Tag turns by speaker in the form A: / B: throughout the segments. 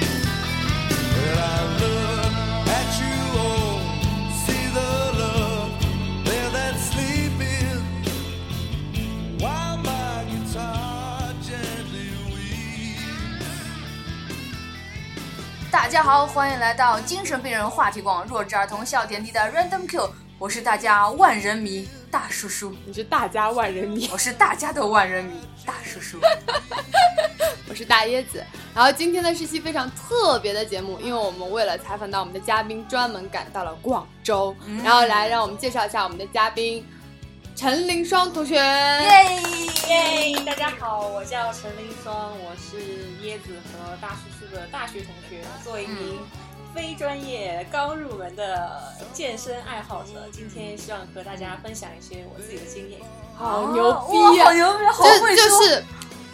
A: Well, I look at you all, see the love there that's sleeping, while my guitar gently weeps.
B: 大家好，欢迎来到精神病人话题馆弱智儿童笑点低的 Random Q，我是大家万人迷大叔叔，
C: 你是大家万人迷，
B: 我是大家的万人迷大叔叔。
C: 我是大椰子。然后今天呢是期非常特别的节目，因为我们为了采访到我们的嘉宾，专门赶到了广州，
B: 嗯
C: 然后来让我们介绍一下我们的嘉宾陈凌霜同学。
B: 耶！
D: 耶！大家好，我叫陈凌霜，我是椰子和大叔叔的大学同学，作为一名
B: 嗯
D: 非专业刚入门的健身爱好者，今天希望和大家分享一些我自己的经验。
C: 好
B: 哦
C: 牛
B: 哇
C: 逼呀、
B: 好牛逼，好
C: 就
B: 会
C: 就
B: 说。
C: 是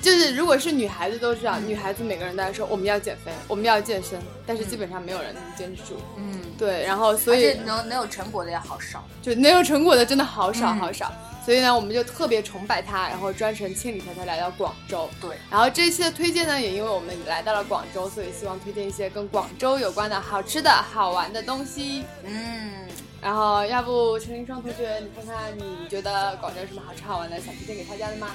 C: 就是，如果是女孩子都知道，女孩子每个人都在说我们要减肥，我们要健身，但是基本上没有人能坚持住。
B: 嗯，
C: 对，然后所
B: 而
C: 以
B: 且能能有成果的也好少。
C: 就能有成果的真的好少
B: 嗯
C: 好少。所以呢，我们就特别崇拜他，然后专程千里迢迢来到广州。
B: 对，
C: 然后这一期的推荐呢，也因为我们来到了广州，所以希望推荐一些跟广州有关的好吃的好玩的东西。
B: 嗯，
C: 然后，要不陈林双同学，你看看你觉得广州有什么好吃好玩的，想推荐给大家的吗？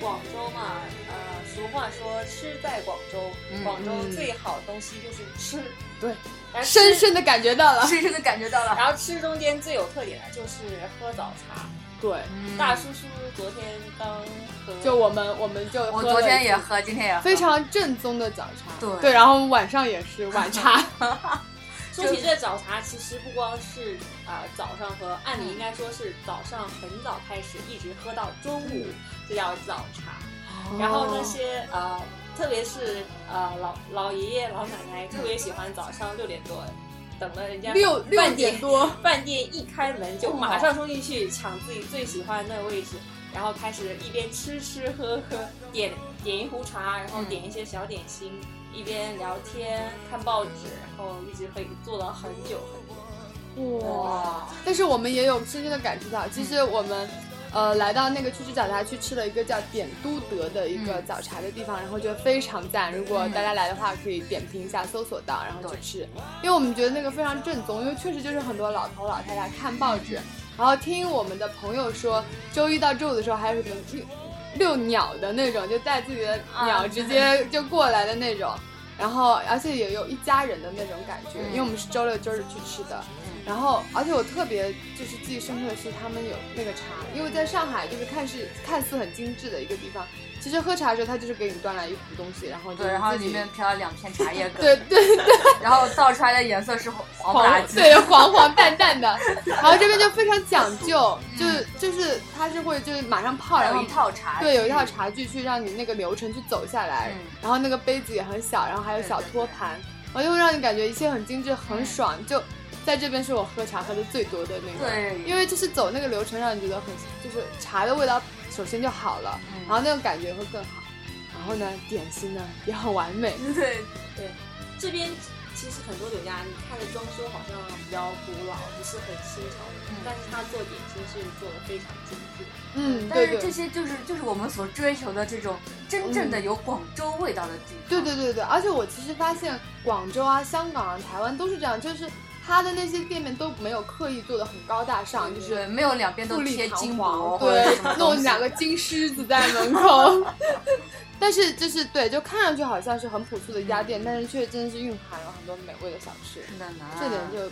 D: 广州嘛，呃，俗话说吃在广州，
B: 嗯
D: 广州最好的东西就是吃，
C: 对，
D: 而吃
C: 深深的感觉到了，
B: 深深的感觉到了。
D: 然后吃中间最有特点的就是喝早茶。
C: 对，
B: 嗯
D: 大叔叔昨天刚和
C: 就我们我们就喝
B: 我
C: 了
B: 昨天也喝，今天也喝，
C: 非常正宗的早茶，
B: 对
C: 对，然后晚上也是晚茶，
D: 说起这早茶，其实不光是啊、呃早上喝，按理应该说是早上很早开始，一直喝到中午，
C: 嗯
D: 这叫早茶。
C: 哦
D: 然后那些呃，特别是呃老老爷爷老奶奶特别喜欢早上六点多，等了人家
C: 六六
D: 饭
C: 点
D: 店
C: 多，
D: 饭店一开门就马上冲进去抢自己最喜欢的位置，然后开始一边吃吃喝喝，点点一壶茶，然后
B: 嗯
D: 点一些小点心，一边聊天看报纸，然后一直可以坐到很久很久。
B: 哇，
C: 但是我们也有深深的感受到，其实我们。呃，来到那个去吃早茶，去吃了一个叫点都德的一个
B: 嗯
C: 早茶的地方，然后觉得非常赞。如果
B: 嗯
C: 大家来的话，可以点评一下，搜索到，然后去
B: 对
C: 吃。因为我们觉得那个非常正宗，因为确实就是很多老头老太太看报纸，
B: 嗯
C: 然后听我们的朋友说，周一到周五的时候还有什么遛遛鸟的那种，就带自己的鸟
B: 啊
C: 直接 就过来的那种。然后，而且也有一家人的那种感觉，
B: 嗯
C: 因为我们是周六周日去吃的，然后，而且我特别就是记忆深刻的是，他们有那个茶，因为在上海就是看似看似很精致的一个地方，其实喝茶的时候，他就是给你端来一壶东西，然后就
B: 对，然后
C: 自己
B: 里面飘了两片茶叶梗，
C: 对 对
B: 然后倒出来的颜色是黄黄不拉
C: 黄
B: 几。
C: 对黄黄淡淡的，然后这边就非常讲 究，就是就是他是会就是马上泡，
B: 嗯
C: 然
B: 有
C: 后
B: 一套茶，
C: 对有一套茶具去让你那个流程去走下来，
B: 嗯
C: 然后那个杯子也很小，然后还有
B: 对
C: 小
B: 对嗯
C: 托盘，然后就会让你感觉一切很精致很爽，就在这边是我喝茶喝的最多的那个。
B: 对，
C: 因为就是走那个流程，让你觉得很就是茶的味道首先就好了，
B: 嗯
C: 然后那种感觉会更好。然后呢，点心呢也很完美，
B: 对，
D: 这边其实很多酒家，你看着装修好像比较古老，不是很新潮，
B: 嗯
D: 但是他做点心是做的非常精致。
C: 嗯，
B: 但
C: 对
B: 是
C: 对
B: 这些就是就是我们所追求的这种真正的有广州味道的地方。
C: 嗯对对对对，而且我其实发现广州啊、香港啊、台湾都是这样，就是它的那些店面都没有刻意做的很高大上，就
B: 就是是没有两边
C: 富
B: 都
C: 丽
B: 贴
C: 堂
B: 金箔
C: 皇，
B: 或者
C: 对
B: 是什，么东
C: 弄
B: 西
C: 两个金狮子在门口。 但是就是对，就看上去好像是很朴素的一家
B: 嗯
C: 店，但是却真的是蕴含了很多美味的小吃。
B: 真的呢，
C: 这点就，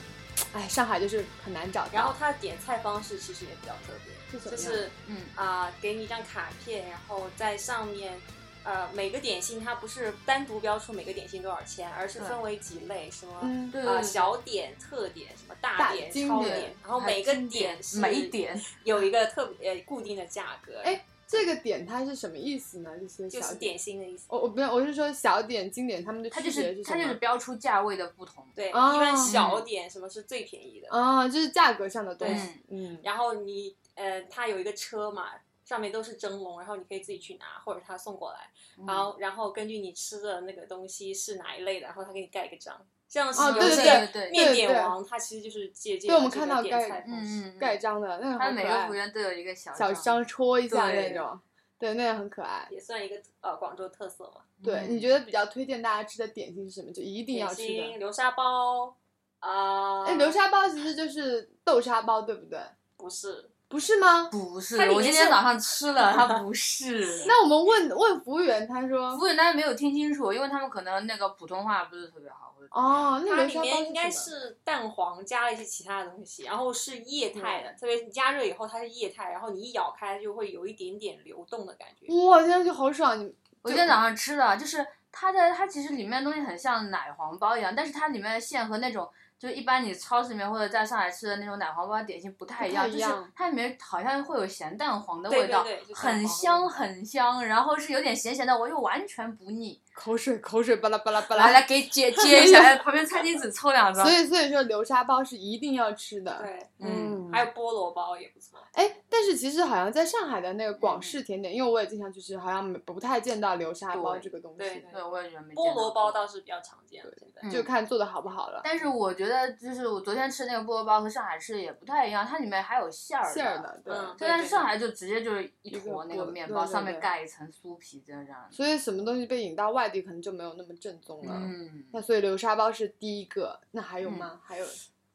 C: 哎，上海就是很难找到。
D: 然后他点菜方式其实也比较特别，
C: 是怎么
D: 就
C: 样
D: 是
B: 嗯
D: 啊、给你一张卡片，然后在上面，呃，每个点心它不是单独标出每个点心多少钱，而是
B: 对
D: 分为几类，什么啊、
C: 嗯，
B: 对
D: 呃小点、特点、什么
C: 大
D: 大点、
C: 经
D: 超
C: 典
D: 点，然后每个点是
B: 每一点
D: 有一个特别呃固定的价格。
C: 哎，这个点它是什么意思呢？这些
D: 就
C: 小
D: 是点心的意思。
C: 我我没有，我是说小点经典他们的
B: 它
C: 区
B: 就
C: 别
B: 是
C: 什
B: 它就是
C: 么？
B: 标出价位的不同。
D: 对，
C: 哦
D: 一般小点什么是最便宜的？
C: 啊，就是价格上的东西，嗯，
D: 然后你呃，它有一个车嘛，上面都是蒸笼，然后你可以自己去拿，或者他送过来，
C: 嗯
B: 嗯
D: 然后然后根据你吃的那个东西是哪一类的，然后他给你盖一个章。像是
C: 哦
D: 有
C: 对
D: 些
B: 对对
D: 面点
C: 对对
D: 王，他其实就是借鉴
C: 对我
D: 了
C: 们
D: 这
C: 看
D: 个
C: 到盖
D: 点菜方式。
B: 嗯嗯，
C: 盖章的那个
B: 它
C: 很
B: 每
C: 可
B: 个服务
C: 爱，
B: 员都有一个小
C: 小
B: 章。
C: 章戳一下
B: 对
C: 那种，对，那个很可爱。
D: 也算一个呃广州特色嘛。
C: 对，
B: 嗯
C: 你觉得比较推荐大家吃的点心是什么？就一定
D: 点
C: 要吃
D: 心、
C: 的。
D: 流沙包啊，
C: 哎，流沙包其实就是豆沙包，对不对？
D: 不是，
C: 不是吗？。
B: 不是
D: 它里，面
B: 我今天
D: 是
B: 早上吃了，它不是
C: 那我们问问服务员，他说
B: 服务员他没有听清楚，因为他们可能那个普通话不是特别好。或者
C: 哦，那
D: 它
C: 流
D: 里
C: 沙包
D: 面应该
C: 什么？
D: 是蛋黄加了一些其他的东西，然后是液态
C: 嗯
D: 的，特别是你加热以后它是液态，然后你一咬开就会有一点点流动的感觉。
C: 哇，这样就好爽！你
B: 我今天早上吃了，就是它的它其实里面的东西很像奶黄包一样，但是它里面的馅和那种就是一般你超市里面或者在上海吃的那种奶黄包点心不太一样，
C: 不太一样
B: 就是它里面好像会有咸蛋黄的
D: 对
B: 味道，
D: 对对就是
B: 很
D: 蛋黄
B: 香
D: 的味
B: 很香，然后是有点咸咸的，我又完全不腻。
C: 口水口水巴拉巴拉巴
B: 来
C: 拉。
B: 来给姐 接一下，来旁边餐巾纸抽两张
C: 所。以所以说流沙包是一定要吃的。
D: 对，
B: 嗯
D: 还有菠萝包也不错。
C: 哎，但是其实好像在上海的那个广
B: 嗯
C: 式甜点，因为我也经常去吃，好像没不太见到流沙包
B: 对
C: 这个东
D: 对
C: 西
D: 对，
B: 对，我也觉得没见
D: 菠
B: 到
D: 萝
B: 过
D: 包倒是比较常见了，现在。
B: 嗯
C: 就看做的好不好了。
B: 但是我觉得，就是我昨天吃那个菠萝包和上海吃的也不太一样，它里面还有馅儿
C: 馅儿的，对。
D: 嗯
B: 虽然上海就直接就是一
C: 一个
B: 坨那个
C: 菠
B: 面
C: 对
B: 包，
C: 对
B: 上面
C: 对
B: 盖一层酥皮，这样。
C: 所以什么东西被引到外地，可能就没有那么正宗了。
B: 嗯，
C: 那所以流沙包是第一个，那还有吗？还有，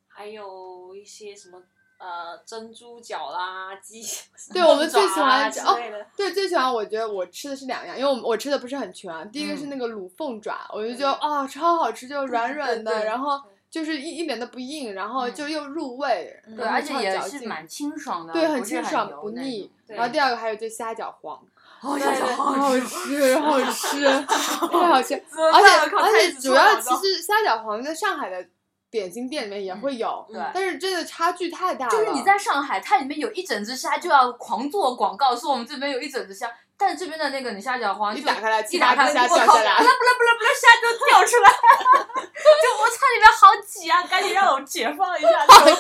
D: 还有一些什么呃珍珠饺啦、 鸡，
C: 对我们最喜
D: 爪啊
C: 欢
D: 之
C: 哦
D: 类的。
C: 对，最喜欢我觉得我吃的是两样，因为我我吃的不是很全啊。第一个是那个卤凤爪，我就觉得啊、超好吃，就是软软
B: 嗯对对
C: 的，
B: 对
C: 然后就是一一点都不硬，然后
B: 嗯
C: 就又入味，
D: 嗯
B: 对，
C: 然后
B: 而且
C: 超
B: 也
C: 嚼
B: 是
C: 劲
B: 蛮清爽的，
C: 对，
B: 不
C: 很
B: 是
C: 清爽
B: 油
C: 不
B: 那
C: 腻
B: 种。
D: 对
C: 然后第二个还有就是虾饺皇，
B: 哦，
D: 对
B: 小
D: 对
B: 小
C: 好 好吃，好吃，太好吃，
B: 而
C: 而且而且主要其实虾饺皇在上海的点心店里面也会有，
D: 嗯
B: 对。
C: 但是真的差距太大了。
B: 就是你在上海，它里面有一整只虾就要狂做广告，说我们这边有一整只虾，但是这边的那个你虾饺皇
C: 一
B: 就
C: 打开来，
B: 一
C: 其
B: 打
C: 他
B: 开，
C: 只虾
B: 我靠，
C: 掉
B: 不啦不
C: 下
B: 啦
C: 来
B: 不。啦不啦，虾就掉出来， 就我操，里面好挤啊，赶紧让我解放一下。这种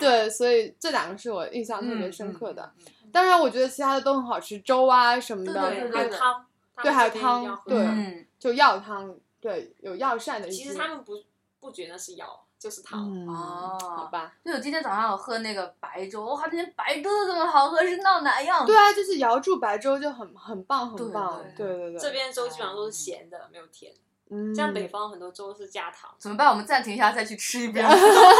C: 对，所以这两个是我印象特
B: 嗯
C: 别深刻的。当然，我觉得其他的都很好吃，粥啊什么的，
B: 对对
D: 还有
B: 对
D: 汤，
C: 对还有
D: 他
C: 汤
D: 们这边比较喝
C: 对
D: 汤
B: 嗯，
C: 就药汤，对，有药膳的一些。
D: 其实他们不不觉得是药，就是汤。
C: 嗯，
B: 哦
C: 好吧，
B: 就我今天早上我喝那个白粥，哇，那白粥都这么好喝，是闹哪样？
C: 对啊，就是瑶柱白粥就很很棒，
B: 对
C: 很棒，
B: 对
C: 对对对。
D: 这边粥基本上都是咸的，没有甜。
C: 嗯，
D: 像北方很多粥是加糖，
B: 怎么办？我们暂停一下，再去吃一 遍，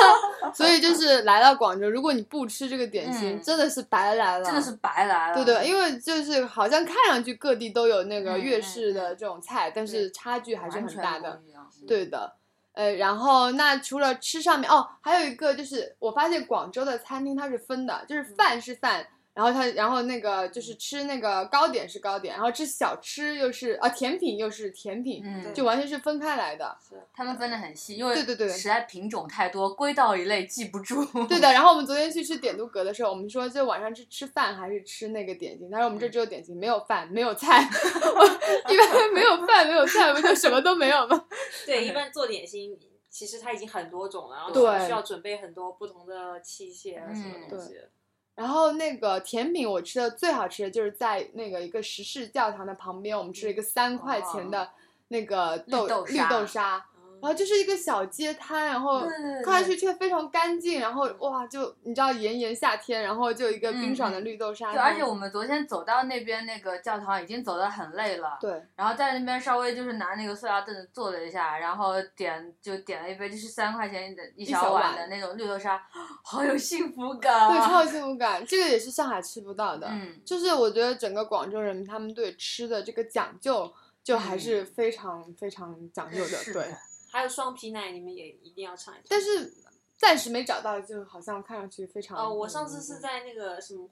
C: 所以就是来到广州，如果你不吃这个点心，
B: 嗯
C: 真的是白来了，
B: 真的是。白来了。
C: 对啊对，因为就是好像看上去各地都有那个
B: 嗯
C: 粤
B: 嗯
C: 式的
B: 嗯
C: 这种菜，但是
B: 对
C: 差距还是很大的。
B: 完全不一样。
C: 对的，呃，然后那除了吃上面哦，还有一个就是我发现广州的餐厅它是分的，就是饭是饭，然后它然后那个就是吃那个糕点是糕点，然后吃小吃又是啊甜品又是甜品，
B: 嗯，
C: 就完全是分开来的。
B: 他们分得很细，因为
C: 对对对对
B: 实在品种太多，归到一类记不住。
C: 对的，然后我们昨天去吃点都阁的时候，我们说这晚上是吃饭还是吃那个点心？他说我们这只有点心，没有饭，没有菜。 我一般没有饭没有菜，不就什么都没有吗？
D: 对，一般做点心，其实它已经很多种了，然后
C: 对嗯
D: 需要准备很多不同的器械啊，什么东西的。
C: 然后那个甜品，我吃的最好吃的就是在那个一个石室教堂的旁边，我们吃了一个三块钱的那个
B: 嗯哦
C: 豆
B: 绿豆
C: 绿
B: 沙
C: 豆沙，
D: 嗯
C: 然后就是一个小街摊，然后
B: 对对 对
C: 看上去却非常干净，然后哇，就你知道炎炎夏天，然后就一个冰爽的
B: 嗯
C: 绿豆沙
B: 对，
C: 汤，
B: 而且我们昨天走到那边那个教堂，已经走得很累了。
C: 对
B: 然后在那边稍微就是拿那个塑料凳子坐了一下，然后点就点了一杯，就是三块钱的一小碗的那种绿豆沙， 好有幸福感
C: 对
B: 啊！
C: 超有幸福感，这个也是上海吃不到的，
B: 嗯，
C: 就是我觉得整个广州人他们对吃的这个讲究，就还是非常、非常讲究的，
B: 嗯是
C: 对。
D: 还有双皮奶，你们也一定要尝一尝。
C: 但是暂时没找到，就好像看上去非常。
D: 呃，我
C: 嗯
D: 上次是在那个什么，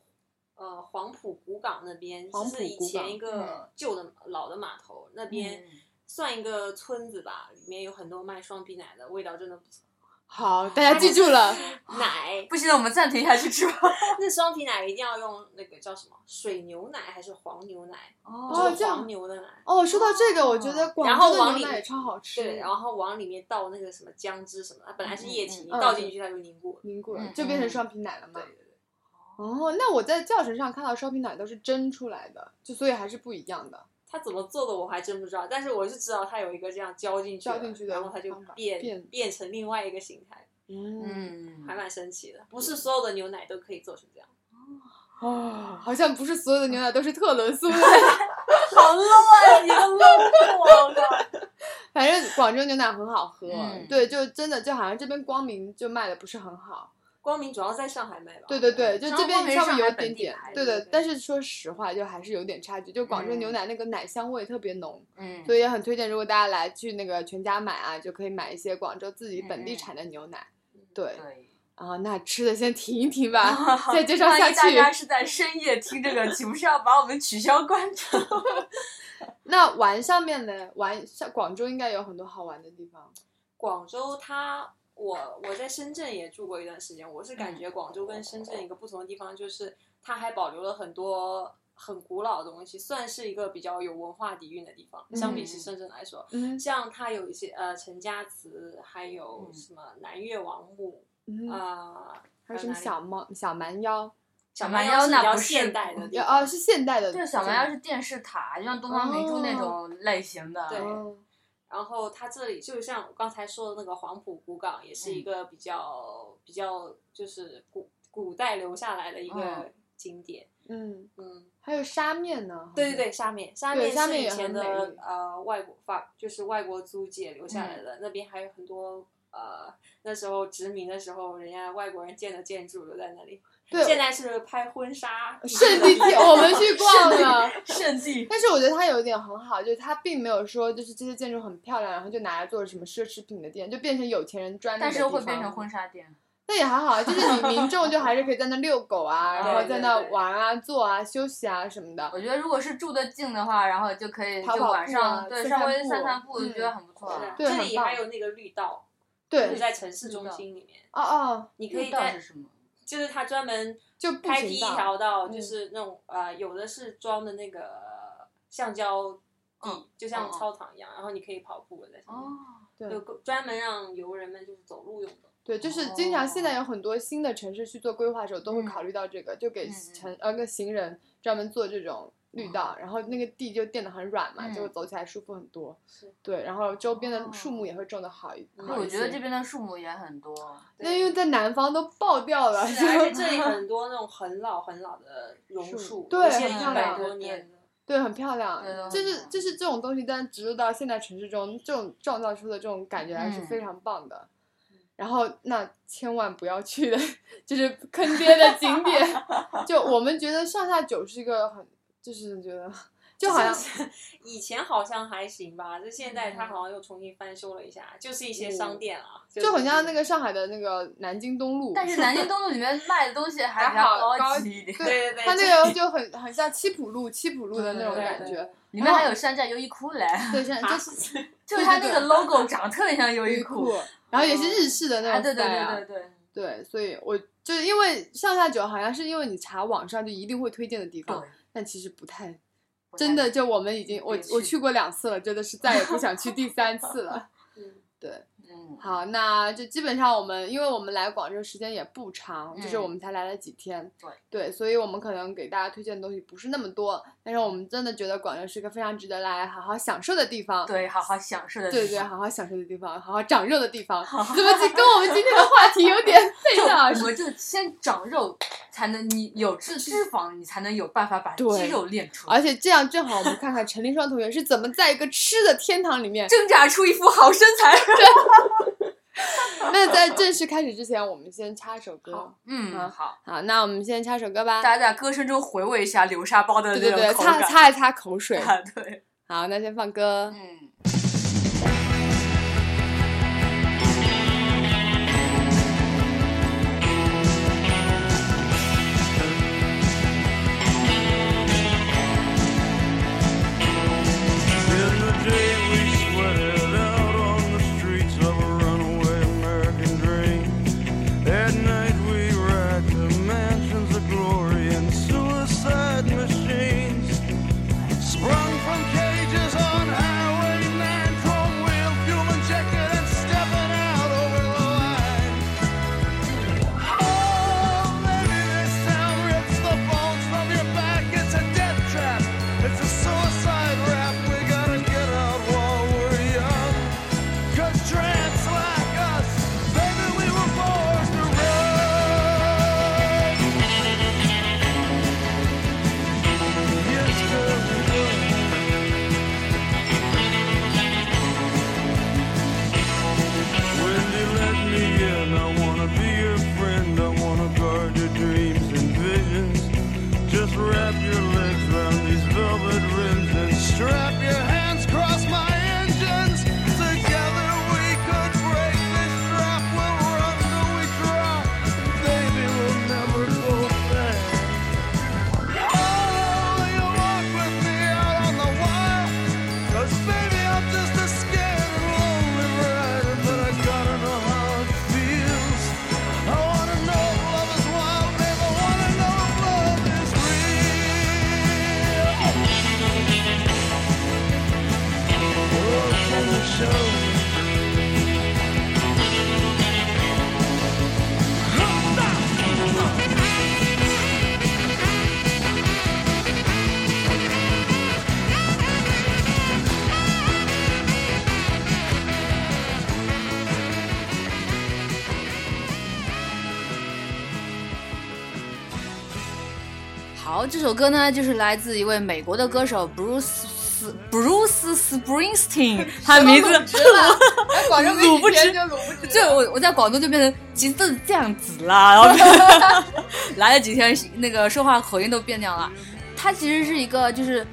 D: 呃，黄埔古港那边，
C: 黄
D: 就
C: 埔
D: 是以
C: 古港
D: 前一个旧的老的码头那边
B: 嗯，
D: 算一个村子吧，里面有很多卖双皮奶的，味道真的不错。
C: 好，大家记住了，
D: 奶，
B: 不行了，我们暂停一下去吃吧。
D: 那双皮奶一定要用那个叫什么水牛奶还是黄牛奶？
C: 哦
D: 就是
C: 这样
D: 黄牛的奶。
C: 哦，说到这个，我觉得广州
D: 然后
C: 的
D: 往
C: 牛
D: 里
C: 奶也超好吃，
D: 对，然后往里面倒那个什么姜汁什么的，它本来是液体，
B: 嗯
D: 你
C: 嗯
D: 倒进去它就凝固了。
C: 凝固了
B: 嗯
C: 就变成
B: 嗯
C: 双皮奶了嘛
D: 对。对对，
C: 哦，那我在教程上看到双皮奶都是蒸出来的，就所以还是不一样的。哦
D: 它怎么做的我还真不知道，但是我是知道它有一个这样浇进去的，
C: 浇进去的
D: 然后它就
C: 方法
D: 变
C: 变
D: 成另外一个形态，
C: 嗯，
B: 嗯
D: 还蛮神奇的。不是所有的牛奶都可以做成这样。
C: 哦，好像不是所有的牛奶都是特仑苏的，
D: 好 low 啊，你都 low 我，我靠！
C: 反正广州牛奶很好喝。
B: 嗯
C: 对，就真的就好像这边光明就卖的不是很好。
D: 光明主要在上海卖吧？
C: 对对对，就
B: 然后
C: 这边
B: 光明
C: 稍
B: 上
C: 微
B: 海
C: 有
B: 本
C: 点
B: 地
C: 点
B: 牌，
C: 对
D: 子
C: 的。
D: 对
C: 但是说实话，就还是有点差距。就广州牛
B: 嗯
C: 奶那个奶香味特别浓，
B: 嗯，
C: 所以也很推荐，如果大家来去那个全家买啊，就可以买一些广州自己本地
B: 嗯嗯
C: 产的牛奶。
D: 嗯
C: 对，
B: 对。
C: 啊，那吃的先停一停吧，再介绍下
B: 万一大家
C: 去。
B: 是在深夜听这个，岂不是要把我们取消关 注？
C: 那玩上面呢？玩像广州应该有很多好玩的地方。
D: 广州它，我我在深圳也住过一段时间，我是感觉广州跟深圳一个不同的地方就是，它还保留了很多很古老的东西，算是一个比较有文化底蕴的地方，相比起深圳来说，
C: 嗯
D: 像它有一些呃陈家祠，还有
B: 嗯
D: 什么南岳王墓
C: 嗯，
D: 啊。
C: 还有什么
D: 哪里
C: 小猫小蛮腰？
D: 小
B: 蛮
D: 蛮
B: 腰
D: 是嗯比
B: 那
D: 较
B: 不是
D: 现代的地
C: 要
D: 方，
C: 哦，是现代的。
B: 这个小蛮腰是电视塔，就像东方明珠那种类型的。
D: 对
C: 哦
D: 然后它这里就像我刚才说的那个黄埔古港，也是
C: 嗯
D: 一个比较、比较就是古古代留下来的一个
B: 嗯
D: 景点。
C: 嗯，
D: 嗯，
C: 还有沙面呢。
D: 对对对，沙面沙
C: 哦对
D: 面
C: 沙
D: 是
C: 面
D: 以
C: 也
D: 前
C: 很
D: 的
C: 美嗯
D: 呃外国法就是外国租界留下来的，那边还有很多呃那时候殖民的时候人家外国人建的建筑留在那里。
C: 对
D: 现在是拍婚纱
C: 圣地天，我们去逛了。
B: 圣地。
C: 但是我觉得它有一点很好，就是它并没有说就是这些建筑很漂亮，然后就拿来做什么奢侈品的店，就变成有钱人专门
B: 但
C: 的地
B: 是
C: 方。
B: 会变成婚纱店。
C: 那也还好，啊，就是你民众就还是可以在那遛狗啊，然后
D: 对
C: 在
D: 对
C: 那
D: 对
C: 玩啊、坐啊、休息啊什么的。
B: 我觉得如果是住得近的话，然后就可以
C: 跑
B: 就
C: 跑
B: 晚
C: 步啊
B: 上对稍
C: 散散
B: 微
C: 步
B: 散散步，
C: 嗯
B: 就觉得很不错
D: 是
B: 了
D: 啊。
C: 对
D: 这
C: 很
D: 里
C: 棒
D: 还有那个绿道，就是
C: 对，
D: 在城市中
B: 绿道
D: 心里面，
C: 哦哦，
D: 你可
B: 绿
D: 以
B: 道
D: 在
B: 是什么？
D: 就是它专门
C: 就步
D: 开辟一
C: 行道。
D: 条道，
C: 嗯
D: 就是那种呃，有的是装的那个橡胶地，
B: 嗯
D: 就
B: 嗯
D: 像
B: 嗯
D: 操场一样，然后你可以跑步在上面，
B: 哦，
C: 对
D: 就专门让游人们就是走路用的。
C: 对，就是经常现在
B: 哦
C: 有很多新的城市去做规划的时候，都会
B: 嗯
C: 考虑到这个，就给
B: 嗯嗯
C: 城呃跟行人专门做这种绿道，然后那个地就垫得很软嘛，
B: 嗯
C: 就会走起来舒服很多
D: 是。
C: 对，然后周边的
B: 哦
C: 树木也会种得好一
D: 嗯
B: 对
C: 好
B: 我
C: 一
B: 觉得
C: 些。
B: 这边的树木也很多。
C: 那因为在南方都爆掉了，
D: 是啊，而且
C: 就
D: 这里很多那种很老很老的榕
C: 树
D: 树，
C: 对
D: 有些
C: 很
D: 一
C: 漂
D: 百
C: 亮
D: 多年的。
C: 对，很漂亮
B: 对都。很
C: 就是
B: 好
C: 就是这种东西，但植入到现代城市中，这种创造出的这种感觉还是
B: 嗯
C: 非常棒的。 然后，那千万不要去的就是坑爹的景点。就我们觉得上下九是一个很，就是觉得就好像
D: 是以前好像还行吧，就现在它好像又重新翻修了一下，就是一些商店啊，
C: 就很像那
D: 个。
C: 个上海的那个南京东路，
B: 但是南京东路里面卖的东西还比
C: 嗯还好
B: 较
C: 高
B: 高级一点，
D: 对对对，
C: 它那个就很很像七浦路七浦路的那种
D: 对对
C: 感
D: 对
C: 觉。
B: 里面
C: 哦
B: 还有山寨优衣库嘞，
C: 对，现在
D: 啊
C: 就是
D: 是
B: 就是它那个 logo 长得特别像优衣
C: 优衣
B: 库
C: 库。，然后也是日式的那
B: 啊，
C: 种
B: 对对
C: style
B: 对
C: 啊
B: 对对，
C: 对，所以我就因为上下九好像是因为你查网上就一定会推荐的地方，但其实不太
B: 嗯不太
C: 真的。就我们已经我
B: 别去
C: 我去过两次了，真的是再也不想去第三 次了。
D: 嗯
C: 对，
B: 嗯，
C: 好，那就基本上我们因为我们来广州时间也不长，就是
B: 嗯
C: 我们才来了几天，
B: 对
C: 所以我们可能给大家推荐的东西不是那么多，但是我们真的觉得广州是一个非常值得来好好享受的地方。
B: 对，好好享受的地
C: 对对，
B: 方。
C: 好好享受的地方，好好长肉的地方，怎么就跟我们今天的话题有点啊背道而 驰
B: 就我就先长肉，才能你有脂脂肪，你才能有办法把
C: 对
B: 肌肉练出来，
C: 而且这样正好，我们看看陈立双同学是怎么在一个吃的天堂里面。
B: 挣扎出一副好身材。
C: 那在正式开始之前，我们先插首歌。嗯
B: 嗯，好，
C: 好，那我们先插首歌吧。
B: 大家在歌声中回味一下流沙包的
C: 对
B: 那
C: 对对，
B: 种口
C: 擦
B: 感。
C: 擦一擦 口水。
B: 啊，对，
C: 好，那先放歌。
B: 嗯。
A: In the day we sweated out on the streets of a runaway American dream. Oh, Oh,
B: 好，这首歌呢，就是来自一位美国的歌手 Bruce Bruce Springsteen，他的名字
C: 直 了，来广州没
B: 鲁不
C: 几天
B: 直
C: 就鲁不直了，
B: 就我我在广东就变成其实都是这样子啦，然后 来了几天那个说话口音都变掉了。他其实是一个就是，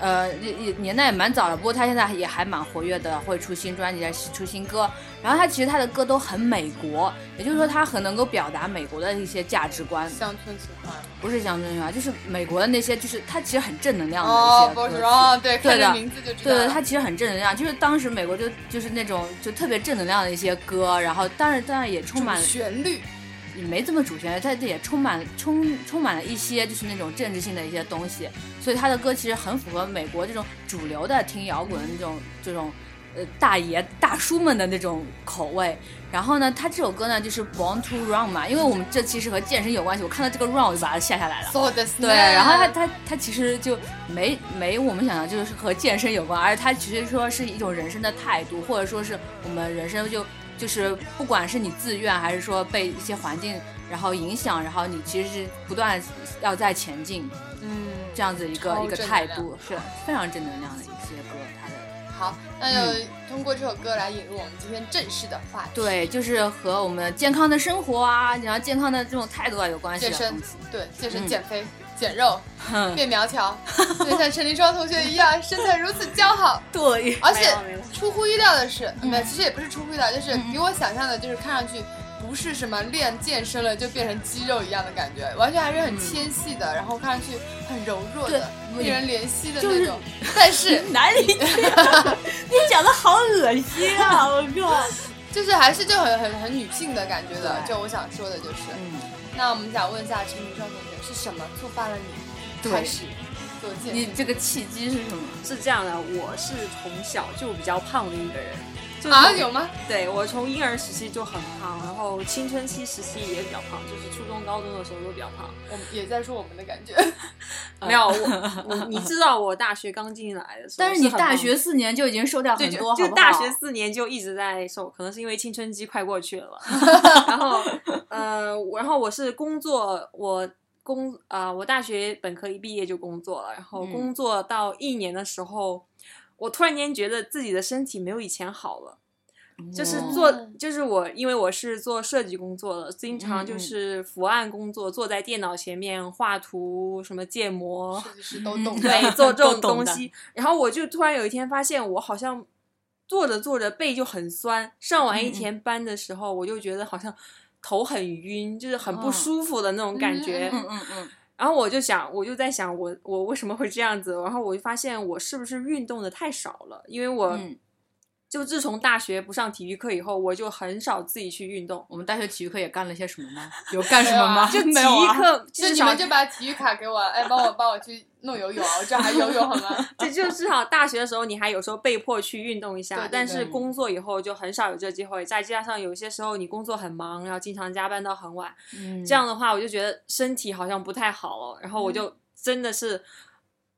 B: 呃，也也年代也蛮早了，不过他现在也还蛮活跃的，会出新专辑，啊出新歌。然后他其实他的歌都很美国，也就是说他很能够表达美国的一些价值观，
C: 乡村情怀。
B: 不是乡村情怀，啊就是美国的那些，就是他其实很正能量的
C: 哦
B: 一些歌
C: ，Boss
B: 曲。
C: Brown，
B: 对
C: 对，看
B: 的
C: 这名字就知道
B: 对，
C: 了。
B: 它其实很正能量，就是当时美国就就是那种就特别正能量的一些歌，然后但是当然也充满
C: 主旋律，
B: 也没这么主旋律，它也充满充充满了一些就是那种政治性的一些东西，所以他的歌其实很符合美国这种主流的听摇滚的那种这种呃大爷大叔们的那种口味。然后呢，他这首歌呢就是 Born to Run 嘛，因为我们这期是和健身有关系，我看到这个 Run 我就把它下下来了。
C: そうですね
B: 对，然后他他他其实就没没我们想的，就是和健身有关，而且他其实说是一种人生的态度，或者说是我们人生就就是不管是你自愿还是说被一些环境然后影响，然后你其实是不断地要在前进
C: 嗯，
B: 这样子一个
C: 超
B: 一个
C: 正能
B: 态
C: 量
B: 度，是非常正能量的一些歌，他的。
C: 好，那就
B: 嗯
C: 通过这首歌来引入我们今天正式的话题。
B: 对，就是和我们健康的生活啊，然后健康的这种态度啊有关系
C: 健
B: 的
C: 身
B: 东西。
C: 对，健
B: 嗯
C: 身、减肥、减肉、
B: 哼
C: 变苗 条，就像陈林双同学一样，身材如此姣好。
B: 对，
C: 而
D: 没
C: 且
D: 了没了
C: 出乎意料的是，
B: 嗯
C: 没有，其实也不是出乎意料，就是比我想象的，就是看上去不是什么练健身了就变成肌肉一样的感觉，完全还是很纤细的，然后看上去很柔弱的，
B: 嗯对
C: 令人怜惜的
B: 就是
C: 那种。但是
B: 哪里这样？ 你讲的好恶心啊！我靠。
C: 就是还是就很很很女性的感觉的，
B: 对
C: 就我想说的就是，
B: 嗯
C: 那我们想问一下陈明双同学，是什么触发了你
B: 对
C: 开始做健
B: 你
C: 身？
B: 这个契机是什么？
D: 是这样的，我是从小就比较胖的一个人，就是、
C: 啊，有吗？
D: 对我从婴儿时期就很胖，然后青春期时期也比较胖，就是初中、高中的时候都比较胖。
C: 我们也在说我们的感觉，
B: 嗯
D: 没有我，我你知道我大学刚进来的时候，
B: 但是你
D: 很
B: 大
D: 胖
B: 学四年就已经瘦掉
D: 对
B: 很
D: 就
B: 多，
D: 就
B: 好不
D: 大
B: 好
D: 学四年就一直在瘦，可能是因为青春期快过去 了吧。然后呃，我然后我是工作，我工啊、我大学本科一毕业就工作了，然后
B: 嗯
D: 工作到一年的时候，我突然间觉得自己的身体没有以前好了。就是
B: 嗯
D: 做
C: 嗯，
D: 就是我，因为我是做设计工作的，经常
B: 嗯
D: 就
B: 嗯
D: 是伏案工作，坐在电脑前面画图，什么建模，
C: 设计师都懂的。
D: 哦 嗯 对，做这
B: 都
D: 种
B: 懂
D: 东
B: 的
D: 西。然后我就突然有一天发现，我好像做着做着背就很酸。上完一
B: 嗯嗯
D: 天班的时候，我就觉得好像头很晕，就是很不
B: 嗯
D: 舒服的那种感觉。
B: 嗯嗯嗯，
D: 然后我就想，我就在想我，我为什么会这样子？然后我就发现我是不是运动的太少了？因为我
B: 嗯
D: 就自从大学不上体育课以后，我就很少自己去运动。
B: 我们大学体育课也干了些什么吗？有干什么吗？
D: 就体
B: 没有
D: 育
B: 啊。
D: 课
C: 就
D: 至
C: 你
D: 少
C: 们就把体育卡给我，哎，帮我帮我去弄游泳，啊我这还游泳好 吗？
D: 这就至少大学的时候，你还有时候被迫去运动一下，
C: 对对嗯
D: 但是
B: 对
D: 工作以后就很少有这机会。再加上有些时候你工作很忙，然后经常加班到很晚，
B: 嗯
D: 这样的话我就觉得身体好像不太好哦。然后
C: 嗯
D: 我就真的是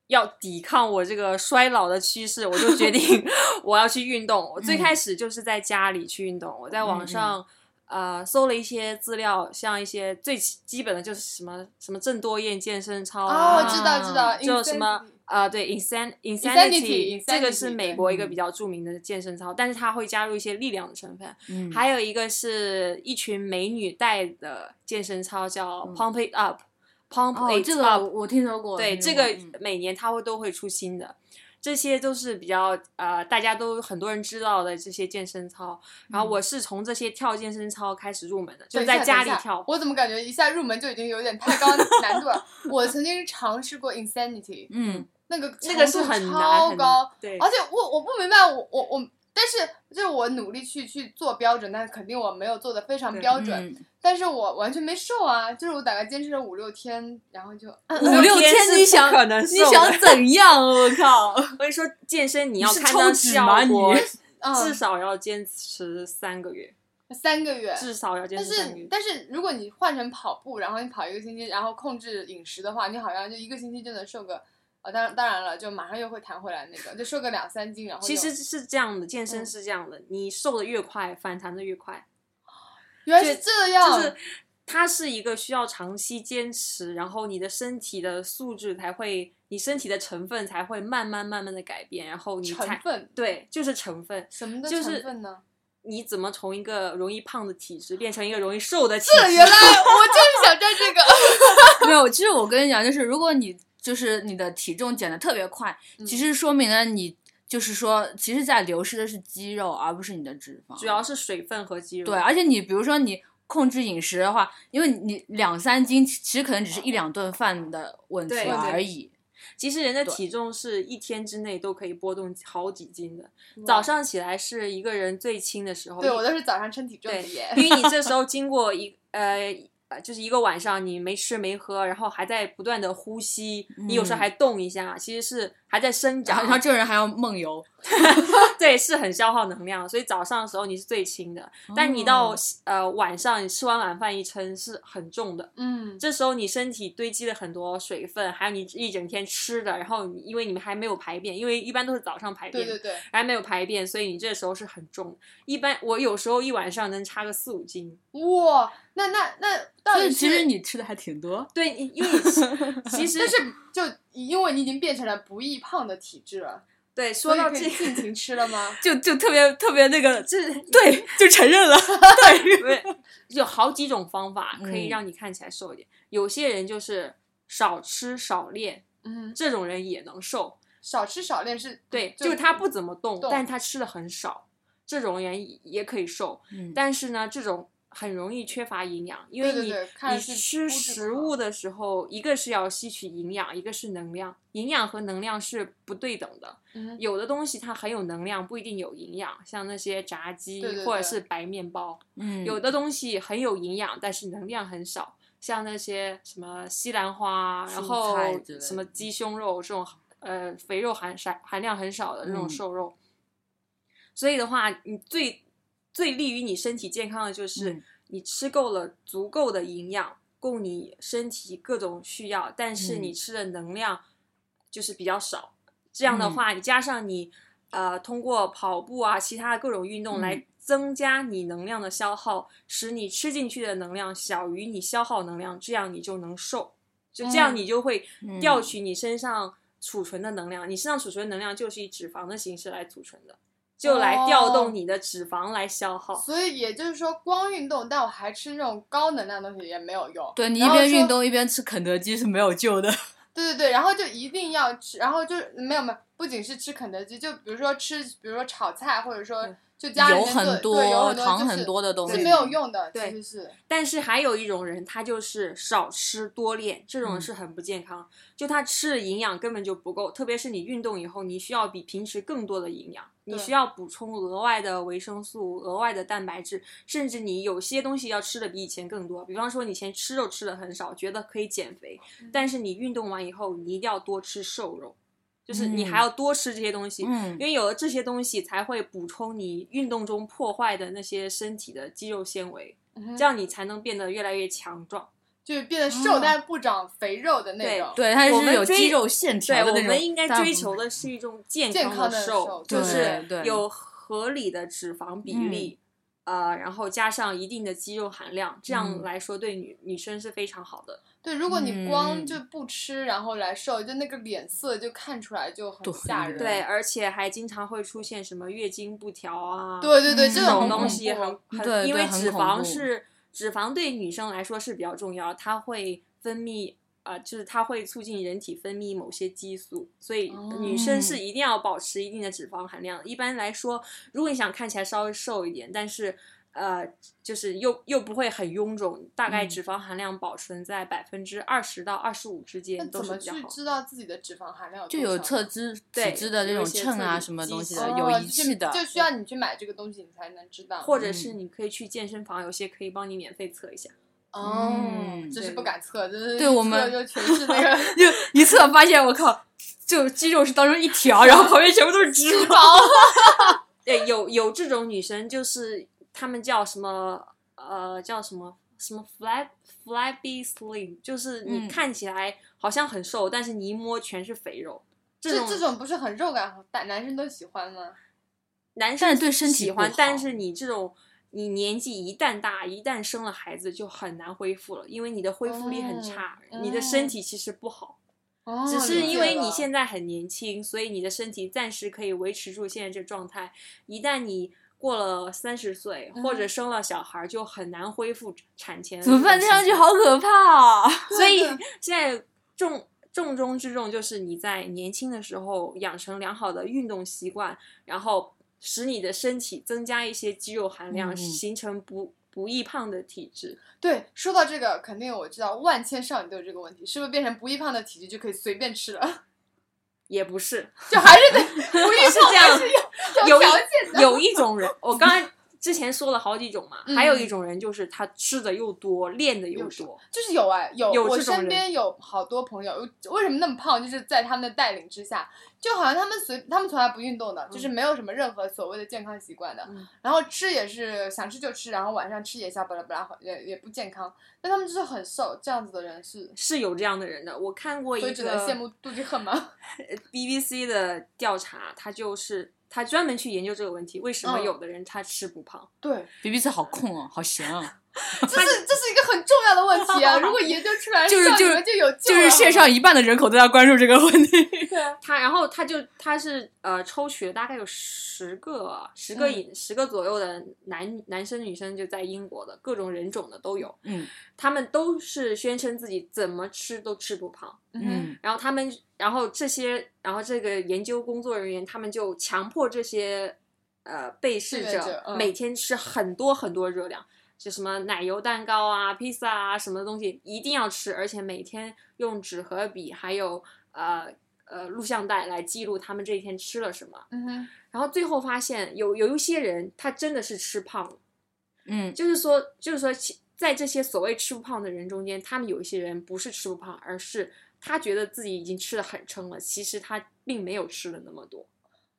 D: 要抵抗我这个衰老的趋势，我 就决定 我要去运动。我最
C: 嗯
D: 开始就是在家里去运动，我在网上。呃，搜了一些资料，像一些最基本的就是什么什么郑多燕健身操啊，
C: 哦，我知道知道，
D: 就什么
C: Insanity
D: 啊、呃对，insan
C: Insanity，
D: 这个是
C: Insanity，
D: 美
C: 对
D: 国一个
B: 嗯
D: 比较著名的健身操，但是它会加入一些力量的成分。
B: 嗯
D: 还有一个是一群美女带的健身操，叫
B: 嗯
D: Pump It Up，Pump
B: 哦，
D: It
B: 这个
D: Up，、
B: 我听说过。
D: 对，
B: 听
D: 这
B: 说
D: 个
B: 过嗯
D: 每年它会都会出新的。这些都是比较呃，大家都很多人知道的这些健身操。
B: 嗯
D: 然后我是从这些跳健身操开始入门的，就
C: 等
D: 是
C: 一下
D: 在家里
C: 等一下
D: 跳。
C: 我怎么感觉一下入门就已经有点太高难度 了？我曾经尝试过 Insanity，
B: 嗯
C: 那个
D: 那个
C: 强
D: 是
C: 度
D: 很难
C: 超
D: 很
C: 高
D: 难，，对，
B: 啊
C: 而且我我不明白，我我我，但是就是我努力去去做标准，但是肯定我没有做的非常
D: 对
C: 标准，
B: 嗯，
C: 但是我完全没瘦啊，就是我大概坚持了五六天，然后就
B: 五六
D: 天
B: 千
D: 是
B: 你
D: 不
B: 想
D: 可能
B: 你
D: 瘦的
B: 想怎样？我靠！
D: 我跟你说，健身你要
B: 是
D: 看
B: 抽
D: 到
B: 脂
D: 效
B: 吗你
D: 果，至
C: 嗯
D: 少要坚持三个月，
C: 三个
B: 嗯
C: 月，
D: 至少要坚
C: 但
D: 持三个
C: 是
D: 月。
C: 但是如果你换成跑步，然后你跑一个星期，然后控制饮食的话，你好像就一个星期就能瘦个，呃，当然当然了，就马上又会弹回来那个，就瘦个两三斤，然后
D: 其
C: 又
D: 实是这样的，健身
C: 哦嗯
D: 是这样的，你瘦的越快，反弹的越快，
C: 原来是这样，
D: 就是它是一个需要长期坚持，然后你的身体的素质才会，你身体的成分才会慢慢慢慢的改变，然后你
C: 成
D: 才
C: 分
D: 对，就是成分。
C: 什么的
D: 就
C: 成
D: 是
C: 分 呢？
D: 你怎么从一个容易胖的体质变成一个容易瘦的体
C: 这
D: 质？
C: 原来 我就是想站这个。
B: 没有，其实我跟你讲，就是如果你就是你的体重减的特别快，
D: 嗯
B: 其实说明了你就是说，其实在流失的是肌肉，而不是你的脂肪。
D: 主要是水分和肌肉。
C: 啊
B: 对，而且你比如说你控制饮食的话，因为你两三斤其其实可能只是一两顿饭的问题
D: 对
C: 对
B: 而已。
D: 其实人的
B: 对
D: 体重是一天之内都可以波动好几斤的。 早上起来是一个人最轻的时候，
C: 对
D: 因
C: 我都是早上称体重的
D: 对
C: 耶，
D: 因为你这时候经过一呃。呃就是一个晚上，你没吃没喝，然后还在不断的呼吸，你有
C: 嗯
D: 时候还动一下，其实是还在生
B: 然
D: 长，
B: 后，
C: 啊
B: 然后这个人还要梦游，
D: 对，是很消耗能量，所以早上的时候你是最轻的，但你
C: 哦
D: 到、呃晚上你吃完晚饭一称是很重的，
C: 嗯，
D: 这时候你身体堆积了很多水分，还有你一整天吃的，然后你因为你们还没有排便，因为一般都是早上排
C: 对
D: 便，
C: 对对，
D: 还没有排便，所以你这时候是很重。一般我有时候一晚上能差个四五斤，
C: 哇，那那那到
B: 所
C: 底
B: 以
C: 是
B: 其实，你吃的还挺多。
D: 对，因因为你其 其实
C: 但是就因为你已经变成了不易胖的体质了，
D: 对说
C: 所以
D: 到
C: 可以
D: 这
C: 尽情吃了吗？
B: 就就特别特别那个，
D: 这
B: 对，就承认了。
D: 不是有好几种方法可以
B: 嗯
D: 让你看起来瘦一点，有些人就是少吃少练。
C: 嗯，
D: 这种人也能瘦，
C: 少吃少练是，
D: 对，
C: 就
D: 就是他不怎么动，
C: 动
D: 但他吃的很少，这种人也也可以瘦。
B: 嗯
D: 但是呢，这种很容易缺乏营养，因为
C: 对
D: 你
C: 对对，看
D: 你
C: 着是
D: 吃
C: 肤质
D: 食
C: 不好
D: 物的时候，一个是要吸取营养，一个是能量，营养和能量是不对等的。
C: 嗯
D: 有的东西它很有能量，不一定有营养，像那些炸鸡
C: 对对
D: 或者
C: 对
D: 是白面包。
B: 嗯，
D: 有的东西很有营养，但是能量很少，像那些什么西兰花，然
B: 蔬
D: 后
B: 菜之类的嗯
D: 什么鸡胸肉这种呃肥肉含含含量很少的那种
B: 嗯
D: 瘦肉。所以的话，你最最利于你身体健康的就是、
B: 嗯
D: 你吃够了足够的营养，供你身体各种需要，但是
B: 嗯
D: 你吃的能量就是比较少。这样
B: 嗯
D: 的话，你加上你呃通过跑步啊，其他的各种运
B: 嗯
D: 动来增加你能量的消耗，使你吃进去的能量小于你消耗能量，这样你就能瘦。就这样，
C: 嗯
D: 你就会
B: 嗯
D: 调取你身上储存的能量。你身上储存的能量就是以脂肪的形式来储存的，就来调
C: 哦
D: 动你的脂肪来消耗。
C: 所以也就是说，光运动，但我还吃那种高能量的东西也没有用。
B: 对你一
C: 然后
B: 边运
C: 说
B: 动一边吃肯德基是没有救的。
C: 对对对，然后就一定要吃，然后就是没有没有，不仅是吃肯德基，就比如说吃，比如说炒菜，或者说就
D: 对
C: 家里
B: 油
C: 面
B: 很
C: 做对
B: 多
C: 油很多，
B: 糖
C: 就是
B: 很多的东
C: 是
B: 西
C: 没有用的，
D: 对
C: 其实是
D: 但是还有一种人，他就是少吃多练，这
B: 嗯
D: 种人是很不健康。就他吃的营养根本就不够，特别是你运动以后，你需要比平时更多的营养，
C: 对
D: 你需要补充额外的维生素、额外的蛋白质，甚至你有些东西要吃的比以前更多。比方说，你以前吃肉吃的很少，觉得可以减肥，但是你运动完以后，你一定要多吃瘦肉，就是你
B: 嗯
D: 还要多吃这些东西，
B: 嗯
D: 因，为有了这些东西，才会补充你运动中破坏的那些身体的肌肉纤维。
C: 嗯
D: 这样你才能变得越来越强壮。
C: 就是变得瘦
B: 哦
C: 但不长肥肉的那种。
B: 对，它
D: 我
B: 是
D: 们
B: 有
D: 追
B: 肌肉线
D: 对，
B: 条的
D: 我
B: 那种。
D: 们应该
B: 但
D: 追
B: 不
D: 求的是一种健
C: 健康
D: 的
C: 的瘦
D: 就
B: 对
D: 是
B: 对
D: 有合理的脂肪比例，呃，然后加上一定的肌肉含量，这样
B: 嗯
D: 来说对女女生是非常好的。
C: 对如果你光
B: 嗯
C: 就不吃，然后来瘦，就那个脸色就看出来就很
B: 对
C: 吓人。
D: 对，而且还经常会出现什么月经不调啊，
C: 对对对，
B: 嗯
C: 这
D: 这
C: 种
D: 种
C: 很
D: 东
C: 恐
D: 西也
C: 怖
D: 很很，
B: 对
D: 因
B: 对
D: 为
B: 很
D: 脂
B: 恐
D: 肪
B: 怖
D: 是脂肪对女生来说是比较重要，它会分泌啊、呃就是它会促进人体分泌某些激素，所以女生
C: 哦
D: 是一定要保持一定的脂肪含量。一般来说，如果你想看起来稍微瘦一点，但是呃，就是又又不会很臃肿，大概
B: 嗯
D: 脂肪含量保存在百分之二十到二十五之
C: 那
D: 间
C: 怎
D: 都是
C: 么
D: 比较
C: 去
D: 好的。
C: 知道自己的脂肪含量有
B: 就
C: 多
B: 有
C: 少
B: 测
C: 呢
B: 脂体
D: 对
B: 脂的这
D: 有一
B: 种
D: 些
B: 秤
D: 测
B: 啊
D: 底
B: 什么
D: 机
B: 东西
D: 器
B: 的，
C: 哦
B: 有仪
C: 就
B: 器的。
C: 就需要你去买这个东西，你才能知道。
D: 或者是
B: 嗯
D: 你可以去健身房，有些可以帮你免费测一下。
C: 哦，
B: 嗯
C: 只是
D: 对
C: 不敢测，就是
B: 对
C: 一
B: 我
C: 测
B: 们
C: 就全是那个
B: 就一测发现，我靠，就肌肉是当中一条，然后旁边全部都是脂肪。
C: 包。
D: 对，有有这种女生，就是她们叫什么呃，叫什么什么 flab flabby slim，就是你
B: 嗯
D: 看起来好像很瘦，但是你一摸全是肥肉。 这
C: 这
D: 种
C: 这种不是很肉感，但男生都喜欢吗？
D: 男
B: 但
D: 生
B: 是对身体
D: 喜
B: 不
D: 欢，但
B: 好
D: 是你这种你年纪一旦大，一旦生了孩子，就很难恢复了，因为你的恢复力很差，
C: 哦
D: 你的身体其实不好，
C: 哦
D: 只是因为你现
C: 在
D: 在很年轻，所以你的身体暂时可以维持住现在这状态。一旦你过了三十岁，或者生了小孩，就很难恢复产前。
B: 嗯怎么办？听上去好可怕啊！
D: 所以 现在重重中之重就是你在年轻的时候养成良好的运动习惯，然后使你的身体增加一些肌肉含量，
B: 嗯
D: 形成不不易胖的体质。
C: 对说到这个，肯定我知道万千少女都有这个问题，是不是变成不易胖的体质就可以随便吃了？
D: 也不是，
C: 就还是得 不易胖，
D: 是这样
C: 还是要 有
D: 有一
C: 条件的。
D: 有一种人，我刚才之前说了好几种嘛，
C: 嗯
D: 还有一种人就是他吃的又多，练的又
C: 又少
D: 多，
C: 就是有哎、有
D: 有
C: 我
D: 这种
C: 身边有好多朋友，为什么那么胖？就是在他们的带领之下，就好像他们随他们从来不运动的，就是没有什么任何所谓的健康习惯的，
D: 嗯
C: 然后吃也是想吃就吃，然后晚上吃夜宵，巴拉巴拉，也也不健康，但他们就是很瘦，这样子的人是，
D: 是有这样的人的。我看过一
C: 所
D: 个呃
C: 以只能羡慕妒忌恨 吗？
D: BBC 的调查，他就是他专门去研究这个问题，为什么
C: 嗯
D: 有的人他吃不胖。
C: 对，
B: B B 是好控啊，好闲啊，
C: 这是这是一个很重要的问题啊！如果研究出来，
B: 就是
C: 像你
B: 就是
C: 们就有
B: 就
C: 救了
B: 是啊线上一半的人口都在关注这个问 题。
C: 啊
D: 他然后他就他是呃抽取了大概有十个十
C: 嗯
D: 个以、十个左右的男男生女生就在英国的各种人种的都有，
B: 嗯
D: 他们都是宣称自己怎么吃都吃不胖，
C: 嗯，
D: 然后他们然后这些然后这个研究工作人员他们就强迫这些呃被试
C: 志
D: 者
C: 愿者嗯
D: 每天吃很多很多热量。就什么奶油蛋糕啊、披萨啊，什么东西一定要吃，而且每天用纸和笔，还有呃呃录像带来记录他们这一天吃了什么。
C: 嗯哼，
D: 然后最后发现有有一些人他真的是吃胖了，
B: 嗯，
D: 就是说就是说其在这些所谓吃不胖的人中间，他们有一些人不是吃不胖，而是他觉得自己已经吃的很撑了，其实他并没有吃的那么多。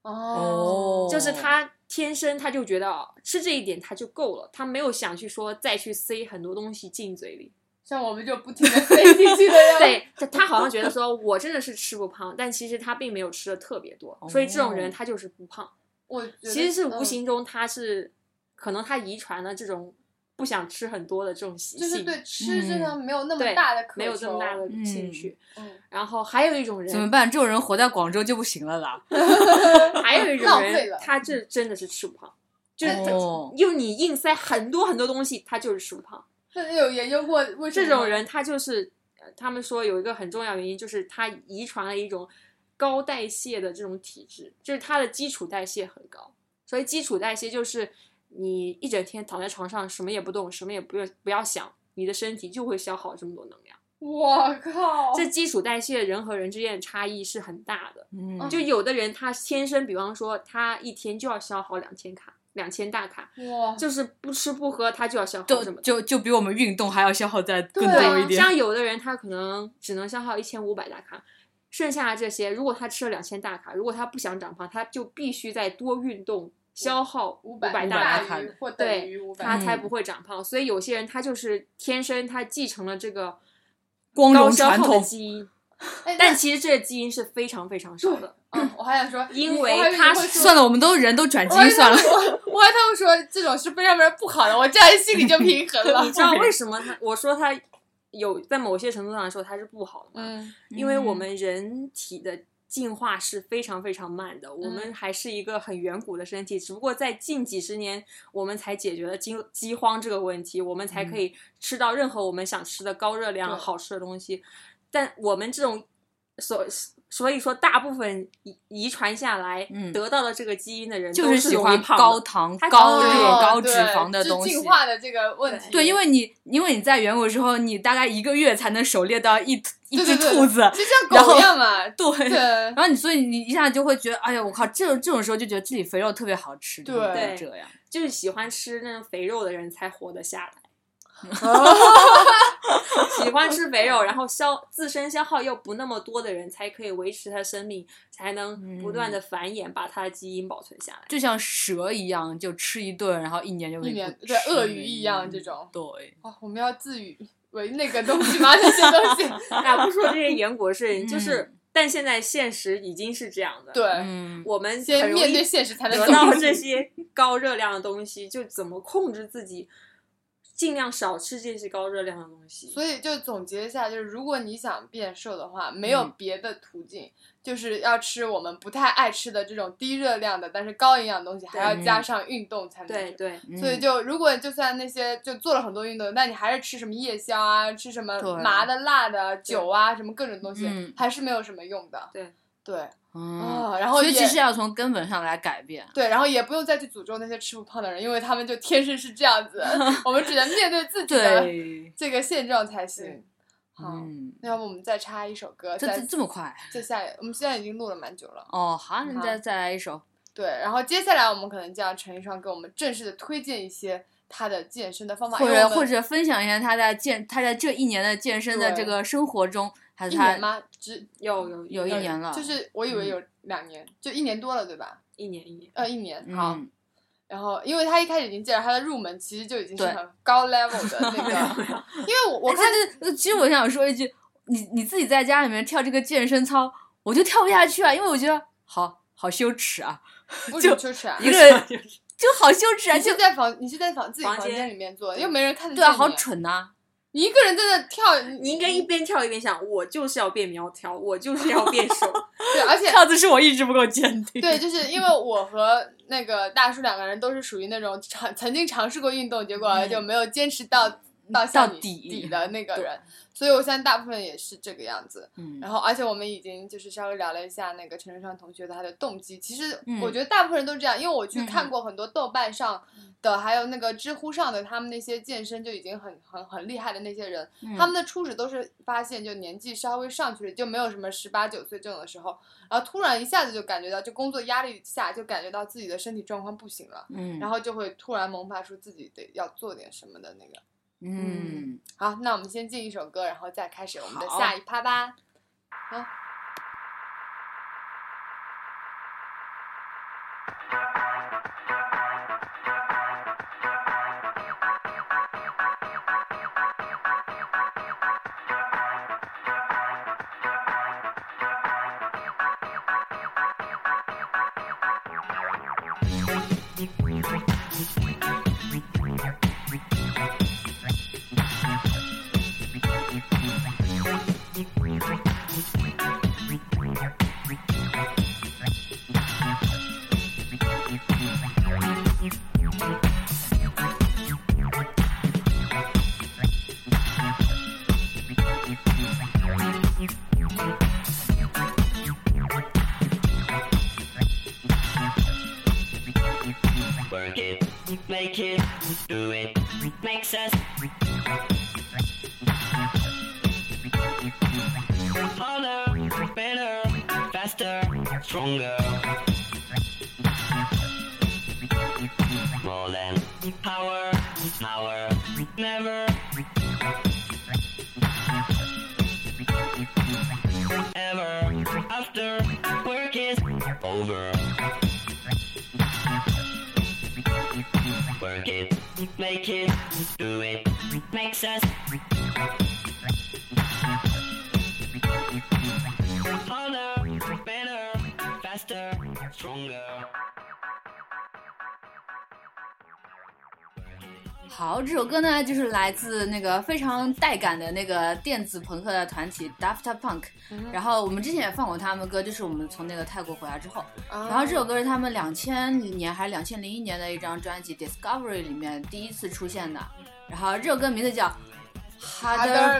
B: 嗯
C: 哦，
D: 就是他天生他就觉得哦吃这一点他就够了，他没有想去说再去塞很多东西进嘴 里。
C: 像我们就不停的塞进去的 人，
D: 对他，他好像觉得说我真的是吃不胖，但其实他并没有吃的特别多，所以这种人
B: 哦
D: 他就是不胖。
C: 我觉得
D: 其实是无
C: 嗯
D: 形中他是可能他遗传了这种不想吃很多的这种习
C: 就
D: 性，
C: 是对吃真的
B: 嗯
C: 没有那么
D: 对
C: 大的渴求，
D: 没有这么大的兴
B: 嗯
D: 趣。
C: 嗯
D: 然后还有一种
B: 哦怎么
D: 人，
B: 办？这种人活在广州就不行了啦。
D: 还有一种
C: 浪费
D: 人
C: 了，
D: 他这真的是吃不胖，就是他
B: 哦
D: 用你硬塞很多很多东西，他就是吃不胖。
C: 这有研究过为什么
D: 这种人他就是，呃他们说有一个很重要原因，就是他遗传了一种高代谢的这种体质，就是他的基础代谢很高，所以基础代谢就是你一整天躺在床上什么也不动，什么也不要不要想，你的身体就会消耗这么多能量。
C: 我靠，
D: 这基础代谢人和人之间的差异是很大的，
B: 嗯，
D: 就有的人他天生，比方说他一天就要消耗两千卡。两千大卡，
C: 哇，
D: 就是不吃不喝，他就要消耗这么
B: 就就
D: 多。
B: 就比我们运动还要消耗再更
C: 对啊
B: 多一点。
D: 像有的人他可能只能消耗一千五百大卡，剩下的这些，如果他吃了两千大卡，如果他不想长胖，他就必须再多运动，消耗
C: 五
D: 百
B: 大
D: 大
B: 卡
D: 卡，
C: 于或等于
D: 对
C: 五，
D: 他
C: 百，
D: 才不会长胖。所以有些人他就是天生他继承了这个
B: 光
D: 高
B: 荣
D: 消
B: 传
D: 耗的
B: 统，
D: 基因，
C: 哎
D: 但其实这个基因是非常非常少的。
C: 嗯我还想说，
D: 因
C: 你
D: 为
C: 我还以
D: 他
C: 会说
B: 算了，我们都人都转基
C: 我还
B: 因 算了。
C: 我我还他们说这种是非常非常不好的，我这样心里就平衡了。
D: 你知道为什么他我说他有在某些程度上来说他是不好的 吗？
C: 嗯
D: 因为我们人体的进化是非常非常慢的，
B: 嗯
D: 我们还是一个很远古的身体，只不过在近几十年我们才解决了饥饥荒这个问题，我们才
B: 嗯
D: 可以吃到任何我们想吃的高热量、
C: 对
D: 好吃的东西。但我们这种所所以说，大部分遗遗传下来、
B: 嗯
D: 得到了这个基因的人
B: 就是
D: 都
B: 喜
D: 容易
B: 欢
D: 胖
B: 高
D: 的
B: 糖、
D: 他
B: 高
D: 喜
B: 热
D: 欢、
C: 哦
B: 高脂
C: 对
B: 肪的
C: 是
B: 东西
C: 进。化的这个问题，
B: 对，因为你因为你在远古时候，你大概一个月才能狩猎到一一
C: 对
B: 只
C: 对对
B: 兔子，
C: 就像
B: 然后
C: 狗一样嘛，
B: 对。
C: 对
B: 然。后你，所以你一下就会觉得，哎呀，我靠，这种这种时候就觉得自己肥肉特别好吃，
C: 对
B: 就会这样。
D: 就是喜欢吃那种肥肉的人才活 得下来。喜欢吃肥肉，然后消自身消耗又不那么多的人，才可以维持他生命，才能不
C: 嗯
D: 断的繁衍，把他的基因保存下来。
B: 就像蛇一样，就吃一顿，然后一年就可以
C: 一年
B: 不
C: 对
B: 吃
C: 鳄
B: 了
C: 鱼一样这种
B: 对，
C: 哦，我们要自诩为那个东西吗？这些东西，
D: 那不说这些远古事情，就是。但现在现实已经是这样的，，
C: 嗯对，
B: 嗯，
D: 我们
C: 先
D: 很容
C: 面对
D: 易
C: 现实才能
D: 得
C: 走
D: 到
C: 出
D: 这
C: 去
D: 些高热量的东西，就怎么控制自己，尽量少吃这些高热量的东西。
C: 所以就总结一下，就是如果你想变瘦的话，没有
B: 嗯
C: 别的途径，就是要吃我们不太爱吃的这种低热量的，但是高营养的东西，还要
B: 对
C: 加上运动才能
D: 对
C: 吃。
D: 对，
B: 嗯
C: 所以就如果就算那些就做了很多运动，但你还是吃什么夜宵啊，吃什么
B: 对
C: 麻的、辣的、酒啊，什么各种东西，
B: 嗯
C: 还是没有什么用的。
D: 对
C: 对啊、
B: 嗯，
C: 然后
B: 所以
C: 也
B: 其实要从根本上来改变。
C: 对，然后也不用再去诅咒那些吃不胖的人，因为他们就天生是这样 子。我们只能面对自己的
B: 对，
C: 这个现状才行
D: 对。
C: 好，
B: 嗯，
C: 那要不我们再插一首歌，
B: 这
C: 再
B: 这这么快
C: 再下一，我们现在已经录了蛮久了。
B: 哦，好，你再
C: 好
B: 再来一首，
C: 对，然后接下来我们可能就让陈一双给我们正式的推荐一些他的健身的方法，
B: 或
C: 因为
B: 者
C: 我们
B: 或者分享一下他在健他在这一年的健身的
C: 对
B: 这个生活中，还
C: 一
B: 是
C: 年
B: 他嗯
C: 吗？只
D: 有有
B: 有一
D: 有
B: 年了，
C: 就是我以为有两年，就一年多了，对吧？
D: 一年一年，
C: 呃，一年。
B: 嗯
C: 好，然后因为他一开始已经介绍他的入门，其实就已经是
B: 对
C: 很 高 level 的那个，因为我我
B: 哎
C: 看
B: 但是，其实我想说一句，你你自己在家里面跳这个健身操，我就跳不下去啊，因为我觉得好好羞耻啊，
C: 不
B: 就
C: 许出去啊。
B: 一个人就好羞耻啊，
C: 你
B: 就是
C: 在房，你是在房自己
D: 房
C: 房
D: 间
C: 间里面做，又没人看得
B: 对啊，
C: 见
B: 好
C: 你
B: 蠢呐、
C: 你一个人在那跳，
D: 你应该一边跳一边想，我就是要变苗条，我就是要变瘦。
C: 对，而且
B: 跳子是我意志不够坚定。
C: 对，就是因为我和那个大叔两个人都是属于那种尝曾经尝试过运动，结果
B: 嗯
C: 就没有坚持到到
B: 到
C: 像你
B: 底
C: 底的那个
B: 对
C: 人，所以我相信大部分也是这个样子。
B: 嗯
C: 然后，而且我们已经就是稍微聊了一下那个陈志上同学的他的动机。其实
B: 嗯
C: 我觉得大部分人都这样，因为我去
B: 嗯
C: 看过很多豆瓣上的，还有那个知乎上的，他们那些健身就已经很很很厉害的那些人，
B: 嗯
C: 他们的初始都是发现，就年纪稍微上去了，就没有什么十八九岁这种的时候，然后突然一下子就感觉到，就工作压力下就感觉到自己的身体状况不行了，
B: 嗯，
C: 然后就会突然萌发出自己得要做点什么的那个。
B: 嗯，
C: 好，那我们先进一首歌，然后再开始我们的
B: 好
C: 下一趴吧。好。
E: Work it, make it, do it, makes us. Harder, better, faster, stronger. More than power, power, never. Ever after work is over. Work it, make it, do it, makes us harder, better, faster, stronger.
B: 好，这首歌呢就是来自那个非常带感的那个电子朋克的团体 Daft Punk，、然
C: 嗯
B: 后我们之前也放过他们的歌，就是我们从那个泰国回来之后，然后这
C: 啊
B: 首歌是他们两千年还是两千零一年的一张专辑《Discovery》里面第一次出现的。然后这首歌名字叫
C: Harder,
B: Harder,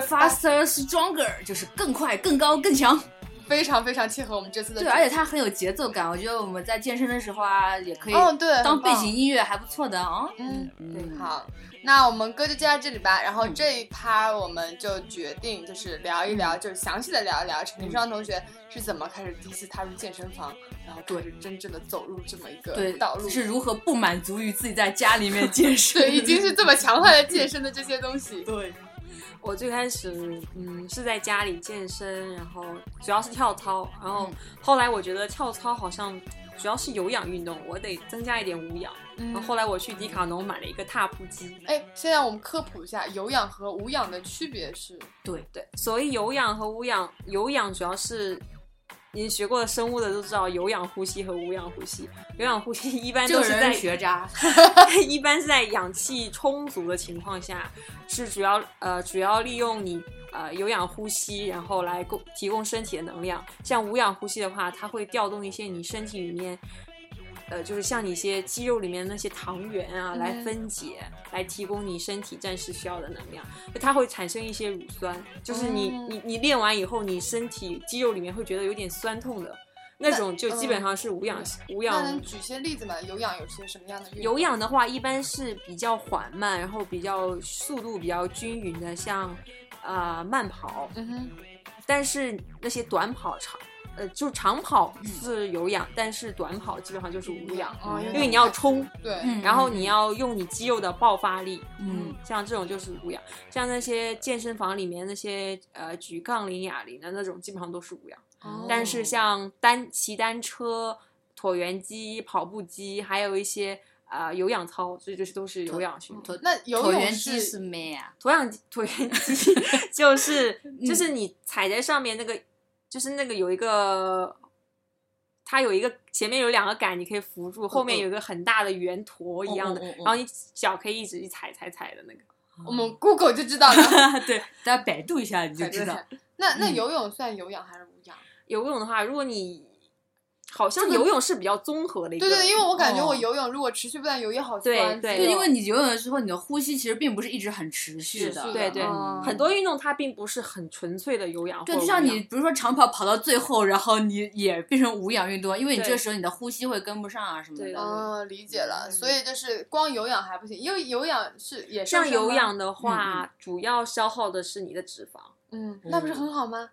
B: Better, Faster, Stronger，就是更快、更高、更强。
C: 非常非常切合我们这次的
B: 对，
C: 主
B: 而且它很有节奏感，我觉得我们在健身的时候啊，也可以
C: 哦对很
B: 当背
C: 棒
B: 景音乐，还不错的哦。
C: 嗯，
B: 嗯，
C: 好，那我们歌就接到这里吧。然后这一趴我们就决定就是聊一聊，就是详细的聊一聊陈一双同学是怎么开始第一次踏入健身房，然后开始真正的走入这么一个
B: 对
C: 道，路。
B: 是如何不满足于自己在家里面健身？
C: 对，已经是这么强悍的健身的这些东西。
D: 对， 我最开始嗯是在家嗯里健身，然后主要是跳操，然后后来我觉得跳操好像主要是有氧运动，我得增加一点无氧。然
B: 嗯
D: 后后来我去迪卡侬买了一个踏步机，
C: 嗯哎，现在我们科普一下有氧和无氧的区别是，
D: 对对，所谓有氧和无氧，有氧主要是你学过生物的都知道有氧呼吸和无氧呼吸。有氧呼吸一般
B: 这
D: 都
B: 个
D: 是
B: 人
D: 在
B: 学渣，
D: 一般是在氧气充足的情况下，是主要呃主要利用你呃有氧呼吸，然后来供提供身体的能量。像无氧呼吸的话，它会调动一些你身体里面。呃，就是像你一些肌肉里面那些糖原啊，来
C: 嗯
D: 分解，来提供你身体暂时需要的能量。它会产生一些乳酸，就是你、
C: 嗯
D: 你你练完以后，你身体肌肉里面会觉得有点酸痛的那种，就基本上是无氧、
C: 嗯
D: 无
C: 那
D: 氧
C: 能举些例子吗？有氧有些什么样的运动？
D: 有氧的话，一般是比较缓慢，然后比较速度比较均匀的，像呃慢跑。
C: 嗯哼，
D: 但是那些短跑长，呃，就长跑
B: 嗯
D: 是有氧，但是短跑基本上就是无氧，
C: 哦有
D: 因
C: 氧
D: 为你要冲，
C: 对，
B: 嗯
D: 然后你要用你肌肉的爆发力。
B: 嗯，
D: 像这种就是无氧，像那些健身房里面那些呃举杠铃、哑铃的那种，基本上都是无氧。
C: 哦
D: 但是像单骑单车、椭圆机、跑步机，还有一些呃有氧操，这就是都是有氧训练。
B: 椭
C: 那游
B: 椭
C: 泳
B: 圆机是
C: 是
B: man 啊，
D: 椭氧椭圆机 就是
C: 嗯
D: 就是你踩在上面那个，就是那个有一个，它有一个前面有两个杆，你可以扶住，
C: 嗯
D: 后面有一个很大的圆坨一
C: 哦
D: 样的，
B: 嗯嗯嗯嗯
D: 然后你脚可以一直踩踩踩的那个。
C: 我们 Google 就知道了，
D: 对，
B: 大家百度一下你就知道。
C: 那那
B: 嗯
C: 游泳算有氧还是无氧？
D: 游泳的话，如果你好像
B: 这个
D: 游泳是比较综合的一个，
C: 对对，因为我感觉
B: 哦
C: 我游泳如果持续不断游，也好
D: 对
C: 酸。
D: 对
C: 肌
B: 对，
C: 肉
B: 因为你游泳的时候，你的呼吸其实并不是一直很持续
D: 是
B: 的，
D: 对对
B: 嗯
D: 很多运动它并不是很纯粹的有氧或
B: 对，
D: 无
B: 就
D: 氧，
B: 像你比如说长跑跑到最后，然后你也变成无氧运动，因为你
D: 对
B: 这个时候你的呼吸会跟不上啊什么
D: 对
B: 的。
C: 嗯，理解了。所以就是光有氧还不行，因为有氧是也是
D: 像有，氧
B: 嗯
D: 的话，主要消耗的是你 的脂肪，
C: 嗯，那不是很好吗？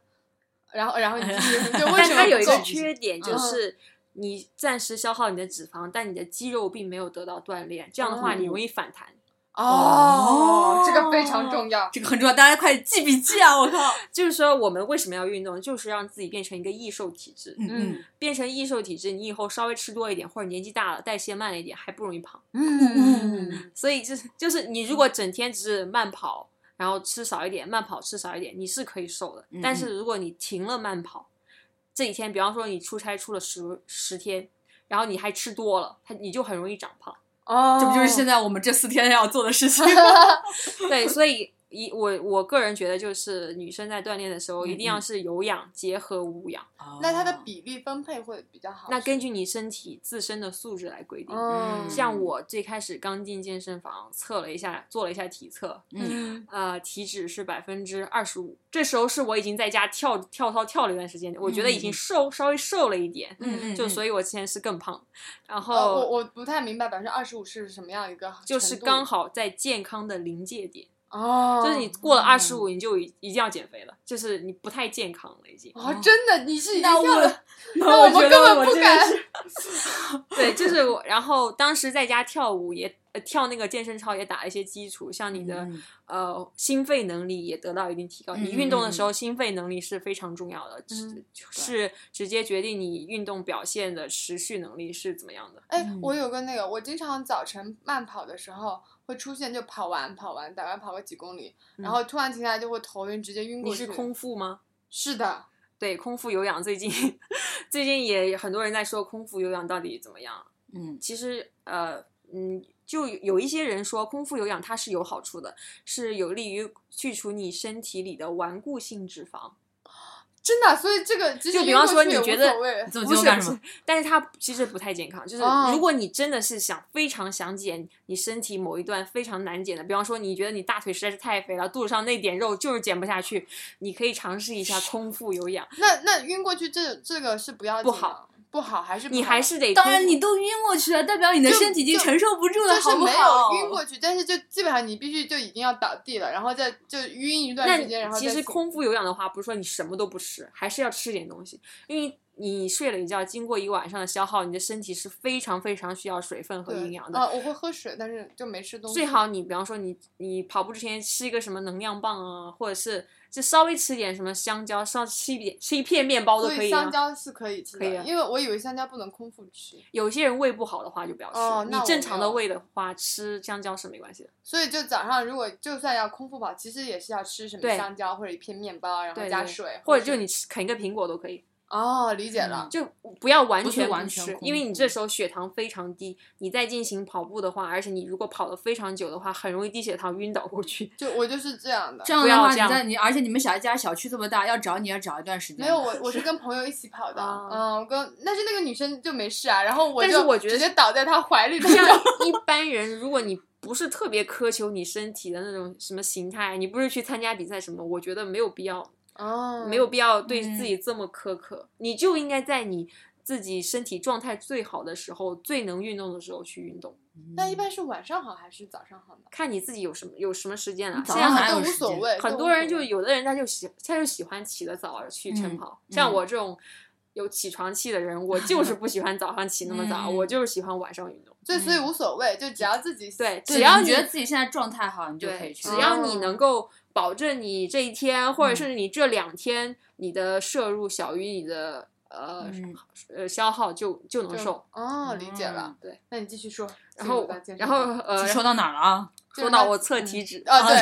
C: 然后然后你继续 对，为
D: 但
C: 什么
D: 它有一个
C: 做
D: 缺
B: 嗯
D: 点就是。你暂时消耗你的脂肪，但你的肌肉并没有得到锻炼，这样的话
B: 嗯
D: 你容易反弹。
C: 哦
B: 哦，
C: 这个非常重
D: 哦
C: 要。
B: 这个很重要，大家快记笔记啊！我靠，
D: 就是说，我们为什么要运动，就是让自己变成一个易瘦体质。
B: 嗯
D: 变成易瘦体质，你以后稍微吃多一点，或者年纪大了代谢慢了一点，还不容易胖。
B: 嗯
C: 嗯，
B: 嗯，
D: 所以就是就是你如果整天只是慢跑，然后吃少一点，慢跑吃少一点，你是可以瘦的
B: 嗯。
D: 但是如果你停了慢跑，这几天，比方说你出差出了十十天，然后你还吃多了，它你就很容易长胖。
C: 哦，
B: 这不就是现在我们这四天要做的事情吗？
D: 对，所以一我我个人觉得，就是女生在锻炼的时候，
B: 嗯
D: 一定要是有氧结合无氧。
B: 哦
C: 那它的比例分配会比较好。
D: 哦那根据你身体自身的素质来规定。
B: 哦
C: 嗯，
D: 像我最开始刚进健身房，测了一下，做了一下体测，
C: 嗯
D: 呃，体脂是百分之二十五。这时候是我已经在家跳跳操跳了一段时间，我觉得
C: 嗯
D: 已经瘦，稍微瘦了一点，
B: 嗯嗯
D: 就
B: 嗯
D: 所以我现在是更胖，然后、
C: 呃我我不太明白百分之二十五是什么样一个程度，
D: 就是刚好在健康的临界点，
C: 哦，嗯
D: 就是你过了二十五，你就已一定要减肥了，就是你不太健康了已经。
C: 哦，真的你是一
B: 那
C: 定要
B: 我
C: 的，那我
D: 觉
C: 们
D: 得
C: 根本
D: 我
C: 不
D: 真的
C: 敢
D: 是。 对，就是我，然后当时在家跳舞也、呃跳那个健身操也打了一些基础，像你的、
B: 嗯
D: 呃心肺能力也得到一定提高。
B: 嗯
D: 你运动的时候，心肺能力是非常重要的，是是直接决定你运动表现的持续能力是怎么样的。
C: 哎
B: 嗯，
C: 我有个那个，我经常早晨慢跑的时候会出现，就跑完跑完，打完跑个几公里，然后突然停下来就会头晕，直接晕
D: 嗯你
C: 过去。
D: 是空腹吗？
C: 是的，
D: 对，空腹有氧最近 最近也很多人在说空腹有氧到底怎么样。
B: 嗯
D: 其实呃嗯，就有一些人说空腹有氧它是有好处的，是有利于去除你身体里的顽固性脂肪。
C: 真的，所以这个即使
D: 就比
C: 晕
D: 方
C: 过
D: 说，
C: 去
D: 你
C: 也
D: 觉
C: 无
D: 得
C: 所谓
B: 这么激
D: 不是
B: 动干
D: 不
B: 什
D: 是，但是它其实不太健康。就是
C: 哦
D: 如果你真的是想非常想减你身体某一段非常难减的，比方说你觉得你大腿实在是太肥了，肚子上那点肉就是减不下去，你可以尝试一下空腹有氧，
C: 那那晕过去这这个是不要
D: 不
C: 紧
D: 好
C: 的，不好还是不
D: 你
C: 好
D: 还
C: 的
D: 是得空
B: 当然，你都晕过去了，代表你的
C: 就
B: 身体已经
C: 就
B: 承受不住了，
C: 就是
B: 好不
C: 没有
B: 好？
C: 晕过去，但是就基本上你必须就已经要倒地了，然后再就晕一段时间，然
D: 那
C: 后
D: 其
C: 再
D: 实
C: 醒
D: 空腹有氧的话，不是说你什么都不吃，还是要吃点东西，因为你睡了一觉，经过一个晚上的消耗，你的身体是非常非常需要水分和
C: 对
D: 营养的。
C: 呃，我会喝水，但是就没吃东西。
D: 最好你比方说你你跑步之前吃一个什么能量棒啊，或者是就稍微吃点什么香蕉，稍吃一点吃一片面包都
C: 所
D: 可以、啊。
C: 香蕉是可以吃的，
D: 可以啊
C: 因为我以为香蕉不能空腹吃，
D: 有些人胃不好的话就不要吃，
C: 哦
D: 你
C: 那我
D: 正
C: 没
D: 常的
C: 有
D: 胃的话吃香蕉是没关系的。
C: 所以就早上如果就算要空腹跑，其实也是要吃什么
D: 对
C: 香蕉或者一片面包，然后
D: 对
C: 加
D: 对
C: 水，
D: 或者就你嗯吃啃一个苹果都可以，
C: 哦，理解了，
D: 就不要完
B: 不是
D: 全
B: 完
D: 不
B: 全
D: 吃
B: 空
D: 因为你
B: 腹
D: 这时候血糖非常低，你再进行跑步的话，而且你如果跑得非常久的话，很容易低血糖晕倒过去。
C: 就我就是这样的。
B: 这样
D: 不
B: 的
D: 要
B: 话，
D: 这
B: 你
D: 样
B: 在你，而且你们小家小区这么大，要找你要找一段时间。
C: 没有，我我是跟朋友一起跑的，
D: 啊
C: 嗯，我跟但是那个女生就没事啊，然后我
D: 但是
C: 就
D: 我觉得
C: 直接倒在她怀 里，
D: 像一般人，如果你不是特别苛求你身体的那种什么形态，你不是去参加比赛什么，我觉得没有必要，
C: 哦，
D: 没有必要对自
B: 嗯
D: 己这么苛刻。你就应该在你自己身体状态最好的时候、最能运动的时候去运动。
B: 嗯
C: 那一般是晚上好还是早上好呢？
D: 看你自己有什么有什么时间了、
B: 你早
D: 现在
B: 上
D: 很
B: 哪
C: 都
B: 有
C: 无
B: 时
C: 所
B: 间
C: 谓，
D: 很
C: 都
D: 多
C: 无
D: 人
C: 所
D: 就
C: 谓
D: 有的人他就喜他就喜欢起得早去晨
B: 嗯
D: 跑，像
B: 嗯
D: 我这种有起床气的人，我就是不喜欢早上起那么早，
B: 嗯
D: 我就是喜欢晚上运动。
C: 对，所以无所谓，就只要自己
D: 对，
B: 对
D: 只要
B: 你
D: 你
B: 觉得自己现在状态好，你就可
D: 对，
B: 以去。
D: 只要你
C: 哦
D: 能够保证你这一天，或者
B: 嗯
D: 甚至你这两天，你的摄入小于你的呃、
B: 嗯
D: 呃消耗就，就能
C: 就
D: 瘦。
C: 哦，理解
B: 嗯。
C: 了
D: 对，
C: 那你继续说。
D: 然
C: 进入
D: 后
C: 到健，身
D: 然后
C: 房
D: 呃，
B: 说到哪儿了啊？
D: 说到我测体脂，
C: 啊，对，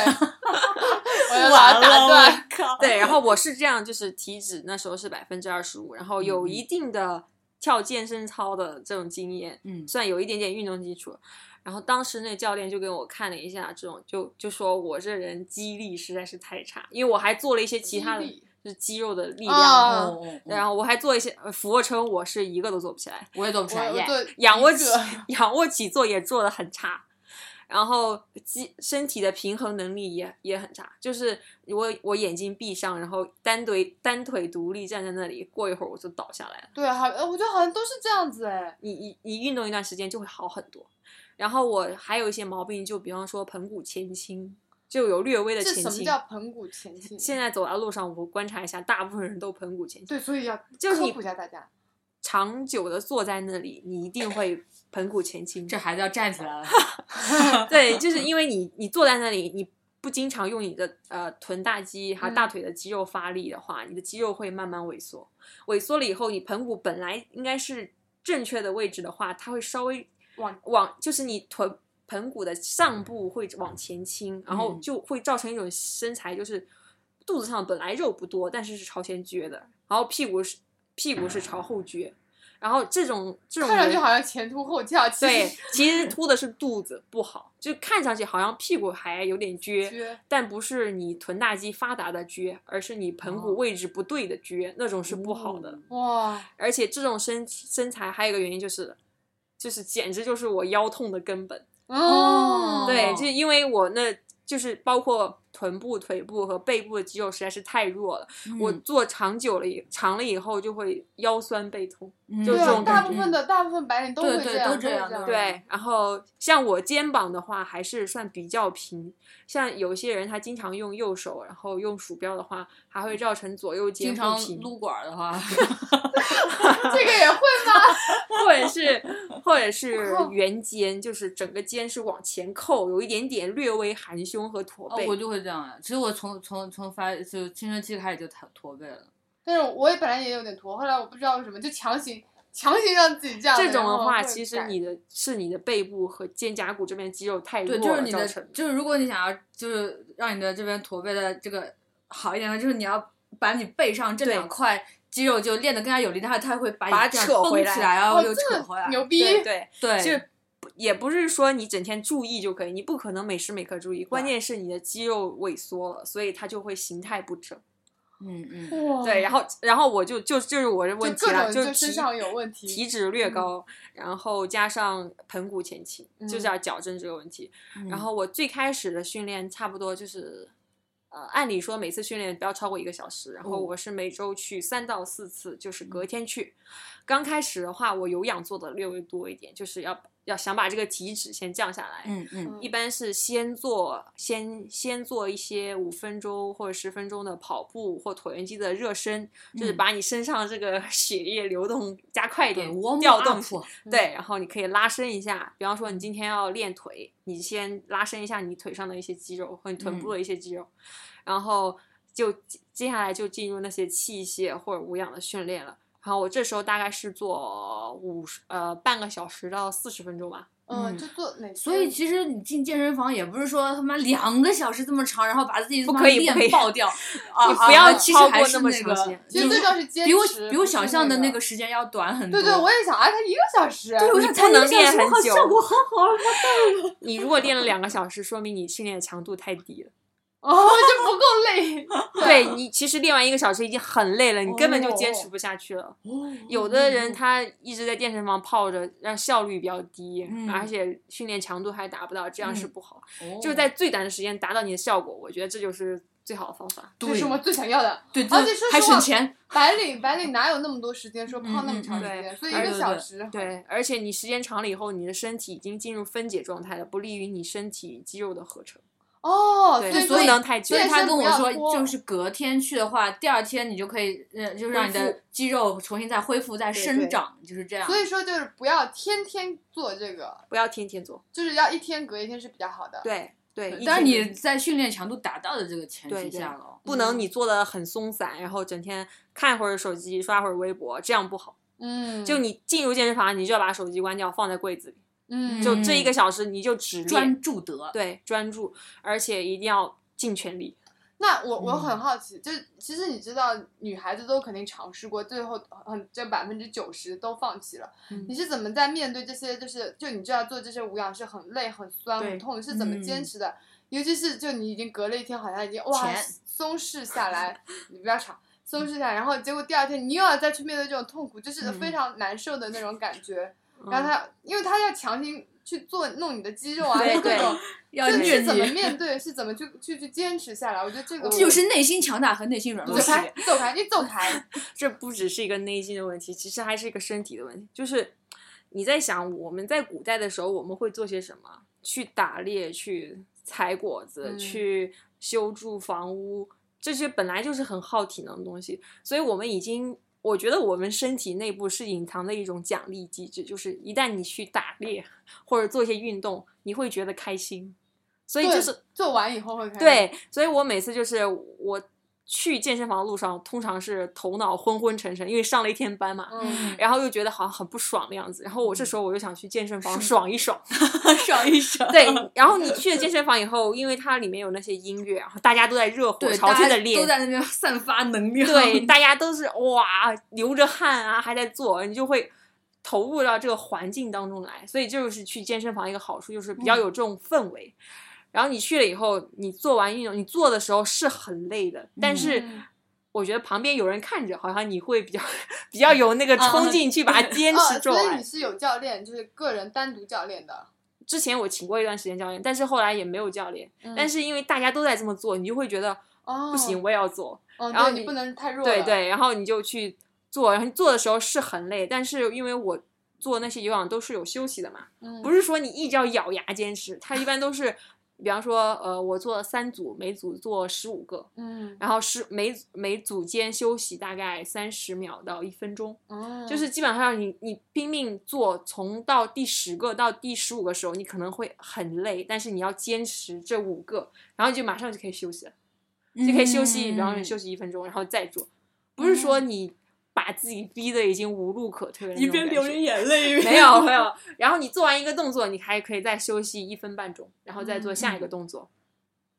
C: 我要把它打断。
B: 靠！
D: 对，然后我是这样，就是体脂那时候是百分之二十五，然后有一定的跳健身操的这种经验，
B: 嗯
D: 算有一点点运动基础。然后当时那教练就给我看了一下，这种就就说我这人肌力实在是太差，因为我还做了一些其他的，
C: 肌力
D: 就是肌肉的力量，嗯
C: 哦啊
B: 哦哦
D: 然后我还做一些呃俯卧撑，我是一个都做不起来，
B: 我也做不出来
C: 我我
B: 耶。
C: 做
D: 仰卧
C: 一
D: 起
C: 个
D: 仰卧起坐也做的很差，然后肌身体的平衡能力也也很差，就是我我眼睛闭上，然后单腿单腿独立站在那里，过一会儿我就倒下来了。
C: 对，好，呃我觉得好像都是这样子哎。
D: 你你你运动一段时间就会好很多。然后我还有一些毛病，就比方说盆骨前倾，就有略微的
C: 这
D: 前
C: 什么
D: 倾。
C: 叫盆骨前倾？
D: 现在走在路上，我观察一下，大部分人都盆骨前倾。
C: 对，所以要
D: 就是
C: 科
D: 你
C: 普一下大家。
D: 长久的坐在那里，你 一定会盆骨前倾。
B: 这孩子要站起来了，
D: 对，就是因为你你坐在那里，你不经常用你的呃臀大肌还有
C: 嗯
D: 大腿的肌肉发力的话，你的肌肉会慢慢萎缩，萎缩了以后，你盆骨本来应该是正确的位置的话，它会稍微
C: 往
D: 往就是你臀盆骨的上部会往前倾，然后
B: 嗯
D: 就会造成一种身材就是肚子上本来肉不多，但是是朝前撅的，然后屁股是屁股是朝后撅。然后这种这种
C: 看上
D: 人
C: 去好像前凸后翘， 其
D: 对
C: 实，
D: 其实凸的是肚子不好，就看上去好像屁股还有点撅，
C: 撅
D: 但不是你臀大肌发达的撅，而是你盆
B: 哦
D: 骨位置不对的撅，那种是不好的。
C: 哇，
D: 而且这种身体身材还有一个原因就是，就是简直就是我腰痛的根本。
C: 哦，
D: 对，就是因为我那就是包括臀部、腿部和背部的肌肉实在是太弱了，我
B: 嗯
D: 坐长久了以长了以后就会腰酸背痛。
B: 嗯
D: 就
C: 对
D: 这
C: 啊
D: 种
C: 大
D: 感
C: 部
D: 觉
C: 分的大部分白人都
B: 对
C: 会
B: 对
C: 这样，
B: 都这
C: 会
B: 样都
C: 这样。
B: 这样
D: 对，然后像我肩膀的话，还是算比较平。像有些人他经常用右手，然后用鼠标的话，还会造成左右肩
B: 经
D: 不
B: 常
D: 平，
B: 撸管儿的话，
C: 这个 也会吗？
D: 或 者是或者是
B: 哦
D: 圆肩，就是整个肩是往前扣，有一点点略微含胸和驼
B: 哦
D: 背。
B: 我就会这样呀。其实我从从从发就青春期开始就驼驼背了。
C: 但是我也本来也有点驼，后来我不知道为什么就强行强行让自己这样。
D: 这种
C: 然
D: 的
C: 后
D: 话，
C: 会
D: 其实
C: 改哦
D: 你的是你的背部和肩胛骨这边肌肉太弱
B: 对，
D: 了，
B: 就是你的
D: 造成，
B: 就是如果你想要就是让你的这边驼背的这个好一点的，就是你要把你背上这
D: 对
B: 两块肌肉就练得更加有力，它它会把你
D: 把它
B: 这样
D: 扯
B: 绷
D: 回
B: 起
D: 来
B: 来，然后
C: 哦
B: 又
C: 这
B: 扯
C: 么
B: 回来。
C: 牛逼！
D: 啊对对，
B: 对，
D: 就是不也不是说你整天注意就可以，你不可能每时每刻注意，关键是你的肌肉萎缩了，所以它就会形态不整。
B: 嗯嗯，
C: 哇
D: 对，然后然后我就就就是我的问
C: 哦就
D: 题
C: 各种
D: 了，就
C: 就是身
D: 体
C: 上有嗯问题
D: 体脂略高，然后加上盆骨前倾，
C: 嗯
D: 就是要矫正这个问题。
B: 嗯
D: 然后我最开始的训练差不多就是。呃，按理说每次训练不要超过一个小时，然后
B: 嗯
D: 我是每周去三到四次，就是隔天去。刚开始的话，我有氧做的略微多一点，就是要要想把这个体脂先降下来。
B: 嗯嗯，
D: 一般是先做先先做一些五分钟或者十分钟的跑步或椭圆机的热身，就是
B: 嗯
D: 把你身上这个血液流动加快一
B: 对
D: 点，
B: ，warm
D: 调动
B: up
C: 嗯
D: 对，然后你可以拉伸一下，比方说你今天要练腿，你先拉伸一下你腿上的一些肌肉和你臀部的一些肌肉，然后就接下来就进入那些器械或者无氧的训练了。然后我这时候大概是做五十呃半个小时到四十分钟吧，
C: 嗯，
B: 嗯
C: 就做哪些？
B: 所以其实你进健身房也不是说他妈两个小时这么长，然后把自己他妈
D: 不可以不可
B: 练
D: 以
B: 爆 掉，啊
D: 你
B: 啊
D: 不要
B: 其实
D: 超
B: 还
D: 过
B: 是
D: 那么
B: 那
D: 长
B: 个
D: 时间
C: 其实最重要是坚持，
B: 比我比
C: 不
B: 我
C: 是
B: 想象的
C: 那
B: 那个。时间要短很多。
C: 对对，我也想，哎，他一个小时，
B: 对我
D: 你
B: 想
D: 不能练很久
B: 效果很好了。
D: 你如果练了两个小时，说明你训练的强度太低了。
C: 哦，就不够累。
D: 对你其实练完一个小时已经很累了，你根本就坚
B: 哦
D: 持不下去了。有的人他一直在健身房泡着，让效率比较低，
B: 嗯
D: 而且训练强度还达不到，这样是
B: 嗯
D: 不好。
B: 哦
D: 就是在最短的时间达到你的效果，我觉得这就是最好的方法。
C: 这是
B: 对
C: 我最想要的。
B: 对，
C: 而
B: 对
C: 且说
B: 还
C: 实话
B: 省钱。
C: 白领白领哪有那么多时间说泡那么长时
D: 嗯嗯嗯
C: 间？
D: 对
C: 所以一
D: 而
C: 个
D: 且
C: 小时，，
D: 对，而且你时间长了以后，你的身体已经进入分解状态了，不利于你身体肌肉的合成。
C: 哦，
D: 对
C: 所以
D: 不
C: 说
D: 能太久
B: 所
C: 健
B: 以
C: 身
B: 他跟
C: 不
B: 我
C: 要
B: 说，
C: 拖
B: 就是隔天去的话，第二天你就可以，呃，就让你
D: 恢
B: 的
D: 复
B: 肌肉重新再恢复、再
C: 对
B: 生
C: 对
B: 长，就是这样。
C: 所以说就是不要天天做这个，
D: 不要天天做。
C: 就是要一天隔一天是比较好的。
D: 对对，一
B: 但是
D: 天
B: 你
D: 就
B: 在训练强度达到的这个前
D: 对
B: 提
D: 对
B: 下了，哦
D: 不能你做的很松散，然后整天看会儿手机，刷会儿微博，这样不好。
C: 嗯，
D: 就你进入健身房，你就要把手机关掉，放在柜子里。
C: 嗯
D: 就这一个小时，你就只练
B: 专注得。
D: 对专注，而且一定要尽全力。
C: 那我
D: 嗯
C: 我很好奇，就是其实你知道，女孩子都肯定尝试过，最后很这百分之九十都放弃了。
D: 嗯
C: 你是怎么在面对这些？就是就你知道做这些无氧是很累、很酸、
D: 对嗯
C: 很痛，是怎么坚持的？尤其是就你已经隔了一天，好像已经哇
B: 钱
C: 松弛下 来，你不要吵。松
D: 嗯
C: 弛下来，然后结果第二天你又要再去面对这种痛苦，就是非常难受的那种感觉。然后
D: 嗯
C: 他，因为他要强行去做弄你的肌肉啊，
D: 对
C: 各
D: 对
C: 种，
B: 要
C: 就
B: 虐
C: 是怎么
B: 你，
C: 面对，是怎么去去去坚持下来？我觉得这个
B: 这就是内心强大和内心软
C: 走
B: 弱的区
C: 开
B: 别。，
C: 走开，你走开。
D: 这不只是一个内心的问题，其实还是一个身体的问题。就是你在想，我们在古代的时候，我们会做些什么？去打猎，去采果子，
C: 嗯
D: 去修筑房屋，这些本来就是很耗体能的东西。所以我们已经，我觉得我们身体内部是隐藏的一种奖励机制，就是一旦你去打猎或者做一些运动，你会觉得开心。所以
C: 对
D: 就是
C: 做完以后会开。，
D: 对，
B: 嗯
D: 所以我每次就是我去健身房的路上，通常是头脑昏昏沉沉，因为上了一天班嘛，
C: 嗯，
D: 然后又觉得好像很不爽的样子。然后
B: 嗯
D: 我这时候我就想去健身房爽 一爽。
B: 爽一爽。
D: 对，然后你去了健身房以后，因为它里面有那些音乐，然后大家都在热火
B: 对，
D: 朝天
B: 大
D: 的
B: 家
D: 练
B: 都。在那边散发能量。
D: 对，大家都是哇流着汗啊，还在做，你就会投入到这个环境当中来。所以就是去健身房一个好处就是
C: 嗯
D: 比较有这种氛围。然后你去了以后，你做完运动，你做的时候是很累的，但是
C: 嗯
D: 我觉得旁边有人看着，好像你会比较 比较有那个冲劲去把 它坚持
C: 嗯哦，
D: 做
C: 所以
D: 完。
C: 你是有教练，就是个人单独教练的。
D: 之前我请过一段时间教练，但是后来也没有教练。
C: 嗯
D: 但是因为大家都在这么做，你就会觉得
C: 哦，
D: 不行，，我也要做。
C: 哦，
D: 然后
C: 对你
D: 你
C: 不能太弱了。
D: 对，对，然后你就去做，然后你做的时候是很累，但是因为我做那些有氧都是有休息的嘛，
C: 嗯，
D: 不是说你一直要咬牙坚持，它一般都是，比方说呃，我做三组，每组做十五个，
C: 嗯，
D: 然后是每每组间休息大概三十秒到一分钟，
C: 嗯，
D: 就是基本上你你拼命做，从到第十个到第十五个时候，你可能会很累，但是你要坚持这五个，然后就马上就可以休息了。就可以休息，
B: 嗯
D: 然
C: 嗯
D: 后你休息一分钟，然后再做，不是说你把自己逼的已经无路可退了那种感觉，
B: 眼泪
D: 没有没有，然后你做完一个动作，你还可以再休息一分半钟，然后再做下
C: 嗯
D: 一个动作。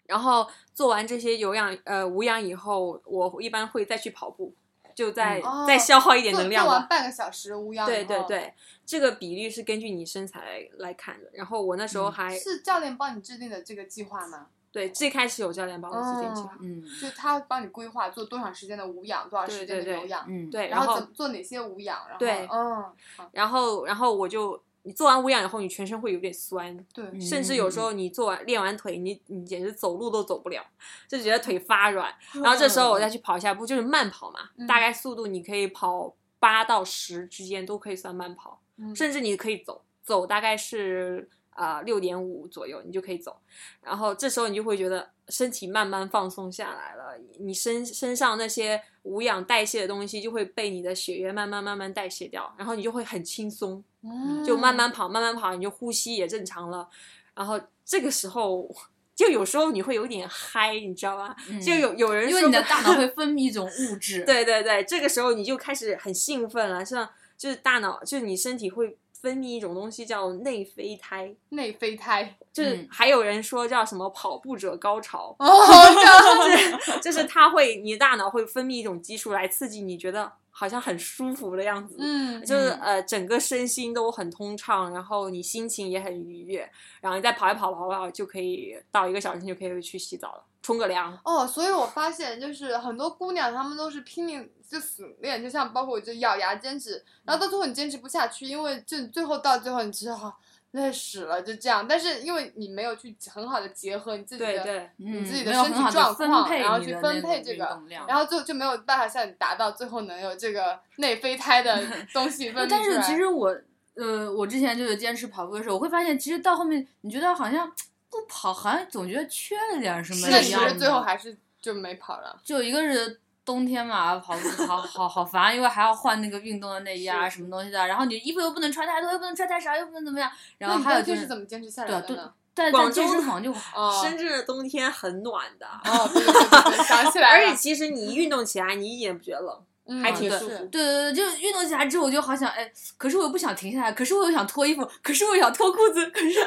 D: 然后做完这些有氧呃无氧以后，我一般会再去跑步，就再、
C: 嗯哦
D: 再消耗一点
C: 做
D: 能量
C: 做
D: 吧。
C: 完半哦个小时无氧，
D: 对对，对，这个比率是根据你身材来来看的。然后我那时
C: 嗯
D: 候还、
C: 是教练帮你制定的这个计划吗？
D: 对最开始有教练帮我
C: 哦
D: 制定计划，
B: 嗯
C: 就他帮你规划做多长时间的无氧，多长时间
D: 对
C: 的
D: 对对
C: 有氧，
B: 嗯，
D: 对，
C: 然
D: 然后
C: 怎么做哪些无氧，然后
D: 对
C: 嗯，好，
D: 然后然后我就你做完无氧以后，你全身会有点酸，
C: 对，
D: 甚至有时候你做完练完腿，你你简直走路都走不了，就觉得腿发软。然后这时候我再去跑一下步，就是慢跑嘛，
C: 嗯
D: 大概速度你可以跑八到十之间都可以算慢跑，
C: 嗯
D: 甚至你可以走。走大概是啊六点五左右，你就可以走。然后这时候你就会觉得身体慢慢放松下来了，你身身上那些无氧代谢的东西就会被你的血液慢慢慢慢代谢掉，然后你就会很轻松，
C: 嗯
D: 就慢
B: 嗯
D: 慢跑，慢慢跑，你就呼吸也正常了。然后这个时候，就有时候你会有点嗨，你知道吗？
B: 嗯
D: 就有有人
B: 因
D: 说
B: 为你的大脑会分泌一种物 质，，
D: 对对对，这个时候你就开始很兴奋了，像就是大脑，就是你身体会分泌一种东西叫内啡肽，
C: 内啡肽，
D: 就是
B: 嗯
D: 还有人说叫什么跑步者高潮
C: 哦，这样
D: 就是就是它会，你大脑会分泌一种激素来刺激你觉得好像很舒服的样子。
C: 嗯
D: 就是呃，整个身心都很通畅，然后你心情也很愉悦，然后你再跑一跑跑一跑，就可以到一个小时，你就可以去洗澡了，冲个凉。
C: 哦，所以我发现就是很多姑娘她们都是拼命就死练，就像包括我就咬牙坚持，然后到最后你坚持不下去，因为就最后到最后你知道累死了就这样，但是因为你没有去很好的结合你自己
D: 对
C: 的，
D: 对，
B: 嗯，
C: 你自己的
B: 没有
C: 身体
B: 很好地
C: 状
B: 分
C: 况
B: 配
C: 然后
B: 你
C: 去
B: 的
C: 分
B: 那
C: 配
B: 种
C: 这
B: 运
C: 个
B: 动量
C: 然后就就没有办法像你达到最后能有这个内啡肽 的东西分
B: 不
C: 泌
B: 但
C: 出
B: 是
C: 来
B: 其实我，呃，我之前就是坚持跑步的时候，我会发现，其实到后面你觉得好像不跑，好像总觉得缺了点什么
C: 那
B: 一
C: 你
B: 样
C: 不
B: 的。
C: 是最后还是就没跑了？
B: 就一个是冬天嘛， 跑步好好好烦，因为还要换那个运动的内衣啊，什么东西的，然后你衣服又不能穿太多，又不能穿太少，又不能怎么样，然后
C: 那你
B: 还有
C: 到底
B: 就是是
C: 怎么坚持下
B: 对
C: 来
B: 啊
C: 的
B: 对
C: 呢？
B: 在
D: 广
B: 在
D: 州
B: 健身房就
C: 哦
D: 深圳的冬天很暖的，
C: 哦，对对对对，想 起来
D: 而
C: 了，
D: 且其实你一运动起来，你一点也不觉得冷，
C: 嗯
D: 还挺
C: 对
D: 舒服。
B: 对对对，就是运动起来之后，我就好想哎，可是我又不想停下来，可是我又想脱衣服，可是我又想脱裤子，可是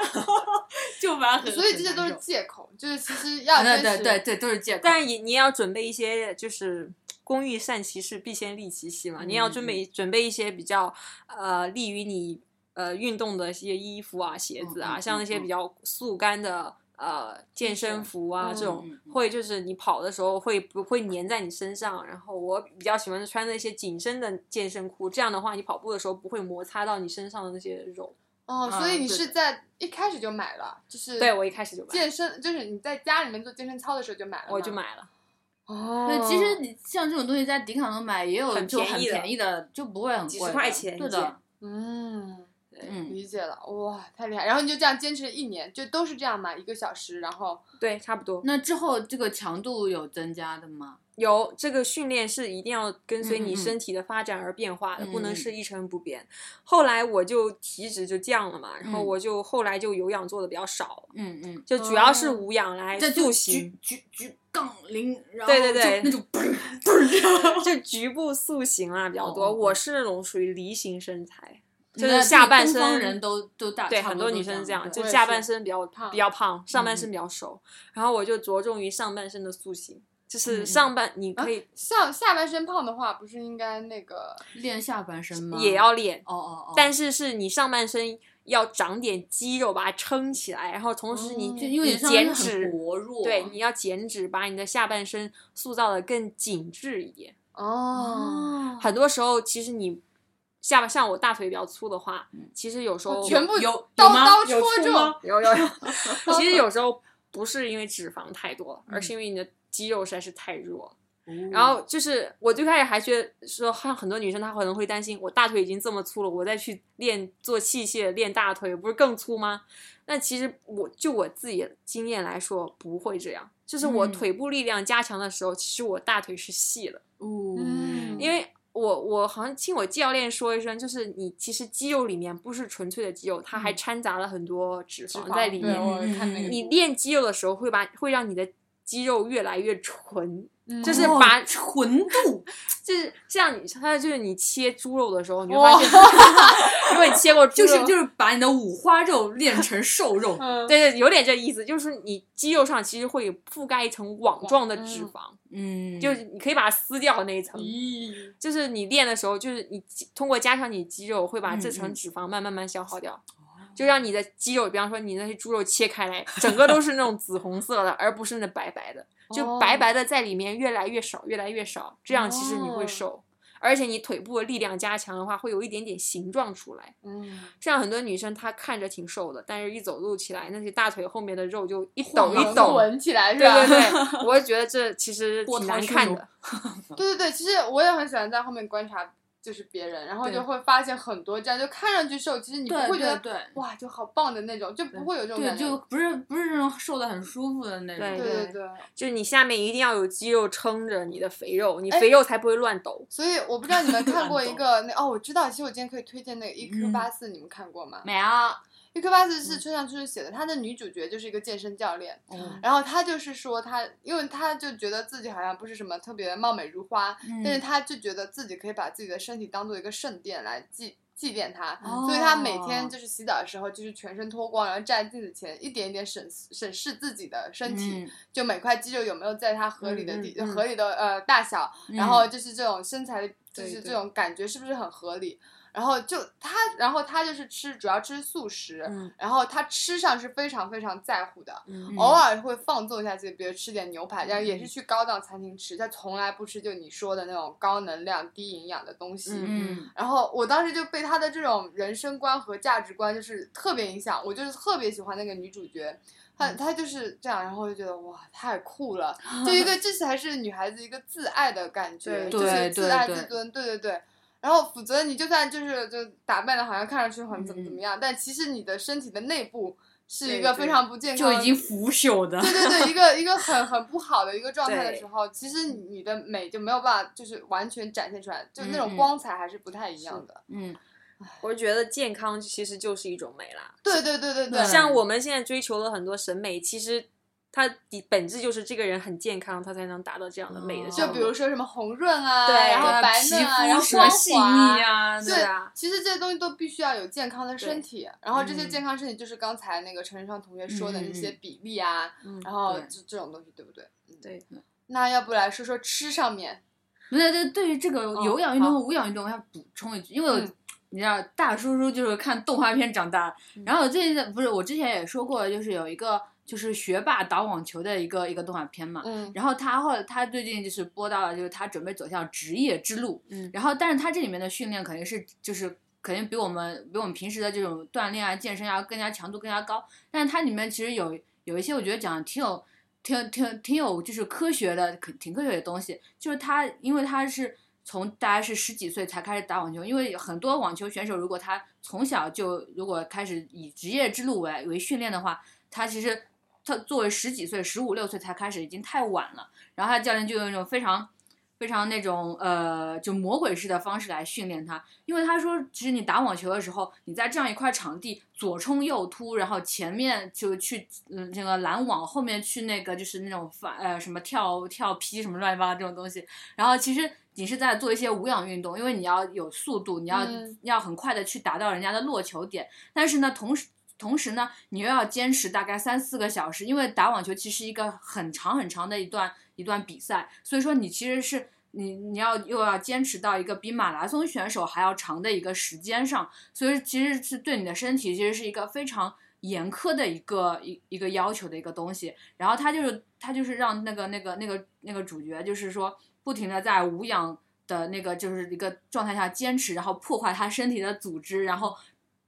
B: 就蛮很啊
C: 所以这些都是借口，就是其 实要
D: 啊
B: 对
C: 坚
B: 对
C: 持。
B: 对对都是借口。
D: 但也你也要准备一些，就是工欲善其事，必先利其器
B: 嗯
D: 嘛。你要准备准备一些比较呃利于你呃运动的一些衣服啊、鞋子啊，
B: 嗯嗯
D: 像那些
B: 嗯
D: 比较速干的。呃，健身服啊，
C: 嗯
D: 这种
B: 嗯嗯
D: 会就是你跑的时候会不会粘在你身上？然后我比较喜欢穿那些紧身的健身裤，这样的话你跑步的时候不会摩擦到你身上的那些肉。
C: 哦，所
B: 啊
C: 以你
B: 对
C: 是在一开始就买了，就是
D: 嗯对我一开始就买，
C: 健身，就是你在家里面做健身操的时候就买了，
D: 我就。买了。
C: 哦，
B: 对，其实你像这种东西在迪卡侬买也有
D: 很
B: 就
D: 便
B: 很
D: 宜的
B: 便宜的，就不会很
D: 几
B: 贵
D: 十
B: 的，
D: 块钱
B: 对
D: 一件
B: 的，
C: 嗯，
B: 嗯，
C: 理解了，哇，太厉害！然后你就这样坚持了一年，就都是这样嘛，一个小时，然后
D: 对，差不多。
B: 那之后这个强度有增加的吗？
D: 有这个训练是一定要跟随
B: 嗯
D: 你
B: 嗯嗯
D: 身体的发展而变化的，不
B: 嗯
D: 能
B: 嗯
D: 是一成不变。后来我就体脂就降了嘛，然后
B: 嗯
D: 我就后来就有氧做的比较少，
B: 嗯嗯，
D: 就主要是
C: 哦
D: 无氧来
B: 这
D: 塑
B: 就
D: 形
B: 举，举举杠铃，然后
D: 对对
B: 就
D: 对
B: 那种砰
D: 就局部塑形啊比较
B: 哦
D: 多。
B: 哦哦
D: 我是那种属于梨形身材，就
B: 那
D: 是下半
B: 东方
D: 身
B: 人都都大，
D: 对，
B: 差不
D: 很多
B: 都
D: 女生
B: 这
D: 这样，
B: 对
D: 就
C: 我也
D: 下
C: 是
D: 半身比较
C: 胖
D: 比较胖，上半身
B: 嗯
D: 比较瘦，然后我就着重于上半身的塑形。就是
B: 嗯嗯
D: 上半，你可以
C: 像下半身胖的话，不是应该那个
B: 练下半身吗？
D: 也要练，
B: 哦哦哦，
D: 但是是你上半身要长点肌肉，把它撑起来，然后同时你、
C: 哦
B: 就因为
D: 你
B: 你上半
D: 减
B: 身很
D: 脂，
B: 薄啊弱，
D: 对，你要减脂，把你的下半身塑造的更紧致一点。
C: 哦，
D: 很多时候，其实你下巴像我大腿比较粗的话，
B: 嗯
D: 其哦实有时
B: 哦
D: 候
C: 全部
B: 有
C: 刀
B: 有吗
C: 刀
B: 有
C: 戳
B: 粗
C: 中，
B: 吗
D: 有有有， 其实 有时候不是因为脂肪太多了，
C: 嗯
D: 而是因为你的肌肉实在是太弱
C: 哦
D: 了。然后就是我最开始还觉得说，像很多女生她可能会担心，我大腿已经这么粗了，我再去练做器械练大腿，不是更粗吗？但其实我就我自己的经验来说，不会这样。就是我
B: 嗯
D: 腿部力量加强的时候，其实我大腿是细的，
B: 嗯
C: 嗯，
D: 因为我我好像听我教练说一声，就是你其实肌肉里面不是纯粹的肌肉，它还
B: 嗯
D: 掺杂了很多脂
C: 脂
D: 肪
C: 肪
D: 在里
C: 对
D: 面。
C: 我看那
B: 嗯
C: 个，
D: 你练肌肉的时候，会把会让你的肌肉越来越纯，
C: 嗯
D: 就是
B: 哦
D: 把
B: 纯度，
D: 就是像你，它就是你切猪肉的时候，你会
C: 哇
D: 发 现，如果你切过猪
B: 就
D: 肉，
B: 是就是把你的五花肉练成瘦肉，
C: 嗯，
D: 对对，有点这意思，就是你肌肉上其实会有覆盖一层网状的脂肪，
B: 嗯，
D: 就是你可以把它撕掉那一层。
C: 咦，
D: 就是你练的时候，就是你肌通过加强你肌肉，会把
B: 嗯
D: 这
B: 哦
D: 层
B: 嗯
D: 脂肪慢慢慢慢消耗掉，就让你的肌肉，比方说你那些猪肉切开来，整个都是那种紫红色的，而不是那白白的，就
C: 哦
D: 白白的在里面越来越少，越来越少，这样其实你
C: 哦
D: 会瘦，而且你腿部的力量加强的话，会有一点点形状出来。
C: 嗯，
D: 像很多女生她看着挺瘦的，但是一走路起来，那些大腿后面的肉就一抖
B: 晃
D: 一
C: 抖
D: 抖。
C: 纹起来是
D: 对
C: 吧？
D: 对对，我就觉得这其实
B: 波
D: 挺
B: 涛
D: 难
B: 汹
D: 看
B: 涌
D: 的。
C: 对对对，其实我也很喜欢在后面观察就是别人，然后
B: 对
C: 就会发现很多这样就看上去瘦，其实你不
B: 对
C: 会觉
B: 对
C: 得
B: 对
C: 哇就好棒的那种，就不会有这种
B: 对，
C: 感觉。
B: 就不是不是那种瘦的很舒服的那种。
D: 对
C: 对对对，
D: 就是你下面一定要有肌肉撑着你的肥肉，你
C: 哎
D: 肥肉才不会乱抖。
C: 所以我不知道你们 看过一
D: 乱
C: 个那哦，我知道，其实我今天可以推荐那个 EQ
B: 嗯
C: 八四，你们看过吗
B: 没
C: 哦
B: 啊，
C: ？EQ 八四是村上春树写的，他的女主角就是一个健身教练，
B: 嗯
C: 然后他就是说他，因为他就觉得自己好像不是什么特别貌美如花，
B: 嗯
C: 但是他就觉得自己可以把自己的身体当做一个圣殿来祭祭奠他，所以他每
B: 哦
D: 哦
C: 天就是洗澡的时候就是全身脱光，然后站在镜子前一点一点审审视自己的身体，
B: 嗯
C: 就每块肌肉有没有在它合理的地、
D: 嗯嗯嗯
C: 合理的呃大小，
B: 嗯
C: 然后就是这种身材的，就
D: 对
C: 是
D: 对
C: 这种感觉是不是很合理？然后就他，然后他就是吃主要吃素食，
D: 嗯
C: 然后他吃上是非常非常在乎的，
D: 嗯
C: 偶尔会放纵一下自己，比如吃点牛排，但也是去高档餐厅吃，他从来不吃就你说的那种高能量、低营养的东西。
D: 嗯
B: 嗯
C: 然后我当时就被他的这种人生观和价值观就是特别影响，我就是特别喜欢那个女主角，
B: 嗯
C: 她她就是这样，然后我就觉得哇太酷 了，就一个这才是女孩子一个自爱的感觉，
D: 对
C: 就是
B: 对
C: 自
B: 对
C: 爱
B: 对
C: 自尊，对对对。然后否则你就算就是就打扮的好像看上去很怎么
B: 嗯
C: 怎么样，但其实你的身体的内部是一
D: 对
C: 个
D: 对
C: 非常不健康
B: 就
C: 的，
B: 已经腐朽的。
C: 对对对，一个一个很很不好的一个状态的
D: 对
C: 时候，其实你的美就没有办法就是完全展现出来，就
B: 嗯
C: 那种
B: 嗯
C: 光彩还是不太一样的。
B: 嗯，
D: 我觉得健康其实就是一种美啦。
C: 对对对对对，
D: 像我们现在追求了很多审美，其实它底本质就是这个人很健康，他才能达到这样的美的
B: 哦
D: 效
C: 就
D: 果。
C: 比如说什么红润啊，
D: 对
C: 然后
D: 啊
C: 白
B: 皮
C: 嫩啊，然后
B: 肤什
C: 光
B: 么细
C: 滑
B: 腻。啊，
C: 对
D: 对啊
C: 其实这些东西都必须要有健康的身
D: 对
C: 体，然后这些
B: 嗯
C: 健康身体就是刚才那个陈尚同学说
B: 嗯
C: 的
B: 嗯
C: 那
B: 嗯
C: 些比例啊，
D: 嗯
C: 然后
B: 对
C: 这这种东西，对不对？嗯
D: 对。
C: 那要不来说说吃上面，
B: 对对，对于这个有氧运动和无氧运动，我想补充一句，因为我、
C: 嗯
B: 你知道大叔叔就是看动画片长大，然后我最近在不是我之前也说过，就是有一个就是学霸打网球的一个一个动画片嘛。
C: 嗯
B: 然后他后来他最近就是播到了，就是他准备走向职业之路。
D: 嗯
B: 然后但是他这里面的训练肯定是就是肯定比我们比我们平时的这种锻炼啊、健身啊更加强度更加高。但是它里面其实有有一些我觉得讲的挺有挺挺挺有就是科学的，可挺科学的东西。就是他，因为他是从大概是十几岁才开始打网球，因为很多网球选手如果他从小就如果开始以职业之路为为训练的话，他其实他作为十几岁、十五六岁才开始已经太晚了。然后他教练就用一种非常。非常那种呃，就魔鬼式的方式来训练他，因为他说，其实你打网球的时候，你在这样一块场地左冲右突，然后前面就去嗯这个拦网，后面去那个就是那种反呃什么跳跳劈什么乱七八糟这种东西，然后其实你是在做一些无氧运动，因为你要有速度，你要、
C: 嗯
B: 要很快的去达到人家的落球点，但是呢，同时。同时呢，你又要坚持大概三四个小时，因为打网球其实是一个很长很长的一段一段比赛，所以说你其实是你你要又要坚持到一个比马拉松选手还要长的一个时间上，所以其实是对你的身体其实是一个非常严苛的一个一一个要求的一个东西。然后他就是他就是让那个那个那个那个主角就是说不停的在无氧的那个就是一个状态下坚持，然后破坏他身体的组织，然后。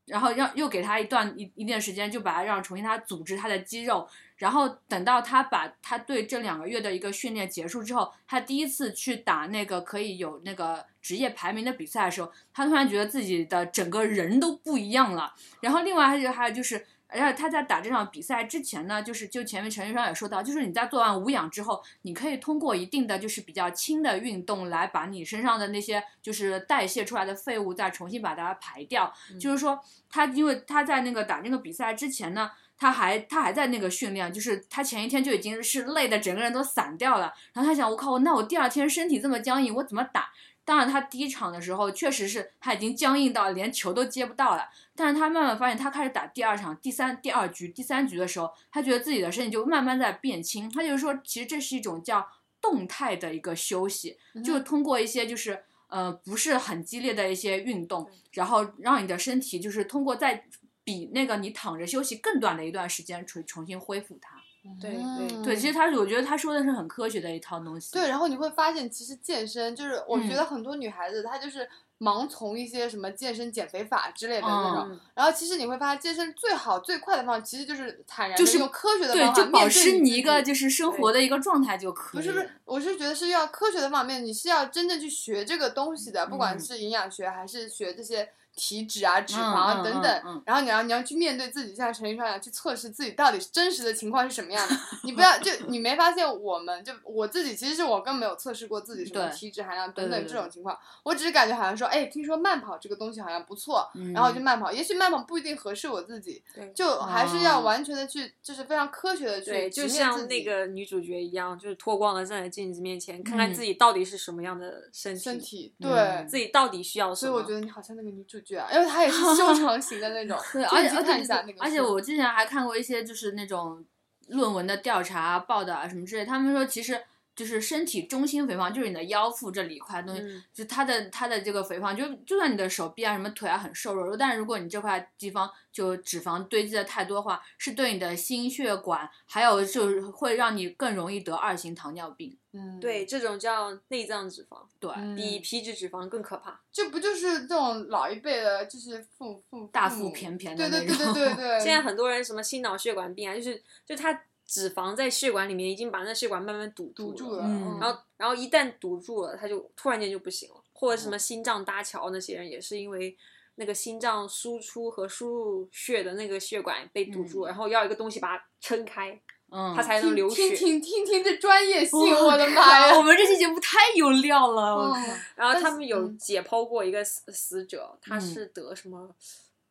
B: 然后让又给他一段一一定时间，就把他让重新他组织他的肌肉，然后等到他把他对这两个月的一个训练结束之后，他第一次去打那个可以有那个职业排名的比赛的时候，他突然觉得自己的整个人都不一样了。然后另外还有还有就是，然后他在打这场比赛之前呢，就是就前面陈医生也说到，就是你在做完无氧之后，你可以通过一定的就是比较轻的运动来把你身上的那些就是代谢出来的废物再重新把它排掉。就是说他因为他在那个打那个比赛之前呢。他还他还在那个训练，就是他前一天就已经是累的整个人都散掉了，然后他想我靠，那我第二天身体这么僵硬，我怎么打？当然，他第一场的时候确实是他已经僵硬到连球都接不到了，但是他慢慢发现，他开始打第二场、第三、第二局、第三局的时候，他觉得自己的身体就慢慢在变轻。他就是说，其实这是一种叫动态的一个休息，
C: 嗯
B: 就是通过一些就是呃不是很激烈的一些运动，然后让你的身体就是通过在比那个你躺着休息更短的一段时间重重新恢复它。
D: 对
C: 嗯
D: 对
B: 对，其实他是我觉得他说的是很科学的一套东西。
C: 对，然后你会发现，其实健身就是，我觉
B: 嗯
C: 得很多女孩子她就是盲从一些什么健身减肥法之类的那种。
B: 嗯，
C: 然后其实你会发现，健身最好最快的方法，其实就是坦然的
B: 就是
C: 用科学的
B: 对
C: 方，法
B: 就保
C: 面对
B: 持
C: 你
B: 你一
C: 自
B: 个
C: 己
B: 就是生活的一个状态就可以。
C: 不是不是，，我是觉得是要科学的方面，你是要真正去学这个东西的，不管
B: 嗯
C: 是营养学还是学这些体脂啊、脂肪
B: 嗯
C: 啊
B: 嗯
C: 等
B: 嗯
C: 等
B: 嗯。
C: 然后你要你要去面对自己，像陈一川一样去测试自己到底是真实的情况是什 么样的。你不要就你没发现我们就我自己，其实是我根本没有测试过自己什么
B: 对
C: 体脂含量
B: 对
C: 等
B: 对
C: 等
B: 对
C: 这种情况，我只是感觉好像说，哎，听说慢跑这个东西好像不错，
B: 嗯
C: 然后我就慢跑，也许慢跑不一定合适我自己
D: 对，
C: 就还是要
B: 嗯
C: 完全的去，就是非常科学的去
D: 对，
C: 直
D: 就
C: 面自
D: 像那
C: 己
D: 个女主角一样，就是脱光了站在镜子面前，看看
B: 嗯
D: 自己到底是什么样的身体，
C: 身体，
B: 嗯，
C: 对，
D: 自己到底需要什
C: 所
D: 么。
C: 以我觉得你好像那个女主角啊，因为她也是修长型的那种
B: 对，
C: 就
B: 而
C: 你
B: 且
C: 去
B: 而
C: 看
B: 且
C: 一下那个
B: 而且
C: 书
B: 我之前还看过一些就是那种论文的调查啊、报道啊什么之类，他们说其实就是身体中心肥胖，就是你的腰腹这里一块东西，
D: 嗯
B: 就它的它的这个肥胖，就就算你的手臂啊、什么腿啊很瘦弱，但是如果你这块地方就脂肪堆积的太多的话，是对你的心血管，还有就是会让你更容易得二型糖尿病。
C: 嗯，
D: 对，这种叫内脏脂肪，
B: 对，
C: 嗯
D: 比皮质脂肪更可怕。
C: 这不就是这种老一辈的，就是父父
B: 大
C: 父
B: 腹
C: 母
B: 便便的
C: 嗯对对
B: 那
C: 对对
B: 种。
C: 对对，
D: 现在很多人什么心脑血管病啊，就是就它脂肪在血管里面已经把那血管慢慢堵
C: 堵
D: 住
C: 住
D: 了
C: 了，
B: 嗯
D: 然后然后一旦堵住了，它就突然间就不行了，或者
B: 嗯
D: 什么心脏搭桥那些人也是因为。那个心脏输出和输入血的那个血管被堵住，
B: 嗯
D: 然后要一个东西把它撑开，
B: 嗯，
D: 它才能
C: 听
D: 流
C: 听
D: 血。
C: 听听听这专业性，
B: 我
C: 我的妈
B: 我
C: 呀！
B: 们这期节目太有料了，我
C: 嗯
D: 然后
C: 但
D: 他
C: 是
D: 们有
C: 嗯
D: 解剖过一个死死者，他
B: 嗯
D: 是得什么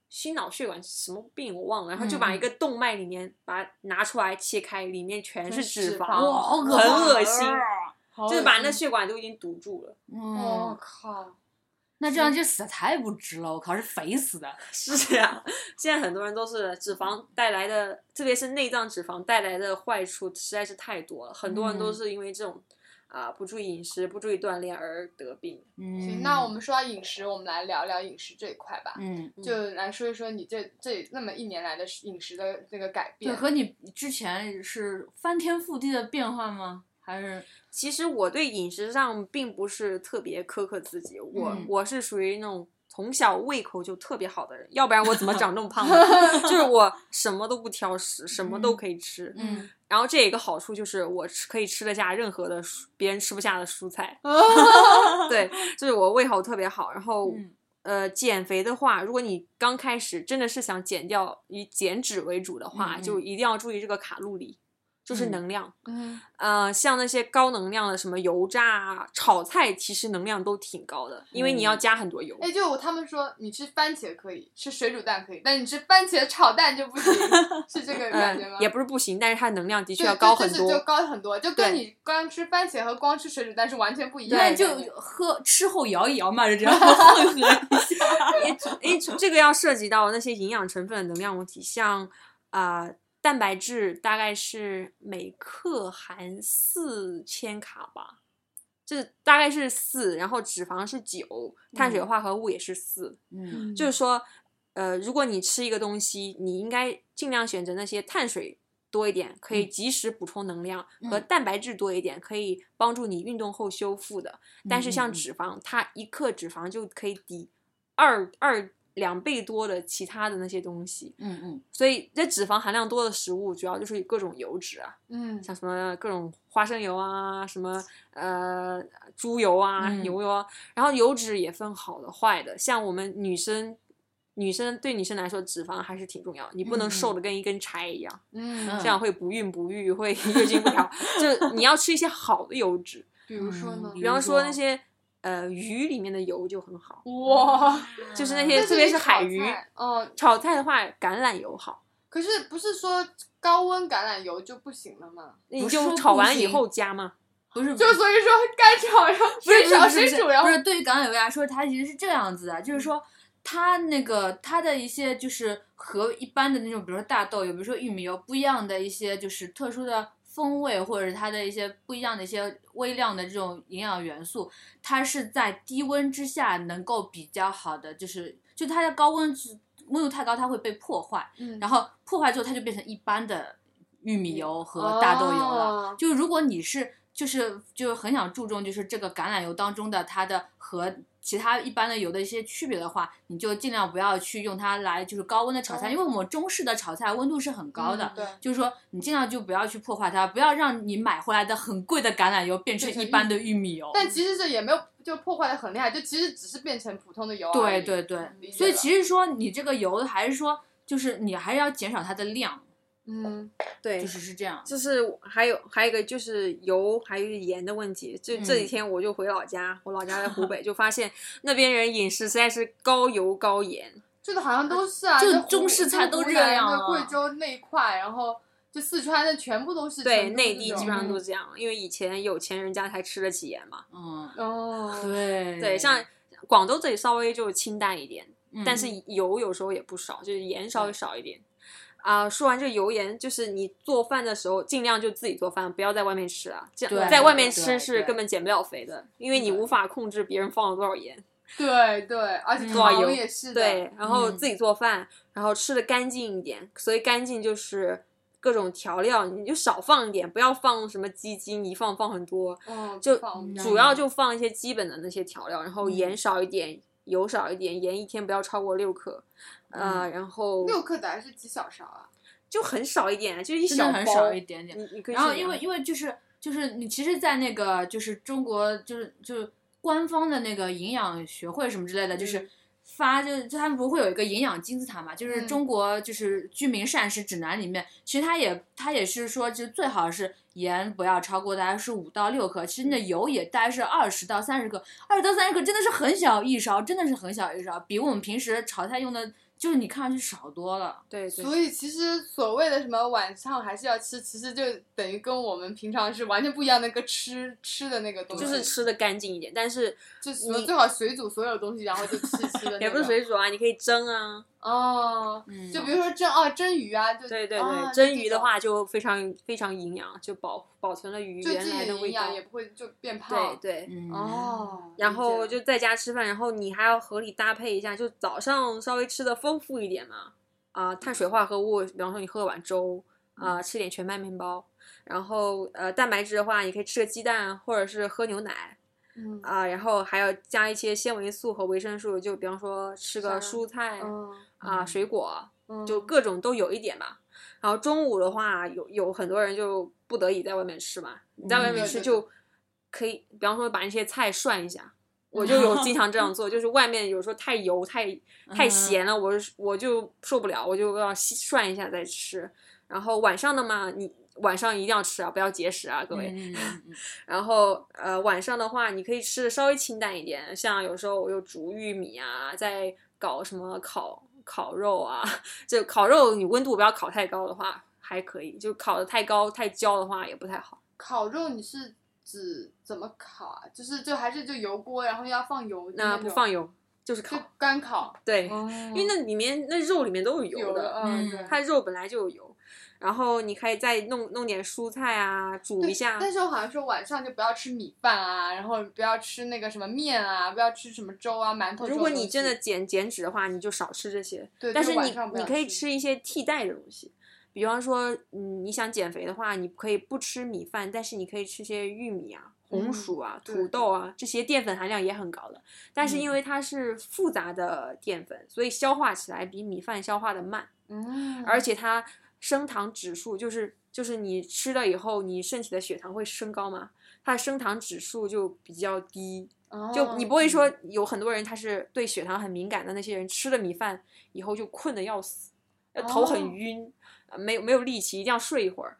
D: 心脑血管什么病我忘了，然后就
B: 嗯
D: 把
B: 嗯
D: 一个动脉里面把它拿出来切开，里面全是
C: 全是
D: 脂
C: 脂
D: 肪，
C: 肪哦
B: 哇，好可
D: 很
B: 怕，
D: 恶心，
C: 好
D: 就是
C: 恶
D: 把
C: 心
D: 那血管都已经堵住了。
C: 我
B: 嗯，
C: 靠，
B: 那这样就死的太不值了，我靠，是肥死的。
D: 是啊，现在很多人都是脂肪带来的，特别是内脏脂肪带来的坏处实在是太多了，很多人都
B: 嗯
D: 是因为这种啊、不注意饮食、不注意锻炼而得病。
B: 嗯，
C: 行，那我们说到饮食，我们来聊聊饮食这一块吧，
B: 嗯，
D: 嗯
C: 就来说一说你这这那么一年来的饮食的那个改
B: 对，
C: 变，，
B: 和你之前是翻天覆地的变化吗？还是
D: 其实我对饮食上并不是特别苛刻自己，我、
B: 嗯
D: 我是属于那种从小胃口就特别好的人，要不然我怎么长这么胖呢？ 就是我什么都不挑食，什么都可以吃。
B: 嗯，
D: 然后这有一个好处就是我吃可以吃得下任何的蔬别人吃不下的 蔬菜
C: 啊
D: 对，就是我胃口特别好。然后、
B: 嗯
D: 呃，减肥的话，如果你刚开始真的是想减掉以减脂为主的话，
B: 嗯嗯
D: 就一定要注意这个卡路里，就是
B: 嗯
D: 能量。
C: 嗯
D: 呃，像那些高能量的什么油炸啊、炒菜，其实能量都挺高的，因为你要加很多油。
C: 哎，就我他们说你吃番茄可以，吃水煮蛋可以，但你吃番茄炒蛋就不行，是这个感觉吗
D: 嗯，？也不是不行，但是它能量的
C: 对
D: 确要高
C: 对
D: 很
C: 就是
D: 多。
C: 就高很多，就跟
D: 对
C: 你光吃番茄和光吃水煮蛋是完全不一样的。
B: 那就喝吃后摇一摇嘛，就这样混合 一下。
D: 因为这个要涉及到那些营养成分的能量问题，像啊、呃蛋白质大概是每克含四千卡吧，这大概是四，然后脂肪是九，碳水
B: 嗯
D: 化合物也是四、
B: 嗯
D: 就是说，呃，如果你吃一个东西，你应该尽量选择那些碳水多一点，可以
B: 嗯
D: 及时补充能量，和
B: 嗯
D: 蛋白质多一点，可以帮助你运动后修复的。但是
B: 嗯
D: 像
B: 嗯
D: 脂肪，它一克脂肪就可以抵二二两倍多的其他的那些东西。
B: 嗯嗯，
D: 所以，这脂肪含量多的食物，主要就是各种油脂啊，
C: 嗯，
D: 像什么各种花生油啊，什么呃猪油啊、
B: 嗯
D: 牛油啊，然后油脂也分好的坏的。像我们女生，女生对女生来说，脂肪还是挺重要，你
B: 嗯
D: 不
B: 嗯
D: 能瘦的跟一根柴一样，
C: 嗯，
D: 这样会不孕不育，会 月经不调。就是你要吃一些好的油脂，
C: 比如说
B: 嗯？
C: 呢
D: 比方
B: 说
D: 说那些呃鱼里面的油就很好，
C: 哇，
D: 就是那
B: 嗯
D: 些
C: 那
D: 特别
C: 你
D: 是海
C: 炒
D: 鱼
C: 菜
B: 哦
C: 嗯，
D: 炒菜的话，橄榄油好，
C: 可是不是说高温橄榄油就不行了吗？
D: 你
B: 不是说
D: 就炒
B: 不
D: 完以
B: 行
D: 后加嘛。
B: 不是
C: 就所以说该炒然后
B: 嗯不是
C: 水
B: 不
C: 炒
B: 是
C: 水
B: 不是
C: 煮，然
B: 不
C: 后
B: 是对于橄榄油来说，它其实是这样子的，就是说它那个它的一些就是和一般的那种，比如说大豆油，比如说玉米油不一样的一些就是特殊的风味，或者是它的一些不一样的一些微量的这种营养元素，它是在低温之下能够比较好的，就是就它的高温温度太高，它会被破坏，
C: 嗯
B: 然后破坏之后它就变成一般的玉米油和大豆油了。
C: 哦
B: 就如果你是就是就是很想注重就是这个橄榄油当中的它的和其他一般的油的一些区别的话，你就尽量不要去用它来就是高温的炒菜，因为我们中式的炒菜温度是很高的。
C: 嗯对，
B: 就是说，你尽量就不要去破坏它，不要让你买回来的很贵的橄榄油变成
C: 变成
B: 一般的玉米油。
C: 但其实这也没有就破坏的很厉害，就其实只是变成普通的油而
B: 对
C: 已
B: 对对，
C: 嗯理解
B: 所以
C: 了
B: 其实说你这个油还是说，就是你还是要减少它的量，
C: 嗯，
D: 对
B: 就，是是这样。
D: 就是还有还有一个就是油还有盐的问题，就这几
B: 嗯
D: 天我就回老家，我老家在湖北，就发现那边人饮食实在是高油高盐，
C: 这个好像都是啊，
B: 就
C: 这湖
B: 中式菜都
C: 湖
B: 这
C: 南
B: 样
C: 对
B: 啊
C: 贵州那一块，然后就四川的全部都是
D: 对，
C: 成都
D: 内
C: 这
D: 地
C: 种
D: 基本上都这样，因为以前有钱人家才吃得起盐嘛。
B: 嗯，
C: 哦，
B: 对
D: 对，像广州这里稍微就清淡一点，
B: 嗯
D: 但是油有时候也不少，就是盐稍微少一点。啊、说完这个油盐，就是你做饭的时候尽量就自己做饭，不要在外面吃啊。这
B: 对
D: 样在外面
B: 对
D: 吃是
B: 对
D: 根本减不了肥的，因为你无法控制别人放了多少盐。
C: 对对，而且
B: 嗯
D: 多少
C: 糖
D: 油
C: 也是的，
D: 对，然后
B: 嗯
D: 自己做饭，然后吃的干净一点。所以干净就是各种调料，你就少放一点，不要放什么鸡精，一放放很多。
C: 嗯，
D: 就
C: 不放
D: 主要就放一些基本的那些调料，然后
B: 嗯
D: 盐少一点，油少一点，盐一天不要超过六克，呃，然
B: 嗯
D: 后
C: 六克的还是几小勺啊？
D: 就很少一点，啊就是一
B: 真的
D: 小
B: 很
D: 包
B: 少一点点。
D: 你你可以
B: 然后
D: 去
B: 因为
D: 拿
B: 因为就是就是你其实，在那个就是中国就是就是官方的那个营养学会什么之类的，就是。发就就他们不会有一个营养金字塔嘛？就是
C: 嗯
B: 中国就是居民膳食指南里面，其实它也它也是说，就最好是盐不要超过大概是五到六克，其实你的油也大概是二十到三十克，二十到三十克真的是很小一勺，真的是很小一勺，比我们平时炒菜用的，就是你看上去少多了。
D: 对对
C: 所以其实所谓的什么晚上还是要吃，其实就等于跟我们平常是完全不一样的一个吃吃的那个东西，
D: 就是吃的干净一点，但是
C: 就所最好水煮所有东西，然后就吃吃 的、那个。
D: 也不是水煮啊，你可以蒸啊，
C: 哦，
B: 嗯，
C: 就比如说蒸哦蒸鱼啊，就
D: 对对
C: 啊
D: 对，
C: 就
D: 蒸
C: 这
D: 鱼的
C: 种
D: 话就非常非常营养，就保保存了鱼
C: 就
D: 原
C: 自己
D: 来
C: 的
D: 味
C: 营
D: 道
C: 养，也不会就变
D: 对
C: 胖。
D: 对，
B: 嗯
C: 哦，
D: 然
C: 理
D: 后
C: 解
D: 就在家吃饭，然后你还要合理搭配一下，就早上稍微吃的丰富一点嘛，啊、碳水化合物，比方说你喝碗粥，啊、
C: 嗯
D: 吃点全麦面包，然后呃，蛋白质的话，你可以吃个鸡蛋，或者是喝牛奶，
C: 嗯
D: 啊、然后还要加一些纤维素和维生素，就比方说吃个
C: 像
D: 蔬菜啊、
C: 嗯
D: 水果，
C: 嗯，
D: 就各种都有一点吧。然后中午的话，有有很多人就不得已在外面吃嘛，你在外
C: 嗯对
D: 面吃
C: 对
D: 就可以，比方说把那些菜涮一下。我就有 经常这样做，就是外面有时候太油、太
C: 嗯
D: 太咸了，我是我就受不了，我就要吸涮一下再吃。然后晚上的嘛，你晚上一定要吃啊，不要节食啊，各位。
B: 嗯嗯嗯嗯
D: 然后呃，晚上的话，你可以吃的稍微清淡一点，像有时候我又煮玉米啊，再搞什么烤烤肉啊，就烤肉你温度不要烤太高的话还可以，就烤的太高太焦的话也不太好。
C: 烤肉你是指怎么烤啊？就是就还是就油锅，然后要放油的
D: 那
C: 种
D: 不放油就是
C: 就
D: 烤，
C: 干烤，
D: 对，
C: 因
D: 因为那里面那肉里面都是油
C: 有
D: 的，
C: 的，
B: 嗯
C: 嗯，对
D: 它肉本来就有油，然后你可以再弄弄点蔬菜啊，煮
C: 对
D: 一下。
C: 但是我好像说晚上就不要吃米饭啊，然后不要吃那个什么面啊，不要吃什么粥啊、馒头这种东西。
D: 如果你真的减减脂的话，你就少吃这些。
C: 对，
D: 但
C: 就是晚
D: 你
C: 上不
D: 你
C: 要
D: 可以
C: 吃
D: 吃一些替代的东西，比方说，嗯，你想减肥的话，你可以不吃米饭，但是你可以吃些玉米啊、红
C: 嗯
D: 薯啊、
C: 对
D: 土豆啊，这些淀粉含量也很高的。但是因
B: 嗯
D: 为它是复杂的淀粉，所以消化起来比米饭消化的慢，
C: 嗯，
D: 而且它升糖指数就是就是你吃了以后，你身体的血糖会升高嘛，它的升糖指数就比较低。就
C: 哦
B: 哦
D: 你不会
B: 嗯
D: 说有很多人他是对血糖很敏感的那些人，吃了米饭以后就困得要死，呃头
C: 哦
D: 很晕，呃没有没有力气，一定要睡一会儿。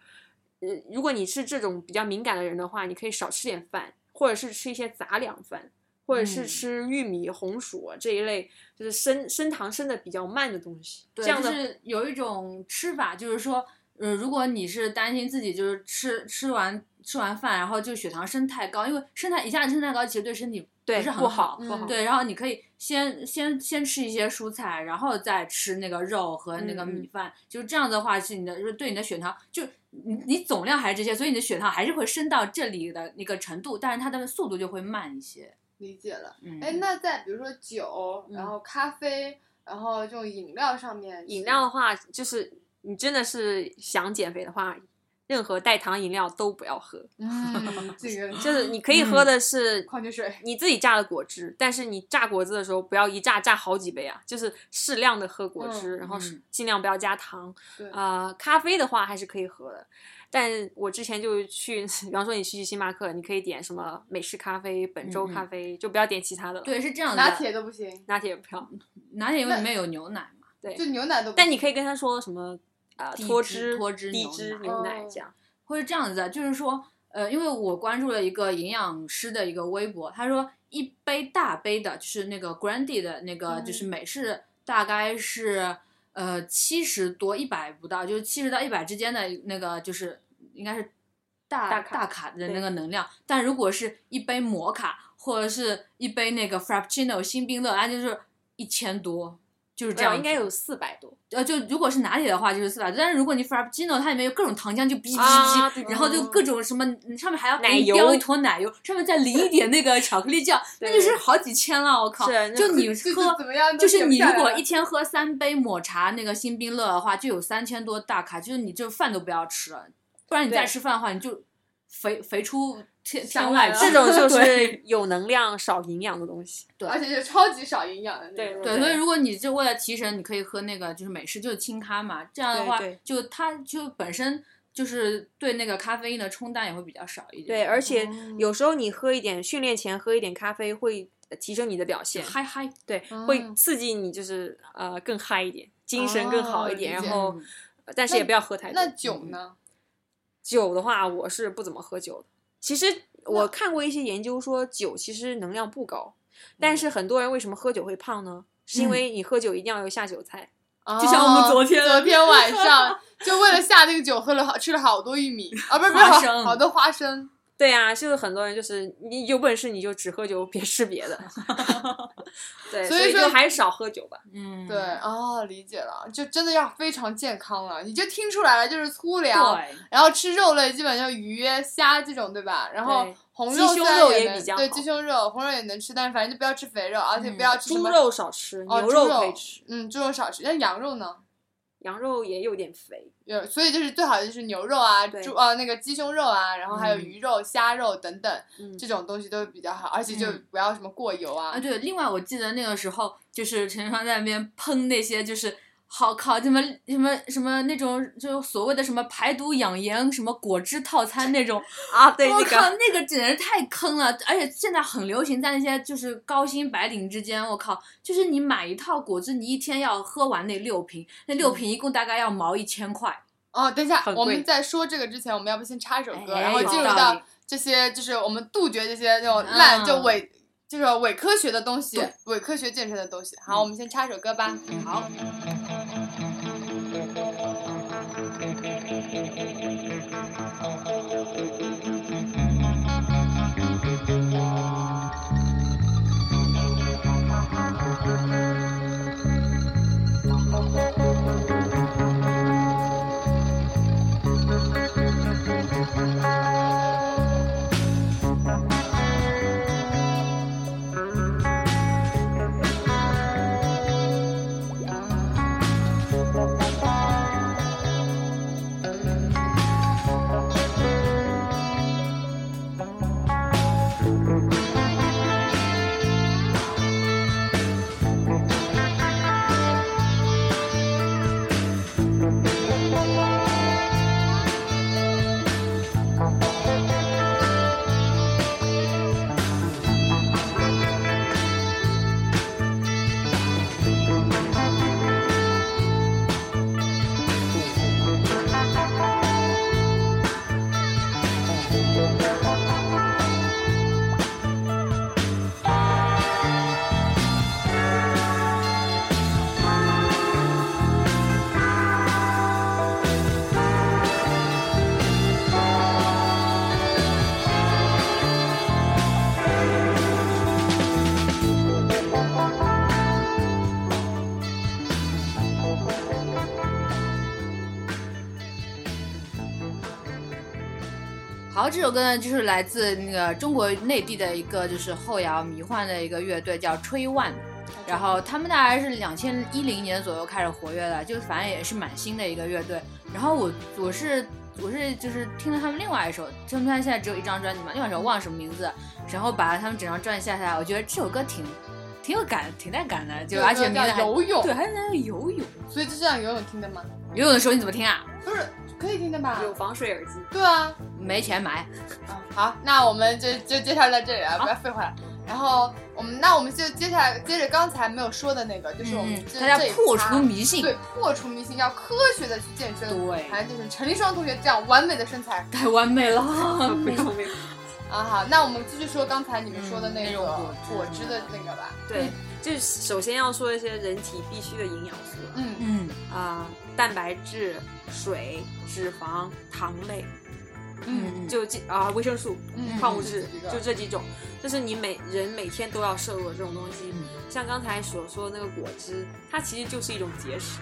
D: 呃，如果你是这种比较敏感的人的话，你可以少吃点饭，或者是吃一些杂粮饭，或者是
B: 嗯
D: 吃玉米、红薯啊这一类，就是升升糖升的比较慢的东西。
B: 对，
D: 这样
B: 就
D: 的
B: 是有一种吃法，就是说，呃，如果你是担心自己就是吃吃完吃完饭，然后就血糖升太高，因为升太一下子升太高，其实对身体
D: 对
B: 不是很
D: 不好
C: 嗯
D: 不好。
B: 对，然后你可以先先先吃一些蔬菜，然后再吃那个肉和那个
D: 嗯
B: 米饭，就是这样子的话，是你的就是对你的血糖，就你你总量还是这些，所以你的血糖还是会升到这里的那个程度，但是它的速度就会慢一些。
C: 理解了。
B: 嗯，
C: 哎，那在比如说酒，
B: 嗯
C: 然后咖啡，然后这种饮料上面，
D: 饮料的话，就是你真的是想减肥的话，任何代糖饮料都不要喝，
C: 嗯，这个
D: 就是你可以
B: 嗯
D: 喝的是
C: 矿泉水，
D: 你自己榨的果汁，但是你榨果汁的时候不要一榨榨好几杯啊，就是适量的喝果
B: 嗯
D: 汁，然后是尽量不要加糖。
C: 对
D: 啊、咖啡的话还是可以喝的，但我之前就去， 比方说你去星巴克，你可以点什么美式咖啡、本周
B: 嗯嗯
D: 咖啡，就不要点其他的了。，
B: 对，是这样的。
C: 拿铁都不行，
D: 拿铁也不要，
B: 拿铁因为里面有牛奶嘛，
C: 就牛奶都不行。
D: 但你可以跟他说什么啊、
B: 低
D: 脱
B: 脂
D: 脂、
B: 脱脂
D: 低
B: 牛
D: 脂
B: 奶
D: 牛奶
C: 哦
D: 这样。
B: 会是这样子的，就是说，呃，因为我关注了一个营养师的一个微博，他说一杯大杯的，就是那个 Grandi 的那个，
D: 嗯
B: 就是美式，大概是呃七十多一百不到，就是七十到一百之间的那个，就是应该是大
D: 大卡
B: 的那
D: 对
B: 个能量。但如果是一杯摩卡或者是一杯那个 Frappuccino 新冰乐，那就是一千多。就是这
D: 没
B: 样，
D: 有呃应该有四百 多，
B: 呃，就如果是拿铁的话，就是四百多。但是如果你 Frappuccino，它里面有各种糖浆，就哔哔哔
D: 啊
B: 哔
D: 对
B: 哔，然后就各种什么，嗯上面还要给
D: 奶
B: 你
D: 油
B: 浇一坨奶油，上面再淋一点那个巧克力酱，那就是
D: 对
B: 好几千了。我靠
D: 是！那
B: 就你
C: 就是
B: 喝
C: 怎，么样都
B: 就是你
C: 减
B: 如
C: 不下
B: 果
C: 来
B: 一天喝三杯抹茶那个新冰乐的话，就有三千多大卡，就是你就饭都不要吃了，不然你再
D: 对
B: 吃饭的话，你就肥肥出天天
C: 上
B: 外
C: 来了
B: 去
D: 这种就
B: 对
D: 是有能量少营养的东西。
C: 而且是超级少营养的那
D: 对
C: 种。
B: 对，所以如果你就为了提神，你可以喝那个就是美式，就是清咖嘛。这样的
D: 对
B: 话
D: 对，
B: 就它就本身就是对那个咖啡因的冲淡也会比较少一点。
D: 对，而且
C: 哦
D: 有时候你喝一点，训练前喝一点咖啡会呃提升你的表现，
B: 嗨嗨，
D: 对，
C: 哦
D: 会刺激你就是呃更嗨一点，精神更好一
C: 哦
D: 点，
C: 理解
D: 然后
B: 嗯
D: 呃但是
C: 那
D: 也不要喝太多。
C: 那酒呢？
D: 酒的话，我是不怎么喝酒的。其实
C: 那
D: 我看过一些研究说，酒其实能量不高，但是很多人为什么喝酒会胖呢？是因为你喝酒一定要有下酒菜，
C: 就
B: 就像我们昨天
C: 哦昨 天晚上就为了下那个酒，喝了好吃了好多玉米啊，不是不是
B: 花
C: 好
B: 生
C: 好多花生，
D: 对啊，就是很多人就是你有本事你就只喝酒，别吃别的。对，
C: 所
D: 所
C: 以
D: 以
C: 说
D: 就还是少喝酒吧。
B: 嗯，
C: 对哦，理解了，就真的要非常健康了，你就听出来了，就是粗粮，
B: 对，
C: 然后吃肉类基本就鱼、虾这种，对吧？然后
D: 对
C: 红
D: 鸡
C: 肉
D: 胸
C: 虽然
D: 肉
C: 也
D: 也
C: 能
D: 比较
C: 对，
D: 好
C: 鸡胸肉、红肉也能吃，但是反正就不要吃肥肉，而且
B: 嗯
C: 不要吃什
D: 猪
C: 么
D: 肉少吃，
C: 哦
D: 牛
C: 猪
D: 肉
C: 肉
D: 可以吃，
C: 嗯，猪肉少吃，但羊肉呢？
D: 羊肉也有点肥。
C: 有，所以就是最好就是牛肉啊，
D: 对
C: 猪呃那个鸡胸肉啊，然后还有
B: 嗯
C: 鱼肉、虾肉等等
D: 嗯
C: 这种东西都比较好，而且就
B: 嗯
C: 不要什么过油啊
B: 啊，对。另外，我记得那个时候就是陈川在那边喷那些就是。好靠什么什么什么那种，就所谓的什么排毒养颜什么果汁套餐那种，
D: 啊，对，
B: 我
D: 那
B: 靠
D: 个，
B: 那个简直太坑了！而且现在很流行在那些就是高薪白领之间，我靠，就是你买一套果汁，你一天要喝完那六瓶，那
D: 嗯
B: 六瓶一共大概要毛一千块。
C: 哦，等一下，
D: 很
C: 我
D: 贵
C: 们在说这个之前，我们要不先插一首歌，
B: 哎
C: 然后
B: 有
C: 进入
B: 道
C: 到
B: 理
C: 这些，就是我们杜绝这些那种烂、就
B: 嗯
C: 伪，就是伪科学的东西
B: 对，
C: 伪科学健身的东西。好，我们先插一首歌吧。
B: 好，好，这首歌呢就是来自那个中国内地的一个就是后摇迷幻的一个乐队叫吹万，然后他们大概是两千一零年左右开始活跃的，就反正也是蛮新的一个乐队。然后我我是我是就是听了他们另外一首，他们他现在只有一张专辑嘛，另外一首忘了什么名字，然后把他们整张专辑下下来，我觉得这首歌挺挺有感，挺带感的，就而且名字
C: 叫嗯
B: 还
C: 游泳
B: 对，，还在游泳，
C: 所以就这样游泳听的吗？
B: 游泳的时候你怎么听啊？
C: 不是，可以听的吧？
D: 有防水耳机。
C: 对啊，
B: 没钱买，
C: 啊，好，那我们就就介绍到这里啊，不要废话了。然后我们那我们就接下来接着刚才没有说的那个，就是我们
B: 嗯
C: 这、
B: 大家
C: 这一
B: 破
C: 趴
B: 除迷信，
C: 对破除迷信，要科学的去健身。
B: 对
C: 反正就是陈立双同学这样完美的身材
B: 太完美了。嗯
D: 不用 那个
C: 啊。好，那我们继续说刚才你们说的
B: 嗯
C: 那
B: 那
C: 个
B: 种果汁
C: 果汁的那个吧。
D: 对，就是首先要说一些人体必需的营养素啊、
C: 嗯，
B: 嗯，
D: 蛋白质、水、脂肪、糖类，
B: 嗯，
D: 就这啊、维生素、
C: 嗯
D: 矿物质
C: 这几个，
D: 就这几种，就是你每人每天都要摄入的这种东西
B: 嗯。
D: 像刚才所说的那个果汁，它其实就是一种节食，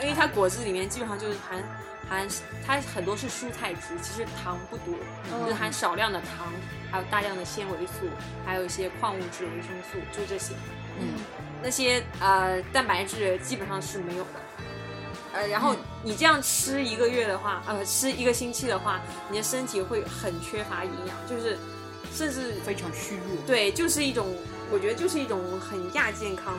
D: 因为它果汁里面基本上就是含含它很多是蔬菜汁，其实糖不多，就是含少量的糖，还有大量的纤维素，还有一些矿物质、维生素，就这些。
B: 嗯，
D: 那些呃蛋白质基本上是没有的。呃，然后
B: 嗯
D: 你这样吃一个月的话，呃，吃一个星期的话，你的身体会很缺乏营养，就是甚至
B: 非常虚弱。
D: 对，就是一种，我觉得就是一种很亚健康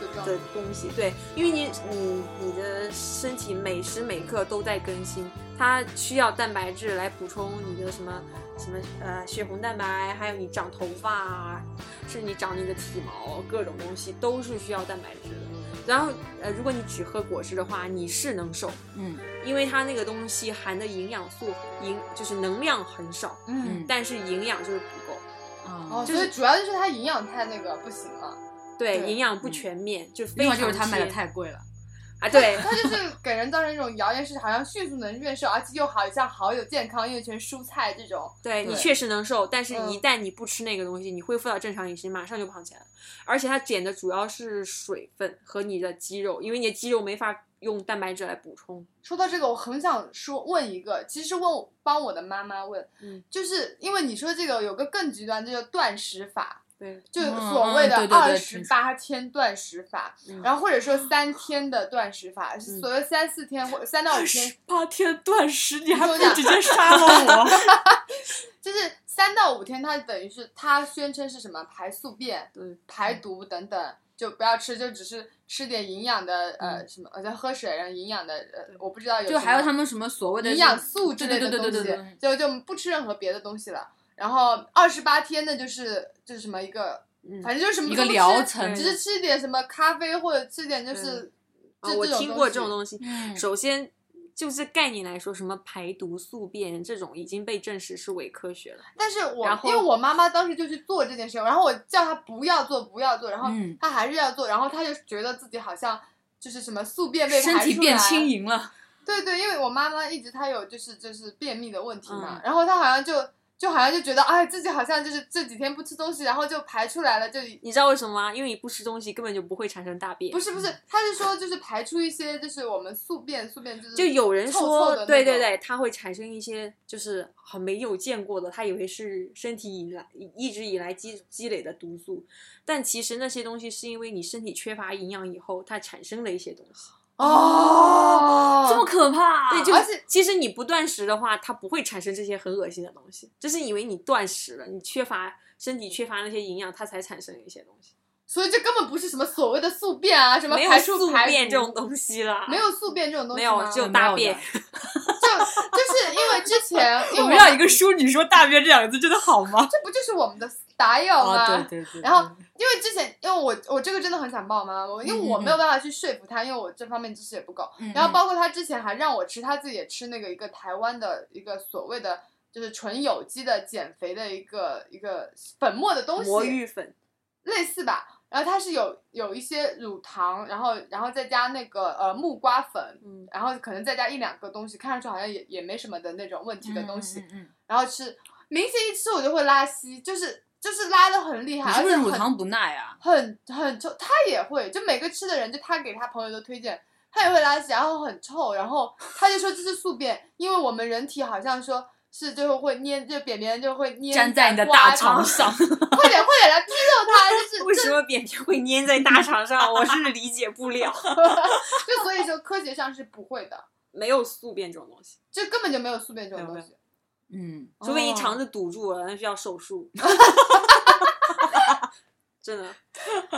C: 就这样
D: 的东西。对，因为你你你的身体每时每刻都在更新，它需要蛋白质来补充你的什么什么呃血红蛋白，还有你长头发啊，是你长你的体毛，各种东西都是需要蛋白质的。然后呃，如果你只喝果汁的话，你是能瘦，
B: 嗯
D: 因为它那个东西含的营养素营就是能量很少，
C: 嗯
B: 嗯
D: 但是营养就是不够。
B: 啊
C: 哦，，所以主要就是它营养太那个不行了，
D: 对，
C: 对
D: 营养不全面，就非
B: 嗯另外
D: 常
B: 就是他买的
D: 缺
B: 太贵了。
D: 啊，对，
C: 它就是给人造成一种谣言，是好像迅速能变瘦，而且又好像好有健康，因为全是蔬菜这种。
D: 对你
C: 对
D: 确实能瘦，但是
C: 嗯
D: 一旦你不吃那个东西，你恢复到正常饮食，马上就胖起来了。而且它减的主要是水分和你的肌肉，因为你的肌肉没法用蛋白质来补充。
C: 说到这个，我很想说问一个，其实是问我帮我的妈妈问，
D: 嗯
C: 就是因为你说这个有个更极端，这叫断食法，
D: 对，
C: 就
B: 嗯
C: 所谓的
B: 嗯对对
C: 二
B: 对
C: 十八天断食法，
D: 嗯
C: 然后或者说三天的断食法，是所谓三四天或三到五天，
D: 八天断食，你
C: 还不如直接
D: 杀了我？
C: 就是三到五天，它等于是它宣称是什么排宿便、
D: 对，
B: 嗯
C: 排毒等等，就不要吃，就只是吃点营养的呃什么，呃，再喝水，然后营养的呃，我不知道有
B: 嗯就
C: 什
B: 还有
C: 么
B: 他们什么所谓的
C: 营养素之类的
B: 对
C: 东
B: 对
C: 西，
B: 对对对对
C: 就就不吃任何别的东西了。然后二十八天呢，就是就是什么一个，
D: 嗯
C: 反正就是什么
B: 一个
C: 都不吃
B: 疗程
C: 只是吃点什么咖啡或者吃点就是这、
D: 啊，我
C: 这种
D: 听过这
C: 西
D: 种东西。
B: 嗯
D: 首先。就是概念来说，什么排毒宿便这种已经被证实是伪科学了。
C: 但是我
D: 然后
C: 因为我妈妈当时就去做这件事情，然后我叫她不要做，不要做，然后
B: 嗯
C: 她还是要做，然后她就觉得自己好像就是什么宿便被排
B: 身体
C: 出
B: 变
C: 来
B: 轻盈了，
C: 对对，因为我妈妈一直她有就是就是便秘的问题嘛，然后她好像就就好像就觉得哎自己好像就是这几天不吃东西，然后就排出来了，就
D: 你知道为什么吗？因为你不吃东西，根本就不会产生大便
C: 不。是不是，她是说就是排出一些就是我们宿便宿便就是
D: 就有人
C: 臭
D: 说，
C: 臭的
D: 对
C: 那
D: 对
C: 种
D: 对，它会产生一些就是很没有见过的，他以为是身体以来一直以来积积累的毒素，但其实那些东西是因为你身体缺乏营养以后，它产生了一些东西。
C: 哦
B: 这么可怕？
D: 对，就
C: 而
D: 是
C: 且
D: 其实你不断食的话，它不会产生这些很恶心的东西，就是因为你断食了，你缺乏身体缺乏那些营养，它才产生一些东西，
C: 所以这根本不是什么所谓的宿便啊，什么
D: 没有
C: 排出
D: 宿
C: 排
D: 便
C: 毒
D: 这种东西啦，
C: 没有宿便这种东
D: 没
C: 西吗？
D: 有，只有
B: 没
D: 大
B: 有
D: 便
B: 的。
C: 就就是因为之前， 因为
B: 我
C: 我
B: 们让一个淑女说“大便”这两个字真的好吗？
C: 这不就是我们的 style 吗？
B: 啊，对对对。
C: 然后因为之前，因为我我这个真的很想帮我妈妈，我因为我
B: 嗯嗯嗯
C: 没有办法去说服她，因为我这方面知识也不够。
B: 嗯，
C: 然后包括她之前还让我吃，她自己也吃那个一个台湾的一个所谓的就是纯有机的减肥的一个一个粉末的东
D: 魔
C: 西，
D: 芋粉，
C: 类似吧。然后它是有有一些乳糖，然后然后再加那个呃木瓜粉，
D: 嗯，
C: 然后可能再加一两个东西，看上去好像也也没什么的那种问题的东西。
B: 嗯，嗯嗯
C: 然后吃，明显一吃我就会拉稀，就是就是拉的很
B: 嗯
C: 厉
B: 你
C: 害，
B: 是
C: 而
B: 不是
C: 且
B: 乳
C: 很
B: 糖不耐啊？
C: 很很臭，他也会，就每个吃的人，就他给他朋友都推荐，他也会拉稀，然后很臭，然后他就说这是宿便，因为我们人体好像说是就会粘，就扁扁就会粘
B: 粘在你的
C: 瓜
B: 大肠
C: 上，
B: 上，
C: 快点快点来批斗他，就是
D: 为什么扁平会粘在大肠上？我是理解不了。
C: 就所以说科学上是不会的，
D: 没有宿便这种东西，
C: 就根本就没有宿便这种东西。
B: 嗯，
D: 除非你
C: 哦
D: 肠子堵住了，那需要手术。真的，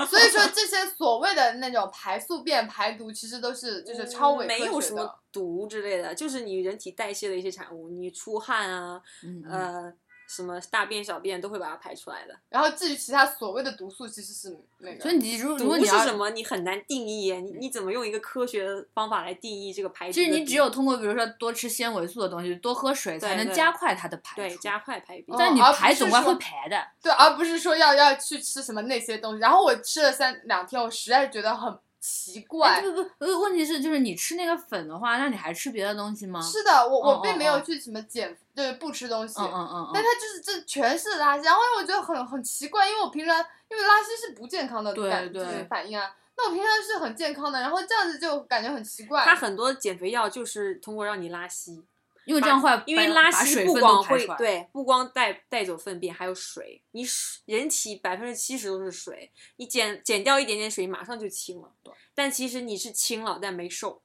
C: 所以说这些所谓的那种排宿便、排毒，其实都是就是超伪
D: 嗯没有
C: 科
D: 什
C: 学
D: 么
C: 的。
D: 毒之类的，就是你人体代谢的一些产物，你出汗啊，
B: 嗯嗯
D: 呃，什么大便小便都会把它排出来的。
C: 然后至于其他所谓的毒素，其实是那个。
B: 所以你如如
D: 毒
B: 果你
D: 是
B: 要
D: 什么，你很难定义耶，你你怎么用一个科学的方法来定义这个排毒的
B: 其
D: 毒？
B: 实你只有通过比如说多吃纤维素的东西，多喝水，才
D: 对
B: 能
D: 对
B: 加快它的排
D: 对
B: 出。
D: 加快排便。
B: 但你
C: 哦而不
B: 排
C: 是
B: 总归会
C: 说
B: 排的，
C: 对，而不是说要要去吃什么那些东西。然后我吃了三两天，我实在是觉得很奇怪
B: 哎。不不不，问题是就是你吃那个粉的话，那你还吃别的东西吗？
C: 是的，我
B: 嗯
C: 我
B: 嗯
C: 并没有
B: 嗯
C: 去什么减，就是不吃东西。
B: 嗯嗯嗯
C: 但
B: 嗯，
C: 它就是这全是垃圾，然后我觉得很很奇怪，因为我平常因为垃圾是不健康的
B: 对
C: 感
B: 对
C: 就是反应啊，那我平常是很健康的，然后这样子就感觉很奇怪。
D: 它很多减肥药就是通过让你拉稀，
B: 因为这样会
D: 因为
B: 把
D: 拉
B: 把
D: 稀
B: 水
D: 不
B: 分都
D: 光
B: 排
D: 会
B: 出来。
D: 对，不光带带走粪便，还有水。你水人体百分之七十都是水，你减减掉一点点水，马上就清了。但其实你是清了，但没瘦。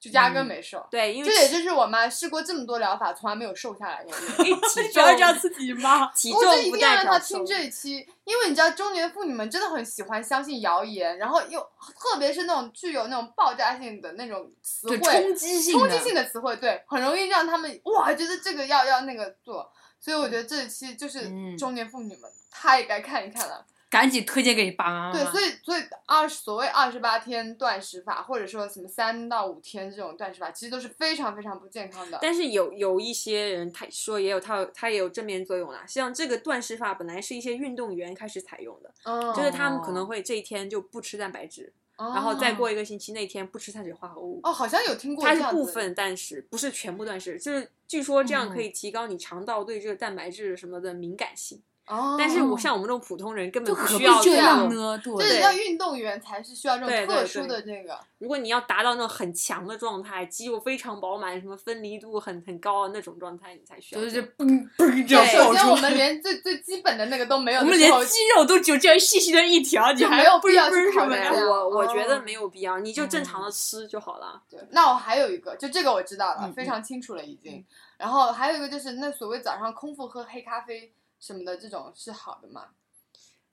C: 就压
B: 嗯
C: 根没瘦。
D: 对，因为
C: 这也就是我妈试过这么多疗法，从来没有瘦下来过。
D: 因为 体
B: 不要这样
D: 自 己嘛，体重
C: 我就一
D: 不
C: 定要
D: 代
C: 让她
D: 表瘦
C: 听。这一期，因为你知道中年妇女们真的很喜欢相信谣言，然后又特别是那种具有那种爆炸性的那种词
B: 就
C: 汇，
B: 冲击性
C: 冲
B: 的
C: 击性的词汇，对，很容易让他们哇觉得这个要要那个做，所以我觉得这一期就是
B: 嗯
C: 中年妇女们、太该看一看了。
B: 赶紧推荐给你爸
D: 嗯
B: 爸妈妈。
C: 对，所以所以二所谓二十八天断食法，或者说什么三到五天这种断食法，其实都是非常非常不健康的。
D: 但是有有一些人，他说也有它有它也有正面作用啦。像这个断食法，本来是一些运动员开始采用的，
C: 嗯，
D: 就是他们
B: 哦
D: 可能会这一天就不吃蛋白质，然后再过一个星期，那天不吃碳水化合物。
C: 哦，好像有听过
D: 它
C: 这
D: 是
C: 样
D: 部
C: 子哦
D: 分断食，不是全部断食。就是据说这样可以提高你肠道对这个蛋白质什么的敏感性。
C: 哦，
D: 但是我
B: 哦
D: 像我们这种普通人根本
B: 就
D: 不
B: 何
D: 需
B: 必
D: 要
B: 这
C: 样
B: 样呢？
C: 就
B: 对
C: 是，要运动员才是需要这
D: 对
C: 种
D: 对
C: 特
D: 对
C: 殊的这个，
D: 如果你要达到那种很强的状态，肌肉非常饱满，什么分离度很很高啊那种状态，你才需要
B: 就
D: 这
B: 是
D: 样。
B: 就嘣嘣这
C: 就
B: 样
C: 首
B: 爆
C: 先我
B: 出来。
C: 们连最最基本的那个都没有
B: 我
C: 的
B: 们
C: 时
B: 连
C: 候，
B: 肌肉都只有这样细细的一条，你
C: 就
B: 还
C: 没有必要去
B: 嘣
C: 考
B: 什么
C: 虑
B: 呀
C: 了
D: 我我觉得
C: 哦嗯
D: 没有必要，你就正常的吃就好了。
C: 对，那我还有一个，就这个我知道了，
B: 嗯
C: 非常清楚了已经。然后还有一个就是，那所谓早上空腹喝黑咖啡什么的，这种是好的吗？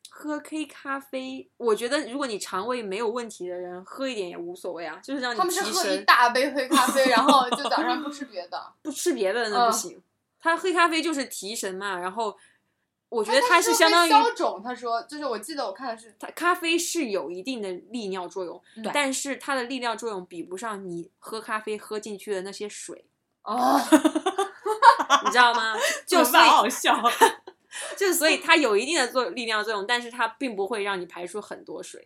D: 喝黑咖啡，我觉得如果你肠胃没有问题的人，喝一点也无所谓啊，就是让
C: 他
D: 你
C: 们是
D: 提
C: 喝一
D: 神。
C: 大杯黑咖啡，然后就早 上不吃别的。
D: 不吃别的那
C: 嗯
D: 不行，他黑咖啡就是提神嘛，然后我觉得
C: 他
D: 它
C: 哎是
D: 是
C: 说
D: 相当
C: 会
D: 于
C: 消肿，他说就是我记得我看的 是，
D: 它咖啡是有一定的利尿作用
B: 对，
D: 但是它的利尿作用比不上你喝咖啡喝进去的那些水，
C: 哦，
D: 你知道吗？就所
B: 蛮
D: 以
B: 好笑。
D: 就所以它有一定的作利尿作用，但是它并不会让你排出很多水。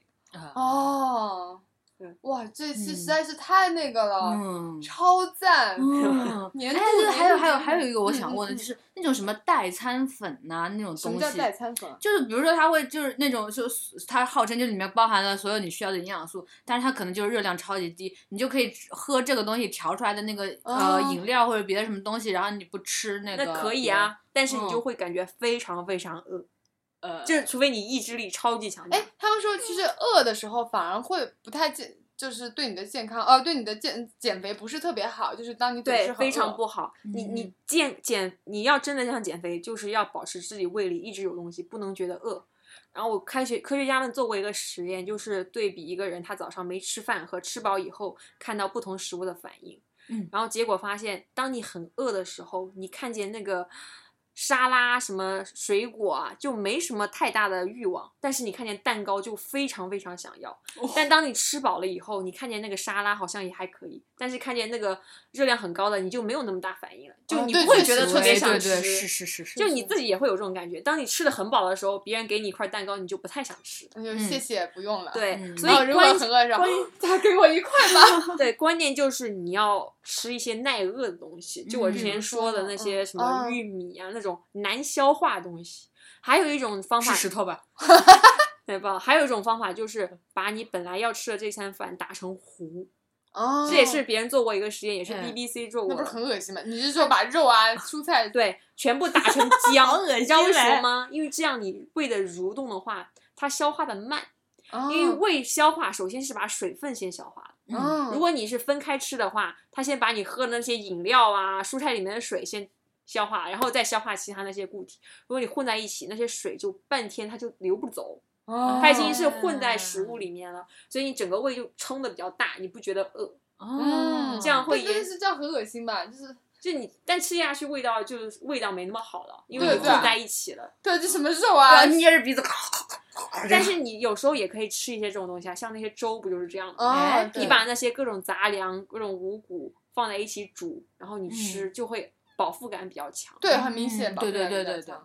C: 哦
D: 对，
C: 哇，这期
B: 嗯
C: 实在是太那个了，
B: 嗯，
C: 超赞。
B: 嗯，
C: 年
B: 哎
C: 度，
B: 对，还有还有还有一个我
C: 嗯
B: 想
C: 嗯
B: 问的，
C: 嗯
B: 就是那种什么代餐粉呐、那种
C: 什
B: 东
C: 么
B: 西，
C: 叫代餐粉？啊
B: 就是比如说它会就是那种就是它号称就里面包含了所有你需要的营养素，但是它可能就是热量超级低，你就可以只喝这个东西调出来的那个、呃
C: 哦
B: 饮料或者别的什么东西，然后你不吃那个
D: 那可以
B: 别的，
D: 啊，但是你就
B: 嗯
D: 会感觉非常非常饿，
B: 呃，
D: 就是除非你意志力超级强大
C: 哎，，他们说其实饿的时候反而会不太健，就是对你的健康，呃，对你的健减肥不是特别好，就是当你总是
D: 对，
C: 很
D: 非常
C: 饿
D: 不好。你
B: 嗯
D: 你健减，你要真的想减肥，就是要保持自己胃里一直有东西，不能觉得饿。然后我开学科学家们做过一个实验，就是对比一个人他早上没吃饭和吃饱以后看到不同食物的反应。
B: 嗯
D: 然后结果发现，当你很饿的时候，你看见那个沙拉、什么水果啊，就没什么太大的欲望；但是你看见蛋糕就非常非常想要。
B: 哦
D: 但当你吃饱了以后，你看见那个沙拉好像也还可以，但是看见那个热量很高的，你就没有那么大反应了，就
C: 哦
D: 你
C: 对
D: 不会
C: 确
D: 觉得
C: 实
D: 特别
B: 对
D: 想
B: 对
D: 吃。
B: 对，是是是是，
D: 就你自己也会有这种感觉，当你吃的很饱的时候，别人给你一块蛋糕，你就不太想吃。
C: 那就谢谢，不用了。
D: 嗯对，
B: 嗯
D: 所
C: 然后
D: 以
C: 如果很
D: 关
C: 饿的时候，再给我一块 吧。
D: 对关键就是你要吃一些耐饿的东西，就我
B: 嗯
D: 之前说的那些什么
C: 嗯
D: 玉米啊、那种难消化的东西。还有一种方
B: 吃
D: 法，
B: 石头吧，
D: 对吧？还有一种方法就是把你本来要吃的这餐饭打成糊，
C: 哦，
D: 这也是别人做过一个实验，也是
B: 嗯
D: BBC 做过
C: 那
D: 的。
C: 不是很恶心吗？你是说把肉啊、蔬菜？
D: 哎对，全部打 成
B: 好
D: 浆，
B: 恶
D: 你知道
B: 心
D: 为什
B: 嘞
D: 么吗？因为这样你胃的蠕动的话，它消化的慢，
C: 哦
D: 因为胃消化首先是把水分先消化了。
C: 哦
D: 如果你是分开吃的话，它先把你喝的那些饮料啊、蔬菜里面的水先消化，然后再消化其他那些固体。如果你混在一起，那些水就半天它就流不走，
C: 哦
D: 它已经是混在食物里面了，所以你整个胃就撑的比较大，你不觉得饿？
B: 哦，
D: 嗯这样会
C: 但
D: 也
C: 是这样很恶心吧？就是
D: 就你但吃下去味道就是味道没那么好了，因为
C: 对
D: 你混
C: 对啊
D: 在一起了。
C: 对，这什么肉啊？
B: 捏着鼻子，
D: 但是你有时候也可以吃一些这种东西啊，像那些粥不就是这样吗？
C: 哦
B: 哎，
C: 对
D: 你把那些各种杂粮、各种五谷放在一起煮，然
C: 嗯
D: 后你吃就会饱腹感比较强。
C: 对很明显哦
B: 嗯
C: 吧？
B: 对对
C: 对
B: 对对对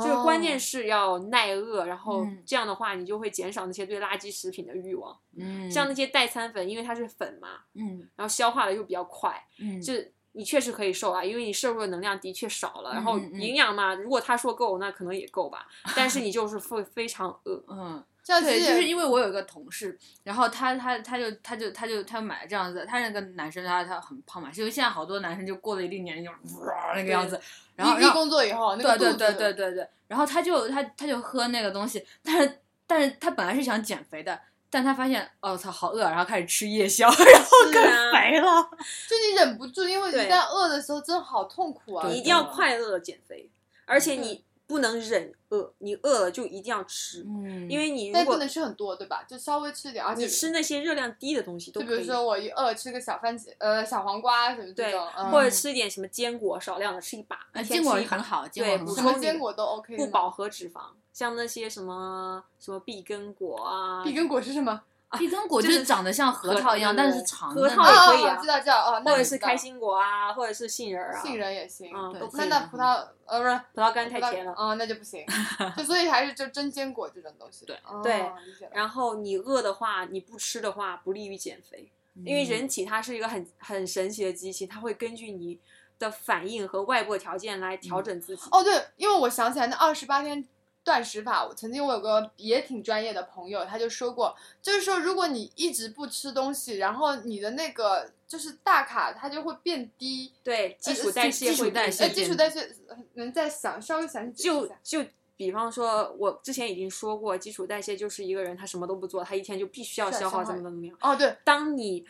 D: 就是关键是要耐饿，然后
B: 哦嗯
D: 这样的话你就会减少那些对垃圾食品的欲望。
B: 嗯，
D: 像那些代餐粉，因为它是粉嘛，
B: 嗯
D: 然后消化的又比较快，
B: 嗯，
D: 就你确实可以瘦啊，因为你摄入的能量的确少了，然后
B: 嗯嗯嗯
D: 营养嘛，如果他说够，那可能也 够吧，但是你就是会非常饿。
B: 嗯。
C: 这样
B: 对，
C: 其实
B: 就是
C: 也
B: 因为我有一个同事，然后他他他就他就他就他买了这样子，他那个男生他他很胖嘛，因为现在好多男生就过了一定年龄就是哇那个样子，然后
C: 一
B: 然
C: 一
B: 后
C: 工作以后，那
B: 对
C: 个
B: 对
C: 肚
B: 对
C: 子
B: 对对对，然后他就他他就喝那个东西，但是但是他本来是想减肥的，但他发现哦操好饿，然后开始吃夜宵，然后
C: 是
B: 更
D: 啊
B: 肥了，
C: 就你忍不住，因为一
D: 对
C: 旦饿的时候真的好痛苦啊！
D: 你一定要快乐的减肥，而且你不能忍饿，你饿了就一定要吃，
B: 嗯
D: 因为你如
C: 但不
D: 果
C: 能吃很多，对吧？就稍微吃点，而且
D: 你吃那些热量低的东西都
C: 就比
D: 可
C: 如
D: 以，
C: 说我一饿吃个小番茄，呃，小黄瓜什么这
D: 对
C: 种，嗯哎
D: 或者吃一点什么坚果，少量的吃一把，一
B: 呃
D: 天
B: 坚果
D: 吃一
B: 很
D: 把
B: 好，坚
D: 对
B: 果
D: 补
C: 什
B: 很好，
C: 么
D: 充
C: 坚
D: 你
C: 果都 OK
D: 不
C: 吗。
D: 饱和脂肪，像那些什么什么碧根果啊，
C: 碧根果是什么？
B: 碧根果
D: 就
B: 就是
D: 是
B: 长得像核
D: 核
B: 桃一
D: 对
B: 样，
D: 对
B: 但
D: 对
B: 是长
D: 核
B: 的
D: 桃
B: 那
D: 也
B: 种
D: 可
C: 哦
D: 以啊
C: 我知道知道哦，那
D: 或者
C: 我
D: 是
C: 知道
D: 开心果啊，或者是杏仁儿啊，
C: 杏仁也行。
D: 啊，都可
C: 那
D: 以。
C: 那葡萄呃不是
D: 葡萄干太
C: 葡萄
D: 甜了。
C: 啊、那就不行。 就所以还是就真坚果这种东西。
B: 对
C: 哦
D: 对，
C: 理解了
D: 然后你饿的话，你不吃的话，不利于减肥。因为
B: 嗯
C: 嗯
D: 人体它是一个很很神奇的机器，它会根据你的反应和外部的条件来调整自己。
C: 哦，对，因为我想起来那二十八天断食法，我曾经我有个也挺专业的朋友，他就说过，就是说如果你一直不吃东西，然后你的那个就是大卡它就会变低，
D: 对，基础
C: 呃
D: 代谢
B: 基础
D: 会
B: 代
D: 变
B: 谢
C: 呃，
D: 低
B: 变
C: 基础代谢呃能再想稍微详细解释
D: 就
C: 一下。
D: 就比方说，我之前已经说过，基础代谢就是一个人他什么都不做，他一天就必须要
C: 是啊消
D: 消耗
C: 耗
D: 这么多能量。
C: 哦，对，
D: 当你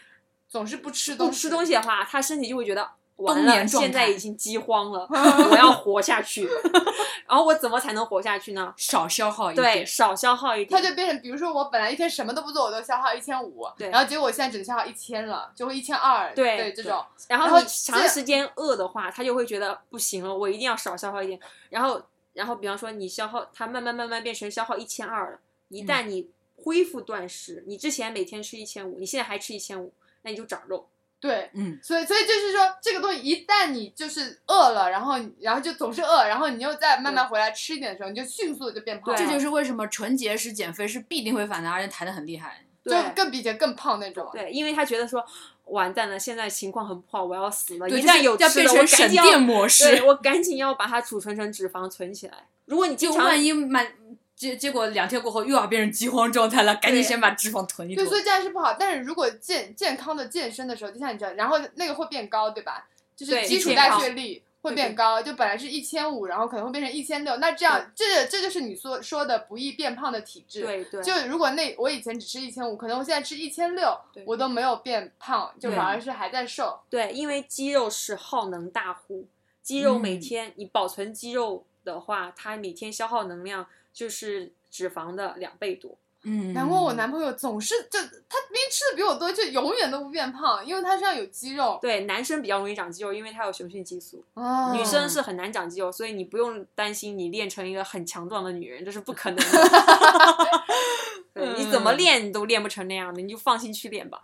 C: 总是不吃
D: 不
C: 东西，
D: 吃东西的话，他身体就会觉得完
B: 冬
D: 了，
B: 眠状
D: 现在
B: 态
D: 已经饥荒了，我要活下去。 然后我怎么才能活下去呢？
B: 少消耗一
D: 对，
B: 点，
D: 少消耗一
C: 它
D: 点。
C: 就变成，比如说我本来一天什么都不做，我都消耗一千五，
D: 对
C: 然后结果我现在只能消耗一千了，就会一千二，
D: 对
C: 对，这种
D: 然
C: 然
D: 后
C: 后
D: 你长
C: 这
D: 时间饿的话，他就会觉得不行了，我一定要少消耗一点。然后，然后比方说你消耗，它慢慢慢慢变成消耗一千二了。一旦
B: 嗯
D: 你恢复断食，你之前每天吃一千五，你现在还吃一千五，那你就长肉。
C: 对，
B: 嗯，
C: 所以所以就是说，这个东西一旦你就是饿了，然后你然后就总是饿，然后你又再慢慢回来吃一点的时候，你就迅速地就变胖了，
D: 对
B: 这就是为什么纯节食减肥是必定会反弹，而且弹得很厉害。
C: 就更比以前更胖那种。
D: 对，因为他觉得说完蛋了，现在情况很不好，我要死了。
B: 对，
D: 呃一
B: 就是
D: 旦有
B: 要
D: 吃
B: 变
D: 的，
B: 成
D: 我赶
B: 省
D: 紧
B: 电
D: 要，
B: 模式
D: 对，我赶紧要把它储存成脂肪存起来。如果你经
B: 就
D: 常
B: 万一满结结果两天过后又要变成饥荒状态了，赶紧
D: 对
B: 先把脂肪囤一
C: 对，
B: 囤
C: 所。以这样是不好。但是如果健健康的健身的时候，就像你这样，然后那个会变高，对吧？就是
D: 对
C: 基础
D: 健
C: 代
D: 康
C: 谢率会变高，就本来是一千五，然后可能会变成一千六。那这样，这这就是你说说的不易变胖的体质。
D: 对对
C: 就如果那我以前只吃一千五，可能我现在吃一千六
D: 对，
C: 我都没有变胖，就
B: 对
C: 反而是还在瘦。
D: 对，因为肌肉是耗能大户，肌肉每
B: 嗯
D: 天、你保存肌肉的话，它每天消耗能量就是脂肪的两倍多。
B: 嗯，
C: 难怪我男朋友总是就他明明吃的比我多，就永远都不变胖，因为他身上有肌肉。
D: 对，男生比较容易长肌肉，因为他有雄性激素，
C: 啊，
D: 女
B: 哦
D: 生是很难长肌肉，所以你不用担心你练成一个很强壮的女人，这是不可能 的。对，你怎么
B: 嗯
D: 练你都练不成那样的，你就放心去练吧。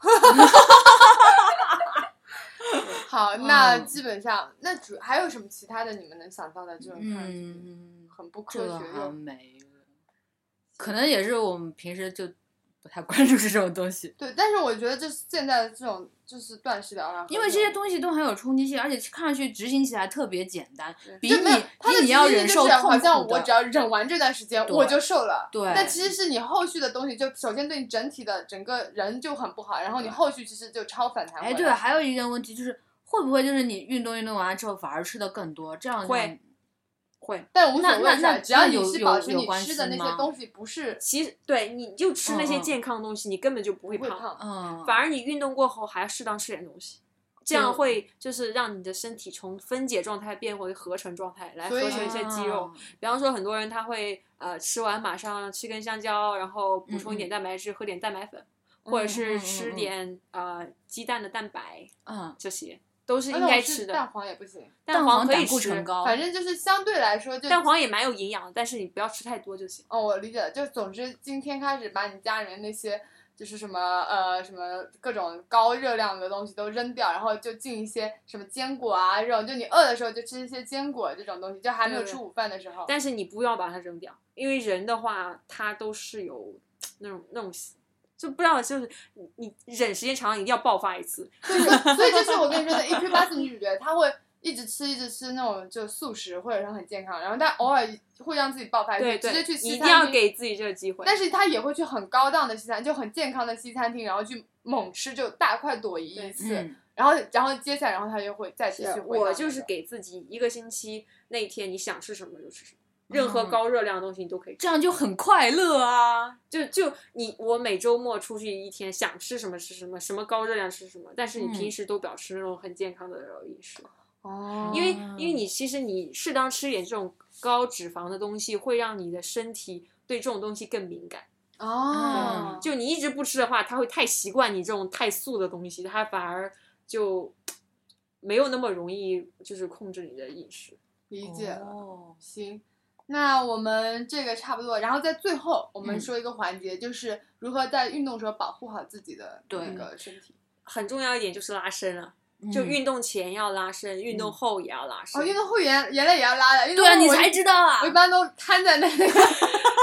C: 好，那
B: 嗯
C: 基本上那主还有什么其他的你们能想到的 这种看上去
B: 嗯，
C: 很不科
B: 这个
C: 学
B: 好像
C: 又
B: 嗯没有，可能也是我们平时就不太关注这种东 西，
C: 对，但是我觉得就是现在的这种就是断食疗法，
B: 因为这些东西都很有冲击性，而且看上去执行起来特别简单，比
C: 就
B: 你
C: 没有它的
B: 比你要
C: 直接
B: 忍
C: 就
B: 受
C: 是好
B: 痛
C: 像
B: 苦
C: 我只
B: 的。
C: 要忍完这段时间我
B: 对
C: 就瘦了。
B: 对
C: 但其实是你后续的东西，就首先对你整体的整个人就很不好，然后你后续其实就超反弹回来。
B: 哎，
D: 啊
B: 对，还有一个问题就是，会不会就是你运动运动完之后反而吃的更多，这样就
D: 会会。
C: 但无所
B: 那
C: 谓
B: 那
C: 噻
B: 那
C: 只要
B: 那
C: 你
B: 有
C: 是
B: 有
C: 保持
B: 有
C: 你
B: 关
C: 吃的
B: 系
C: 那
B: 吗
C: 些东西不是
D: 其实对你就吃那些
B: 嗯嗯
D: 健康的东西，你根本就不
C: 不
D: 会
C: 会
D: 胖。
C: 胖。
B: 嗯，
D: 反而你运动过后还要适当吃点东西，这样
C: 对
D: 会就是让你的身体从分解状态变回合成状态，来
C: 所
D: 合
C: 以
D: 成一些肌肉。
B: 啊，
D: 比方说，很多人他会呃吃完马上吃根香蕉，然后补充一点蛋白质，喝点蛋白粉，或者
B: 嗯嗯嗯
D: 是
B: 嗯
D: 吃
B: 嗯
D: 点呃鸡蛋的蛋白，
B: 嗯，
D: 这些都是
C: 哎
D: 应
C: 那我
D: 该
C: 吃
D: 吃
C: 蛋
D: 的。
C: 黄也不行，
D: 蛋
B: 黄
D: 可以
B: 胆固
D: 吃
B: 醇，高，
C: 反正就是相对来说就
D: 蛋黄也蛮有营养的，但是你不要吃太多就行。
C: 哦，我理解了，就总之今天开始把你家里面那些就是什么呃什么各种高热量的东西都扔掉，然后就进一些什么坚果啊这种，就你饿的时候就吃一些坚果这种东西，就还没有
D: 对
C: 吃午饭的时候。
D: 但是你不要把它扔掉，因为人的话，他都是有那种那种，就不知道就是你你忍时间长，一定要爆发一次。
C: 就是， 所以就是我跟你说的 EQ 八四女主角，她会一直吃一直吃那种就素食或者是很健康，然后但偶尔会让自己爆发，
D: 对
C: 哎就
D: 对，
C: 直接去西
D: 你一定
C: 餐
D: 要
C: 厅。
D: 给自己这个机会。
C: 但是她也会去很高档的西餐，就很健康的西餐厅，然后去猛吃，就大快朵颐一
D: 对
C: 次，
B: 嗯
C: 然后然后接下来，然后她就会再继续
D: 是
C: 回到
D: 我
C: 那
D: 就是
C: 个
D: 给自己一个星期，那一天你想吃什么就吃什么，任何
B: 嗯
D: 高热量的东西你都可以吃。
B: 这样就很快乐啊。
D: 就就你我每周末出去一天，想吃什么吃什么，什么高热量吃什么，但是你
B: 嗯
D: 平时都不要吃那种很健康的饮食。
C: 哦，
D: 因为
B: 啊
D: 因为你其实你适当吃点这种高脂肪的东西，会让你的身体对这种东西更敏感。
C: 哦，
D: 嗯就你一直不吃的话，它会太习惯你这种太素的东西，它反而就没有那么容易就是控制你的饮食。
C: 理解了。
B: 哦，
C: 行，那我们这个差不多，然后在最后我们
B: 嗯
C: 说一个环节，就是如何在运动时候保护好自己的
B: 对
C: 那个身体。
D: 很重要一点就是拉伸了，就
B: 嗯
D: 运动前要拉伸，运动后也要拉
C: 嗯
D: 伸。
C: 哦，运动后原原来也要拉的，运动
B: 对啊，
C: 后
B: 你
C: 我
B: 才
C: 一
B: 知道啊
C: 我一。般都瘫在那 里。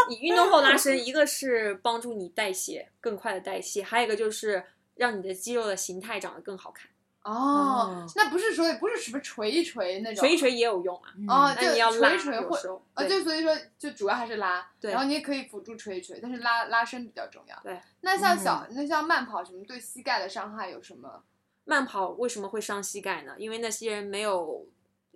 D: 你运动后拉伸，一个是帮助你代谢更快的代谢，还有一个就是让你的肌肉的形态长得更好看。
C: 哦，那不是说不是什么捶一捶那种，
D: 嗯捶一捶也有用啊，
B: 嗯
C: 哦，
D: 那
C: 就
D: 你要
C: 捶
D: 拉
C: 一捶
D: 有
C: 会
D: 时候。
C: 啊，
D: 对
C: 就所以说就主要还是拉，
D: 对
C: 然后你也可以辅助捶一捶，但是拉拉伸比较重要。
D: 对，嗯
C: 那像小那像慢跑什么对膝盖的伤害有什么？
D: 慢跑为什么会伤膝盖呢？因为那些人没有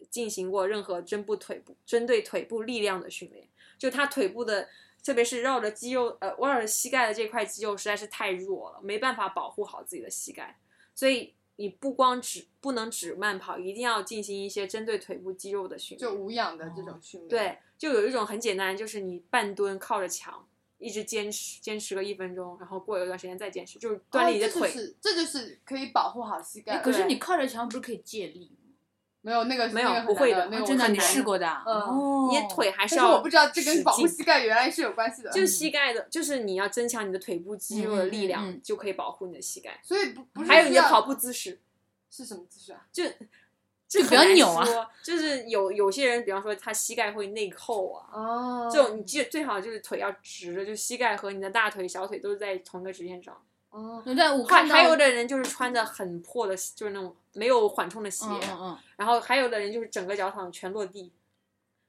D: 进行过任何针部腿部针对腿部力量的训练，就他腿部的，特别是绕着肌肉呃绕着膝盖的这块肌肉实在是太弱了，没办法保护好自己的膝盖，所以你不光只不能只慢跑，一定要进行一些针对腿部肌肉的训练。
C: 就无氧的这种训练。
D: 对，就有一种很简单，就是你半蹲靠着墙。一直坚持坚持个一分钟，然后过一段时间再坚持，就是锻炼你的腿。
C: 哦这就是，这就是可以保护好膝盖
B: 哎
C: 的。
B: 可是
D: 对
B: 你靠着墙不是可以借力
C: 没有那个
D: 没有
C: 那个很
D: 不会
C: 难
D: 的
B: 吗？
C: 那个
D: 啊
B: 真的，
C: 我
B: 你
C: 很难
B: 试？过的啊？
C: 嗯
B: 哦，
D: 你的腿还是
C: 但是
D: 要
C: 我不知道这跟
D: 使
C: 保护
D: 劲
C: 膝嗯盖原来是有关系的，
D: 就膝盖的，就是你要增强你的腿部肌肉的力量，
B: 嗯嗯嗯
D: 就可以保护你的膝盖。
C: 所以不不是
D: 还有你的
C: 需要
D: 跑步姿势，
C: 是什么姿势啊？
D: 就就
B: 就不要扭啊
D: 啊。就是有有些人，比方说他膝盖会内扣啊，
C: 哦，
D: 这种你就最好就是腿要直着，就膝盖和你的大腿、小腿都是在同一个直线上。
C: 哦，
B: 对，但我
D: 还
B: 看到
D: 还有的人就是穿的很破的，就是那种没有缓冲的鞋，
B: 嗯嗯嗯，
D: 然后还有的人就是整个脚掌全落地。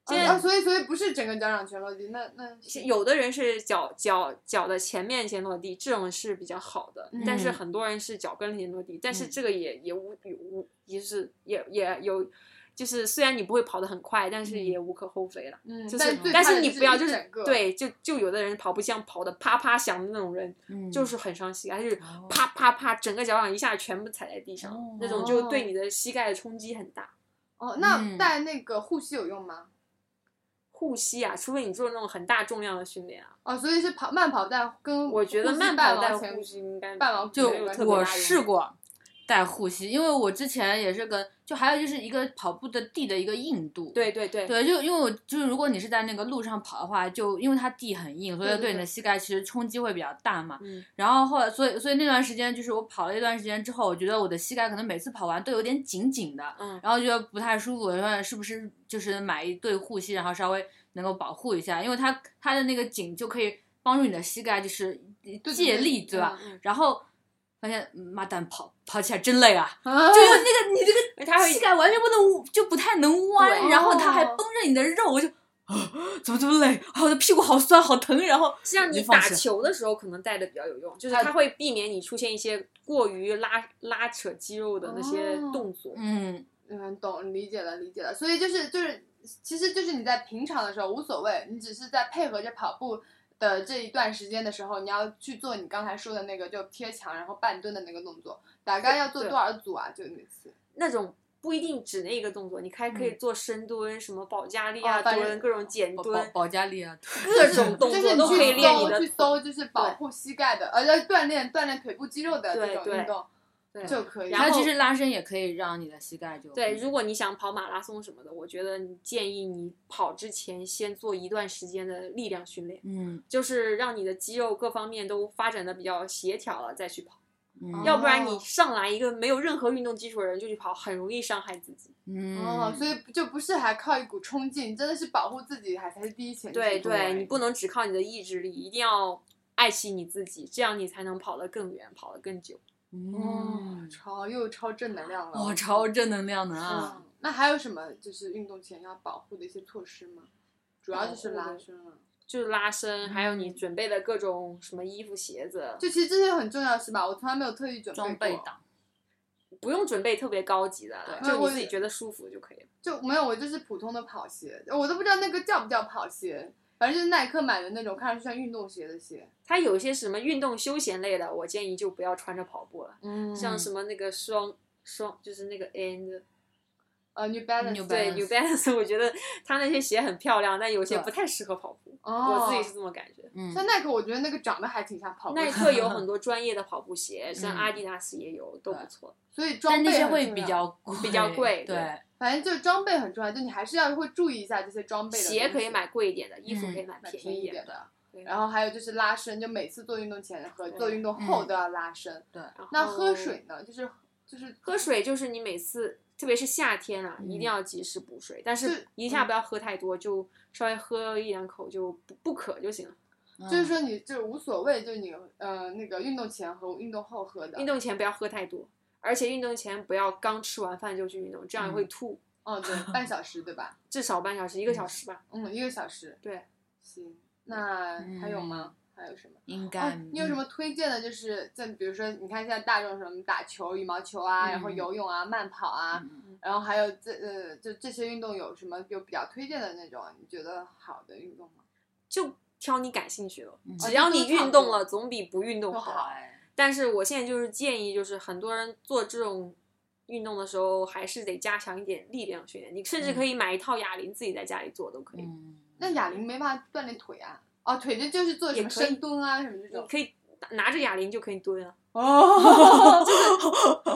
D: 现在
C: 哦，所以所以不是整个脚掌全落地，那那
D: 是有的人是脚脚脚的前面先落地，这种是比较好的，
C: 嗯
D: 但是很多人是脚跟先落地，但是这个也也无也无，也是也也有，就是虽然你不会跑得很快，但是也无可厚非了。
C: 嗯，
D: 就是
C: 但最
D: 但
C: 怕的
D: 你不要
C: 就
D: 就是
C: 一整个，
D: 对，就就有的人跑步像跑得啪啪响的那种人，
B: 嗯
D: 就是很伤膝盖，他就是
B: 哦
D: 啪啪啪，整个脚掌一下全部踩在地上，
B: 哦
D: 那种就对你的膝盖的冲击很大。
C: 哦，那
B: 嗯
C: 戴那个护膝有用吗？
D: 护膝啊，除非你做那种很大重量的训练啊，
C: 哦，所以是跑慢跑带跟
D: 我觉得
C: 护膝
D: 慢
C: 半
D: 跑
C: 毛
D: 带
C: 钱
D: 护膝应该
C: 半毛
B: 就
D: 没有特别
B: 我
D: 大用
B: 试过带护膝，因为我之前也是跟，就还有就是一个跑步的地的一个硬度。
D: 对对对，
B: 对，就因为我就是如果你是在那个路上跑的话，就因为它地很硬，所
C: 对
B: 以
C: 对
B: 对你
C: 对
B: 的膝盖其实冲击会比较大嘛。
D: 嗯。
B: 然后后来，所以所以那段时间就是我跑了一段时间之后，我觉得我的膝盖可能每次跑完都有点紧紧的，
D: 嗯
B: 然后觉得不太舒服。我说是不是就是买一对护膝，然后稍微能够保护一下，因为它它的那个紧就可以帮助你的膝盖就是
C: 对
B: 借力，对吧？？
C: 嗯
B: 然后发现嗯妈蛋跑跑起来真累啊，
C: 嗯啊
B: 就因为那个你 这
D: 因为它
B: 个
D: 会
B: 膝盖完全不能就不太能弯，
D: 对
B: 然后它还
C: 哦
B: 绷着你的肉，我就。啊，怎么这么累？啊，我的屁股好酸，好疼。然 后
D: 像你
B: 就放
D: 打
B: 弃了
D: 球的时候，可能带的比较有用，就是
C: 啊
D: 它会避免你出现一些过于拉拉扯肌肉的那些
C: 哦
D: 动作。
B: 嗯，
C: 嗯，懂，理解了，理解了。所以就是就是其实就是你在平常的时候无所谓，你只是在配合着跑步的这一段时间的时候，你要去做你刚才说的那个就贴墙然后半蹲的那个动作，大概要做
D: 对
C: 多少组啊？就每次
D: 那种不一定只那一个动作，你还可以做深蹲、什么保加利亚
C: 哦反正
D: 蹲、各种减
B: 保保
D: 蹲、
B: 保加利 亚，
D: 各种动
C: 就是
D: 作
C: 你
D: 都可以
C: 去
D: 练你
C: 搜
D: 的
C: 去
D: 腿。
C: 搜，就是保护膝盖的，呃，要锻炼锻炼腿部肌肉的这
D: 对
C: 种
D: 对
C: 运动
D: 对啊
C: 就可以。
D: 然后
B: 它其实拉伸也可以让你的膝盖就
D: 对，如果你想跑马拉松什么的，我觉得你建议你跑之前先做一段时间的力量训练，
B: 嗯
D: 就是让你的肌肉各方面都发展的比较协调了再去跑，
B: 嗯
D: 要不然你
C: 哦
D: 上来一个没有任何运动基础的人就去跑，很容易伤害自己。
B: 嗯
C: 哦，所以就不是还靠一股冲劲，真的是保护自己还才是第一前提。
D: 对
B: 对
D: 对，你不能只靠你的意志力，一定要爱惜你自己，这样你才能跑得更远，跑得更久。
C: 哦
B: 嗯，，
C: 超又哦超正能量了。
B: 哇，超正能量的啊！
C: 嗯，那还有什么就是运动前要保护的一些措施吗？主要就是
D: 保护的
C: 拉伸了，
D: 就是拉伸，还有你
C: 嗯
D: 准备的各种什么衣服、鞋子，
C: 就其实这些很重要，是吧？我从来没有特意准备
B: 装备
C: 过
B: 党，
D: 不用准备特别高级的啦，
C: 对
D: 就
C: 我
D: 你自己觉得舒服就可以了。
C: 就没有，我就是普通的跑鞋，我都不知道那个叫不叫跑鞋，反正就是耐克买的那种，看上去像运动鞋的鞋。
D: 它有一些什么运动休闲类的，我建议就不要穿着跑步了，
C: 嗯
D: 像什么那个双双，就是那个 and
C: 呃 New Balance，
B: New
D: 对
B: Balance
D: New Balance，我觉得它那些鞋很漂亮，但有些
B: 对
D: 不太适合跑步，
C: 哦，
D: 我自己是这么感觉。
B: 嗯
C: 像耐克，我觉得那个长得还挺像跑步
D: 耐
C: 鞋，
D: 克有很多专业的跑步鞋，像
B: 嗯
D: 阿迪达斯也有，都不
B: 对
D: 错。
C: 所以装
B: 但
C: 备
B: 那些
C: 很
B: 会
C: 重
B: 比
C: 要，
B: 较贵，
D: 比较贵
B: 对，
D: 对
C: 反正就是装备很重要，就你还是要会注意一下这些装备的东西。嗯
D: 鞋可以买贵一点的，衣服可以买
C: 买
D: 便宜
C: 便宜一
D: 一点
C: 点
D: 的。
C: 的
D: 对。
C: 然后还有就是拉伸，就每次做运动前和
D: 对
C: 做运动后
B: 嗯
C: 都要拉伸。
D: 然后
C: 那喝水呢？就是就是
D: 喝水就是你每次，特别是夏天啊，
B: 嗯
D: 一定要及时补水，但
C: 是嗯
D: 是一下不要喝太多，就稍微喝一两口就不不渴就行了。
B: 嗯
C: 就是说你就无所谓，就是你呃那个运动前和运动后喝的。
D: 运动前不要喝太多，而且运动前不要刚吃完饭就去运动，这样
B: 嗯
D: 会吐，
C: 哦，对，半小时对吧？
D: 至少半小时一个小时吧。
C: 嗯，一个小时。
D: 对，
C: 行，那还有吗？还有什么？
B: 嗯应
C: 哦
B: 该，
C: 你有什么推荐的？就是在比如说，你看现在大众什么打球、羽毛球啊，然后
B: 嗯
C: 游泳啊、慢跑啊，
B: 嗯嗯
C: 然后还有这呃，就这些运动有什么有比较推荐的那种？你觉得好的运动吗？
D: 就挑你感兴趣的
B: 嗯，
D: 只要你运动了，总比不运动
C: 都好
D: 好。哎但是我现在就是建议，就是很多人做这种运动的时候，还是得加强一点力量训练。你甚至
B: 嗯
D: 可以买一套哑铃，自己在家里做都可以。
B: 嗯，
C: 那哑铃没办法锻炼腿啊，哦，腿这就是做什
D: 也
C: 么
D: 可以
C: 深蹲啊什么这
D: 你
C: 种。
D: 可以拿拿着哑铃就可以蹲 啊，
C: 哦，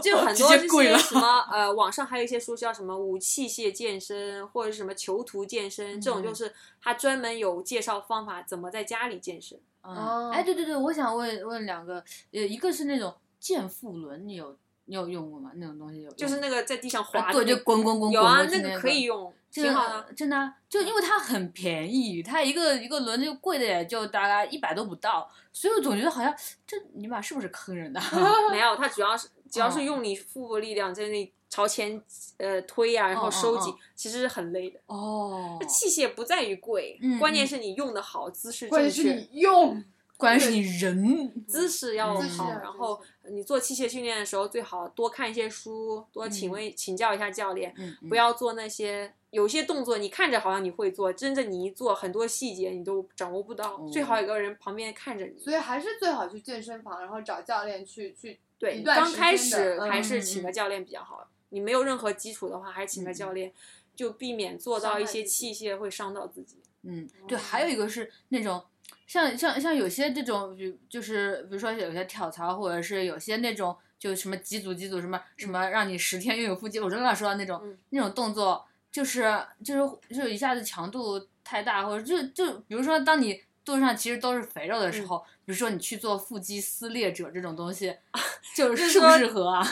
D: 就很
B: 直
D: 多
B: 接
D: 这
B: 跪
D: 些
B: 了
D: 什么呃，网上还有一些书叫什么无器械健身或者是什么囚徒健身，这种
B: 嗯
D: 就是它专门有介绍方法怎么在家里健身。
B: 嗯，
C: 哦
B: 哎，对对对，我想问问两个，呃，一个是那种健腹轮，你有你有用过吗？那种东西有用吗，
D: 就是那个在地上
B: 啊
D: 滑的
B: 对，
D: 那
B: 就
D: 个，
B: 滚滚滚滚
D: 有啊
B: 过，去
D: 那
B: 那
D: 个可以用，
B: 这个
D: 挺好的啊。
B: 真的啊、就因为它很便宜，它一个一个轮就贵的也就大概一百都不到，所以我总觉得好像这你妈是不是坑人的？
D: 没有，它主要是只要
B: 哦
D: 是用你腹部力量在那朝前呃推呀、然
B: 哦哦
D: 后收紧，
B: 哦
D: 其实是很累的。
B: 哦
D: 这器械不在于贵，
B: 嗯
D: 关
B: 嗯
D: 键是你用的好，姿势
C: 关
D: 正
C: 键是
D: 确，
C: 你用
B: 关键是你人，
D: 姿势要
B: 嗯
D: 好。
B: 姿势
D: 然后你做器械训练的时候，最好多看一些书，多请问、请教一下教练，
B: 嗯，
D: 不
B: 要
D: 要做那些。有些动作你看着好像你会做，真正你一做，很多细节你都掌握不到。
B: 哦
D: 最好有个人旁边看着你。
C: 所以还是最好去健身房，然后找教练去去。
D: 对，
C: 一
D: 你
C: 段
D: 刚
C: 时
D: 开
C: 间的
D: 始
C: 嗯
D: 还
B: 嗯
D: 是请
B: 嗯
D: 个教练比较好。你没有任何基础的话，还是请个教练，就避免做
C: 伤
D: 到一
C: 害
D: 些
C: 自己
D: 器械会伤到自己。
B: 嗯，对，还
D: 哦
B: 有一个是那种。像像像有些这种，比如就是比如说有些跳槽，或者是有些那种就什么几组几组什么什么，让你十天拥有腹肌，我真的说到那种、
D: 嗯
B: 那种动作，就是就是就是一下子强度太大，或者就就比如说当你肚子上其实都是肥肉的
D: 嗯
B: 时候，比如说你去做腹肌撕裂者这种东 西，就
D: 就是是
B: 适不
D: 说
B: 适合啊？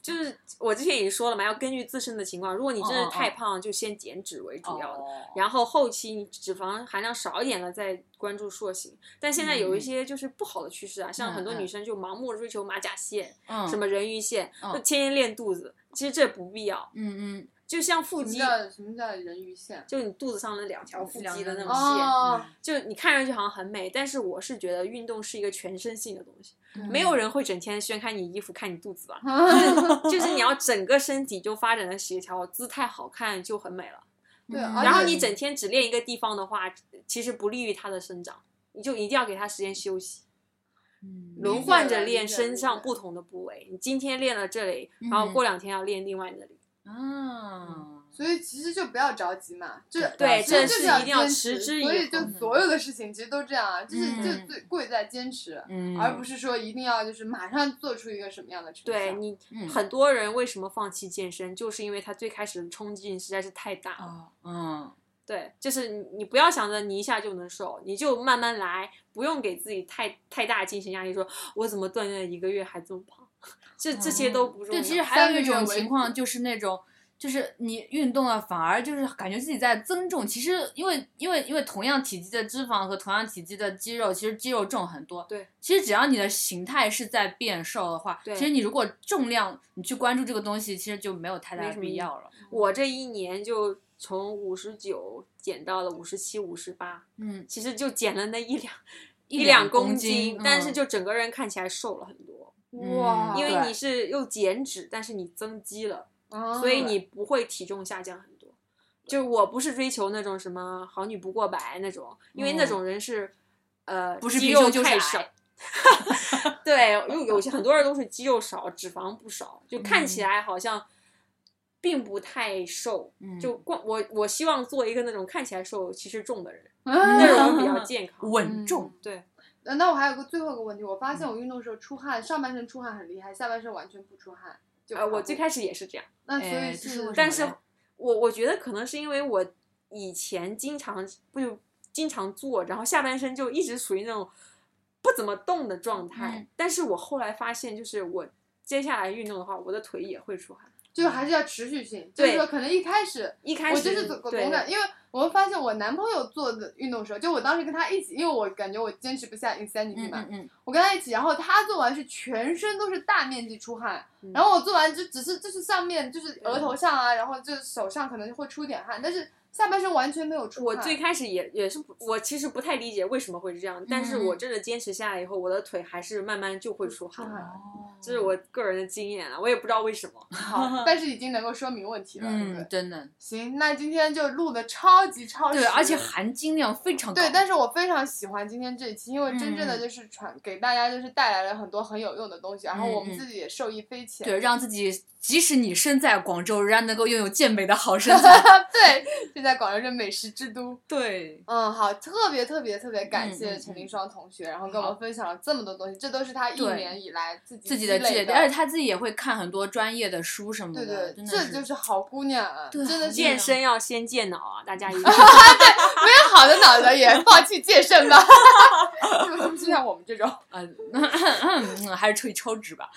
D: 就是我之前已经说了嘛，要根据自身的情况，如果你真
B: 哦哦
D: 的
B: 哦
D: 太胖，就先减脂为主要的。
B: 哦，
D: 然后后期你脂肪含量少一点了，再关注塑形。但现在有一
B: 嗯
D: 些就是不好的趋势啊，像很多
B: 嗯嗯
D: 女生就盲目追求马甲线、
B: 嗯，
D: 什么人鱼线，
B: 嗯
D: 就天天练肚子，其实这不必要。
B: 嗯嗯
D: 就像
C: 什
D: 腹
C: 么
D: 肌，
C: 叫什么叫人鱼线？
D: 就你肚子上的两条腹
B: 两
D: 肌的那
B: 条
D: 种
B: 线
D: 线，
C: 哦，？
D: 就你看上去好像很美，但是我是觉得运动是一个全身性的东西，
B: 嗯
D: 没有人会整天掀开你衣服看你肚子吧嗯就是你要整个身体就发展的协调，姿态好看就很美了。
C: 对，
B: 嗯
C: 而且
D: 然后你整天只练一个地方的话，其实不利于它的生长。你就一定要给它时间休息，
B: 嗯
D: 轮
F: 解
D: 换
F: 了
D: 着
F: 理
D: 练
F: 解
D: 身
F: 理
D: 上
F: 解
D: 不同的部位。你今天练了这里，然后过两天要练另外那里。
B: 嗯啊，
D: 嗯
C: 所以其实就不要着急嘛，就
D: 对
C: 其实
D: 这
C: 就是要
D: 一定要
C: 坚
D: 持之以
C: 所以就
D: 恒
C: 所有的事情其实都这样啊，就是
D: 嗯
C: 就最贵在坚持，
B: 嗯
C: 而不是说一定要就是马上做出一个什么样的成效。
D: 对你，
B: 嗯
D: 很多人为什么放弃健身，就是因为他最开始的冲劲实在是太大了。
B: 哦，嗯
D: 对，就是你你不要想着你一下就能瘦，你就慢慢来，不用给自己太太大的精神压力说，我怎么锻炼一个月还这么胖， 这这些都不重要。
B: 对，其实还有一
C: 三个
B: 种
C: 月为
B: 情况就是那种，就是你运动了，反而就是感觉自己在增重。其实因为因为因为同样体积的脂肪和同样体积的肌肉，其实肌肉重很多。
D: 对，
B: 其实只要你的形态是在变瘦的话，
D: 对
B: 其实你如果重量你去关注这个东西，其实就没有太大
D: 没
B: 的
D: 什么意
B: 必
D: 义
B: 要了。
D: 我这一年就从五十九减到了五十七、五十八，
B: 嗯，
D: 其实就减了那一两
B: 一
D: 一
B: 两
D: 两
B: 公
D: 斤
B: 斤，
D: 但
B: 嗯
D: 是就整个人看起来瘦了很多，
C: 哇，
B: 嗯
D: 因为
B: 对
D: 你是又减脂，但是你增肌了。
C: 啊
D: 所以
B: 哦
D: 你不会体重下降很多。就是我不是追求那种什么好女不过百那种，因为那种人是，呃，
B: 哦不是
D: 肌
B: 平胸
D: 肉
B: 就是
D: 太
B: 矮
D: 少。对，有有些很多人都是肌肉少，脂肪不少，就看起来好像并不太瘦。
B: 嗯
D: 就光我我希望做一个那种看起来瘦其实重 的人，
C: 那
D: 那种比较健康。
B: 稳重。
D: 对，
C: 嗯呃
D: 嗯
C: 那那我还有个最后一个问题，我发现我运动的时候出汗，上半身出汗很厉害，下半身完全不出汗。就
D: 呃，我最开
C: 始
D: 始也是这样。
C: 那所
B: 哎
C: 以
B: 这是为什么
D: 但
B: 呢
D: 是我我觉得可能是因为我以前经常不就经常做，然后下半身就一直处于那种不怎么动的状态。
B: 嗯
D: 但是我后来发现，就是我接下来运动的话，我的腿也会出汗。
C: 就还是要持续性，就
D: 对
C: 是说可能一开始
D: 一开
C: 我
D: 始
C: 就是总
D: 对
C: 总感，因为我会发现我男朋友做的运动的时候，就我当时跟他一起，因为我感觉我坚持不下 insanity
B: 嗯
C: 嘛，
B: 嗯嗯，
C: 我跟他一起，然后他做完是全身都是大面积出汗，
D: 嗯
C: 然后我做完就只是就是上面就是额头上啊，然后就是手上可能会出点汗，但是下半身完全没有出
D: 我
C: 汗。
D: 最开始也也是不，我其实不太理解为什么会这样，但是
B: 嗯
D: 我真的坚持下来以后，我的腿还是慢慢就会出汗
C: 出汗哦
D: 了，这是我个人的经验啊，我也不知道为什么。
C: 好，但是已经能够说明问题了，对不
B: 嗯，
C: 对？
B: 真的，
C: 行，那今天就录的超级超时，
B: 对，而且含金量非常高。
C: 对，但是我非常喜欢今天这一期，因为真正的
B: 嗯
C: 就是传给大家就是带来了很多很有用的东西，然后我
B: 嗯
C: 们
B: 嗯
C: 自己也受益匪浅。
B: 对，让自己即使你身在广州，仍然能够拥有健美的好身 材。
C: 对，就在广州这美食之都。
B: 对，
C: 嗯，好，特别特别特别感
B: 嗯
C: 谢
B: 嗯
C: 陈
B: 嗯
C: 林双同学，然后跟我们分享了这么多东西，这都是他一
B: 对
C: 年以来自己
B: 自己
C: 积
B: 的积累，
C: 累的，
B: 而且他自己也会看很多专业的书什么
C: 对
B: 的，
C: 对，
B: 真的
C: 这就是好姑娘啊，
B: 对
C: 真的是
D: 健
C: 没
D: 身要先健脑啊，大家一定
C: 有好的脑子也放弃健身吧， 就就像我们这种。
B: 嗯，嗯还是抽抽脂 吧。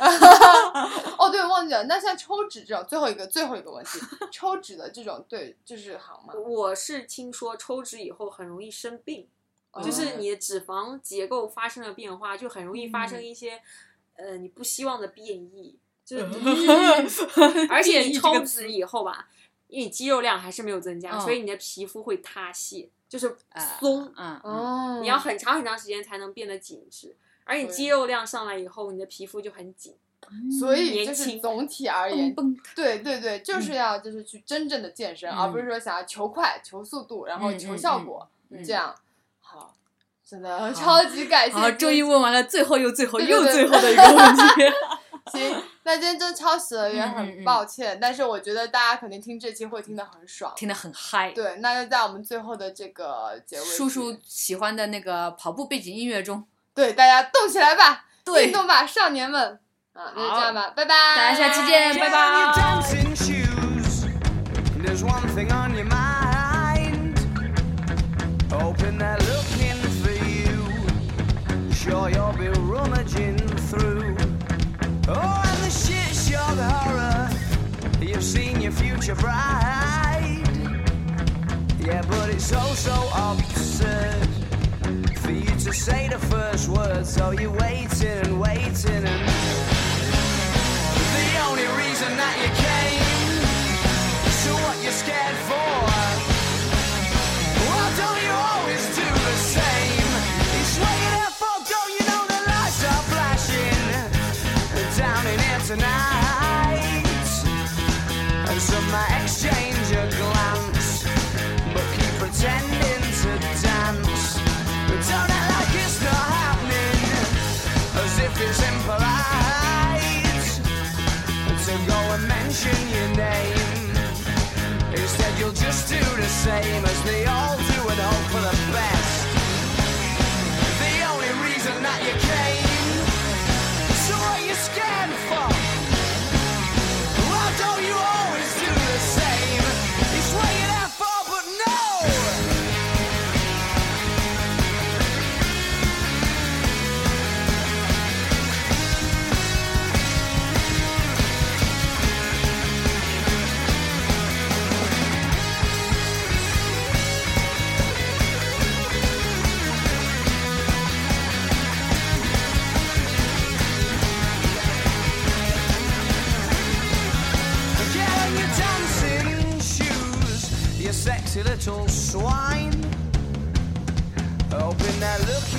C: 哦，对，忘记了，那像抽脂这种最后一个最后一个问题，抽脂的这种对，就是好吗？
D: 我是听说抽脂以后很容易生病，
B: 哦
D: 就是
C: 嗯
D: 你的脂肪结构发生了变化，就很容易发
B: 嗯
D: 生一些，呃，你不希望的变异。就是，
B: 嗯
D: 而且
B: 变异
D: 你
B: 这个
D: 抽脂以后吧，因为你肌肉量还是没有增加，
B: 嗯
D: 所以你的皮肤会塌陷，就是
B: 呃
D: 松，
B: 嗯，嗯
C: 哦，
D: 你要很长很长时间才能变得紧致。而你
C: 对
D: 肌肉量上来以后，你的皮肤就很紧。
C: 所以
D: 年
C: 就是
D: 轻
C: 总体而言
B: 蹦，蹦
C: 对对对，就是要就是去真正的健身，而不
B: 嗯
C: 是说想要求快、求速度，然后
B: 嗯
C: 求
B: 嗯
C: 效
B: 嗯
C: 果，
B: 嗯
C: 这样好，真的超级感
B: 好，
C: 谢。
B: 终于问完了最后又最后
C: 对
B: 又
C: 对
B: 最
C: 对
B: 后的一个问题。
C: 行，那今天真超时了，也
B: 嗯嗯
C: 很
B: 嗯
C: 抱歉，但是我觉得大家肯定听这期会听得很爽。
B: 听得很嗨。
C: 对，那就在我们最后的这个结尾曲，
B: 叔叔喜欢的那个跑步背景音乐中，
C: 对大家动起来吧，
B: 对
C: 运，动吧，少年们啊，那就这样吧，拜拜，
B: 大家下期见，拜拜。
A: dancing shoes. And There's one thing on your mind. Hoping they're looking for you. Sure you'll be rummaging through. Oh, and the shit shock horror. You've seen your future bride. Yeah, but it's oh so so absurd for you to say the first word. So you're waiting and waiting and. The only reason that you came So what you're scared for Why don't you always do the same? It's waking up, oh don't you know the lights are flashing Down in here tonight And some might exchange a glance You'll just do the same as they all do and hope for the best. The only reason that you came, so what you scared for? Why don't you always do the same? It's what you're there for, but no! Get in your dancing shoes, you sexy little swine. Hoping they're looking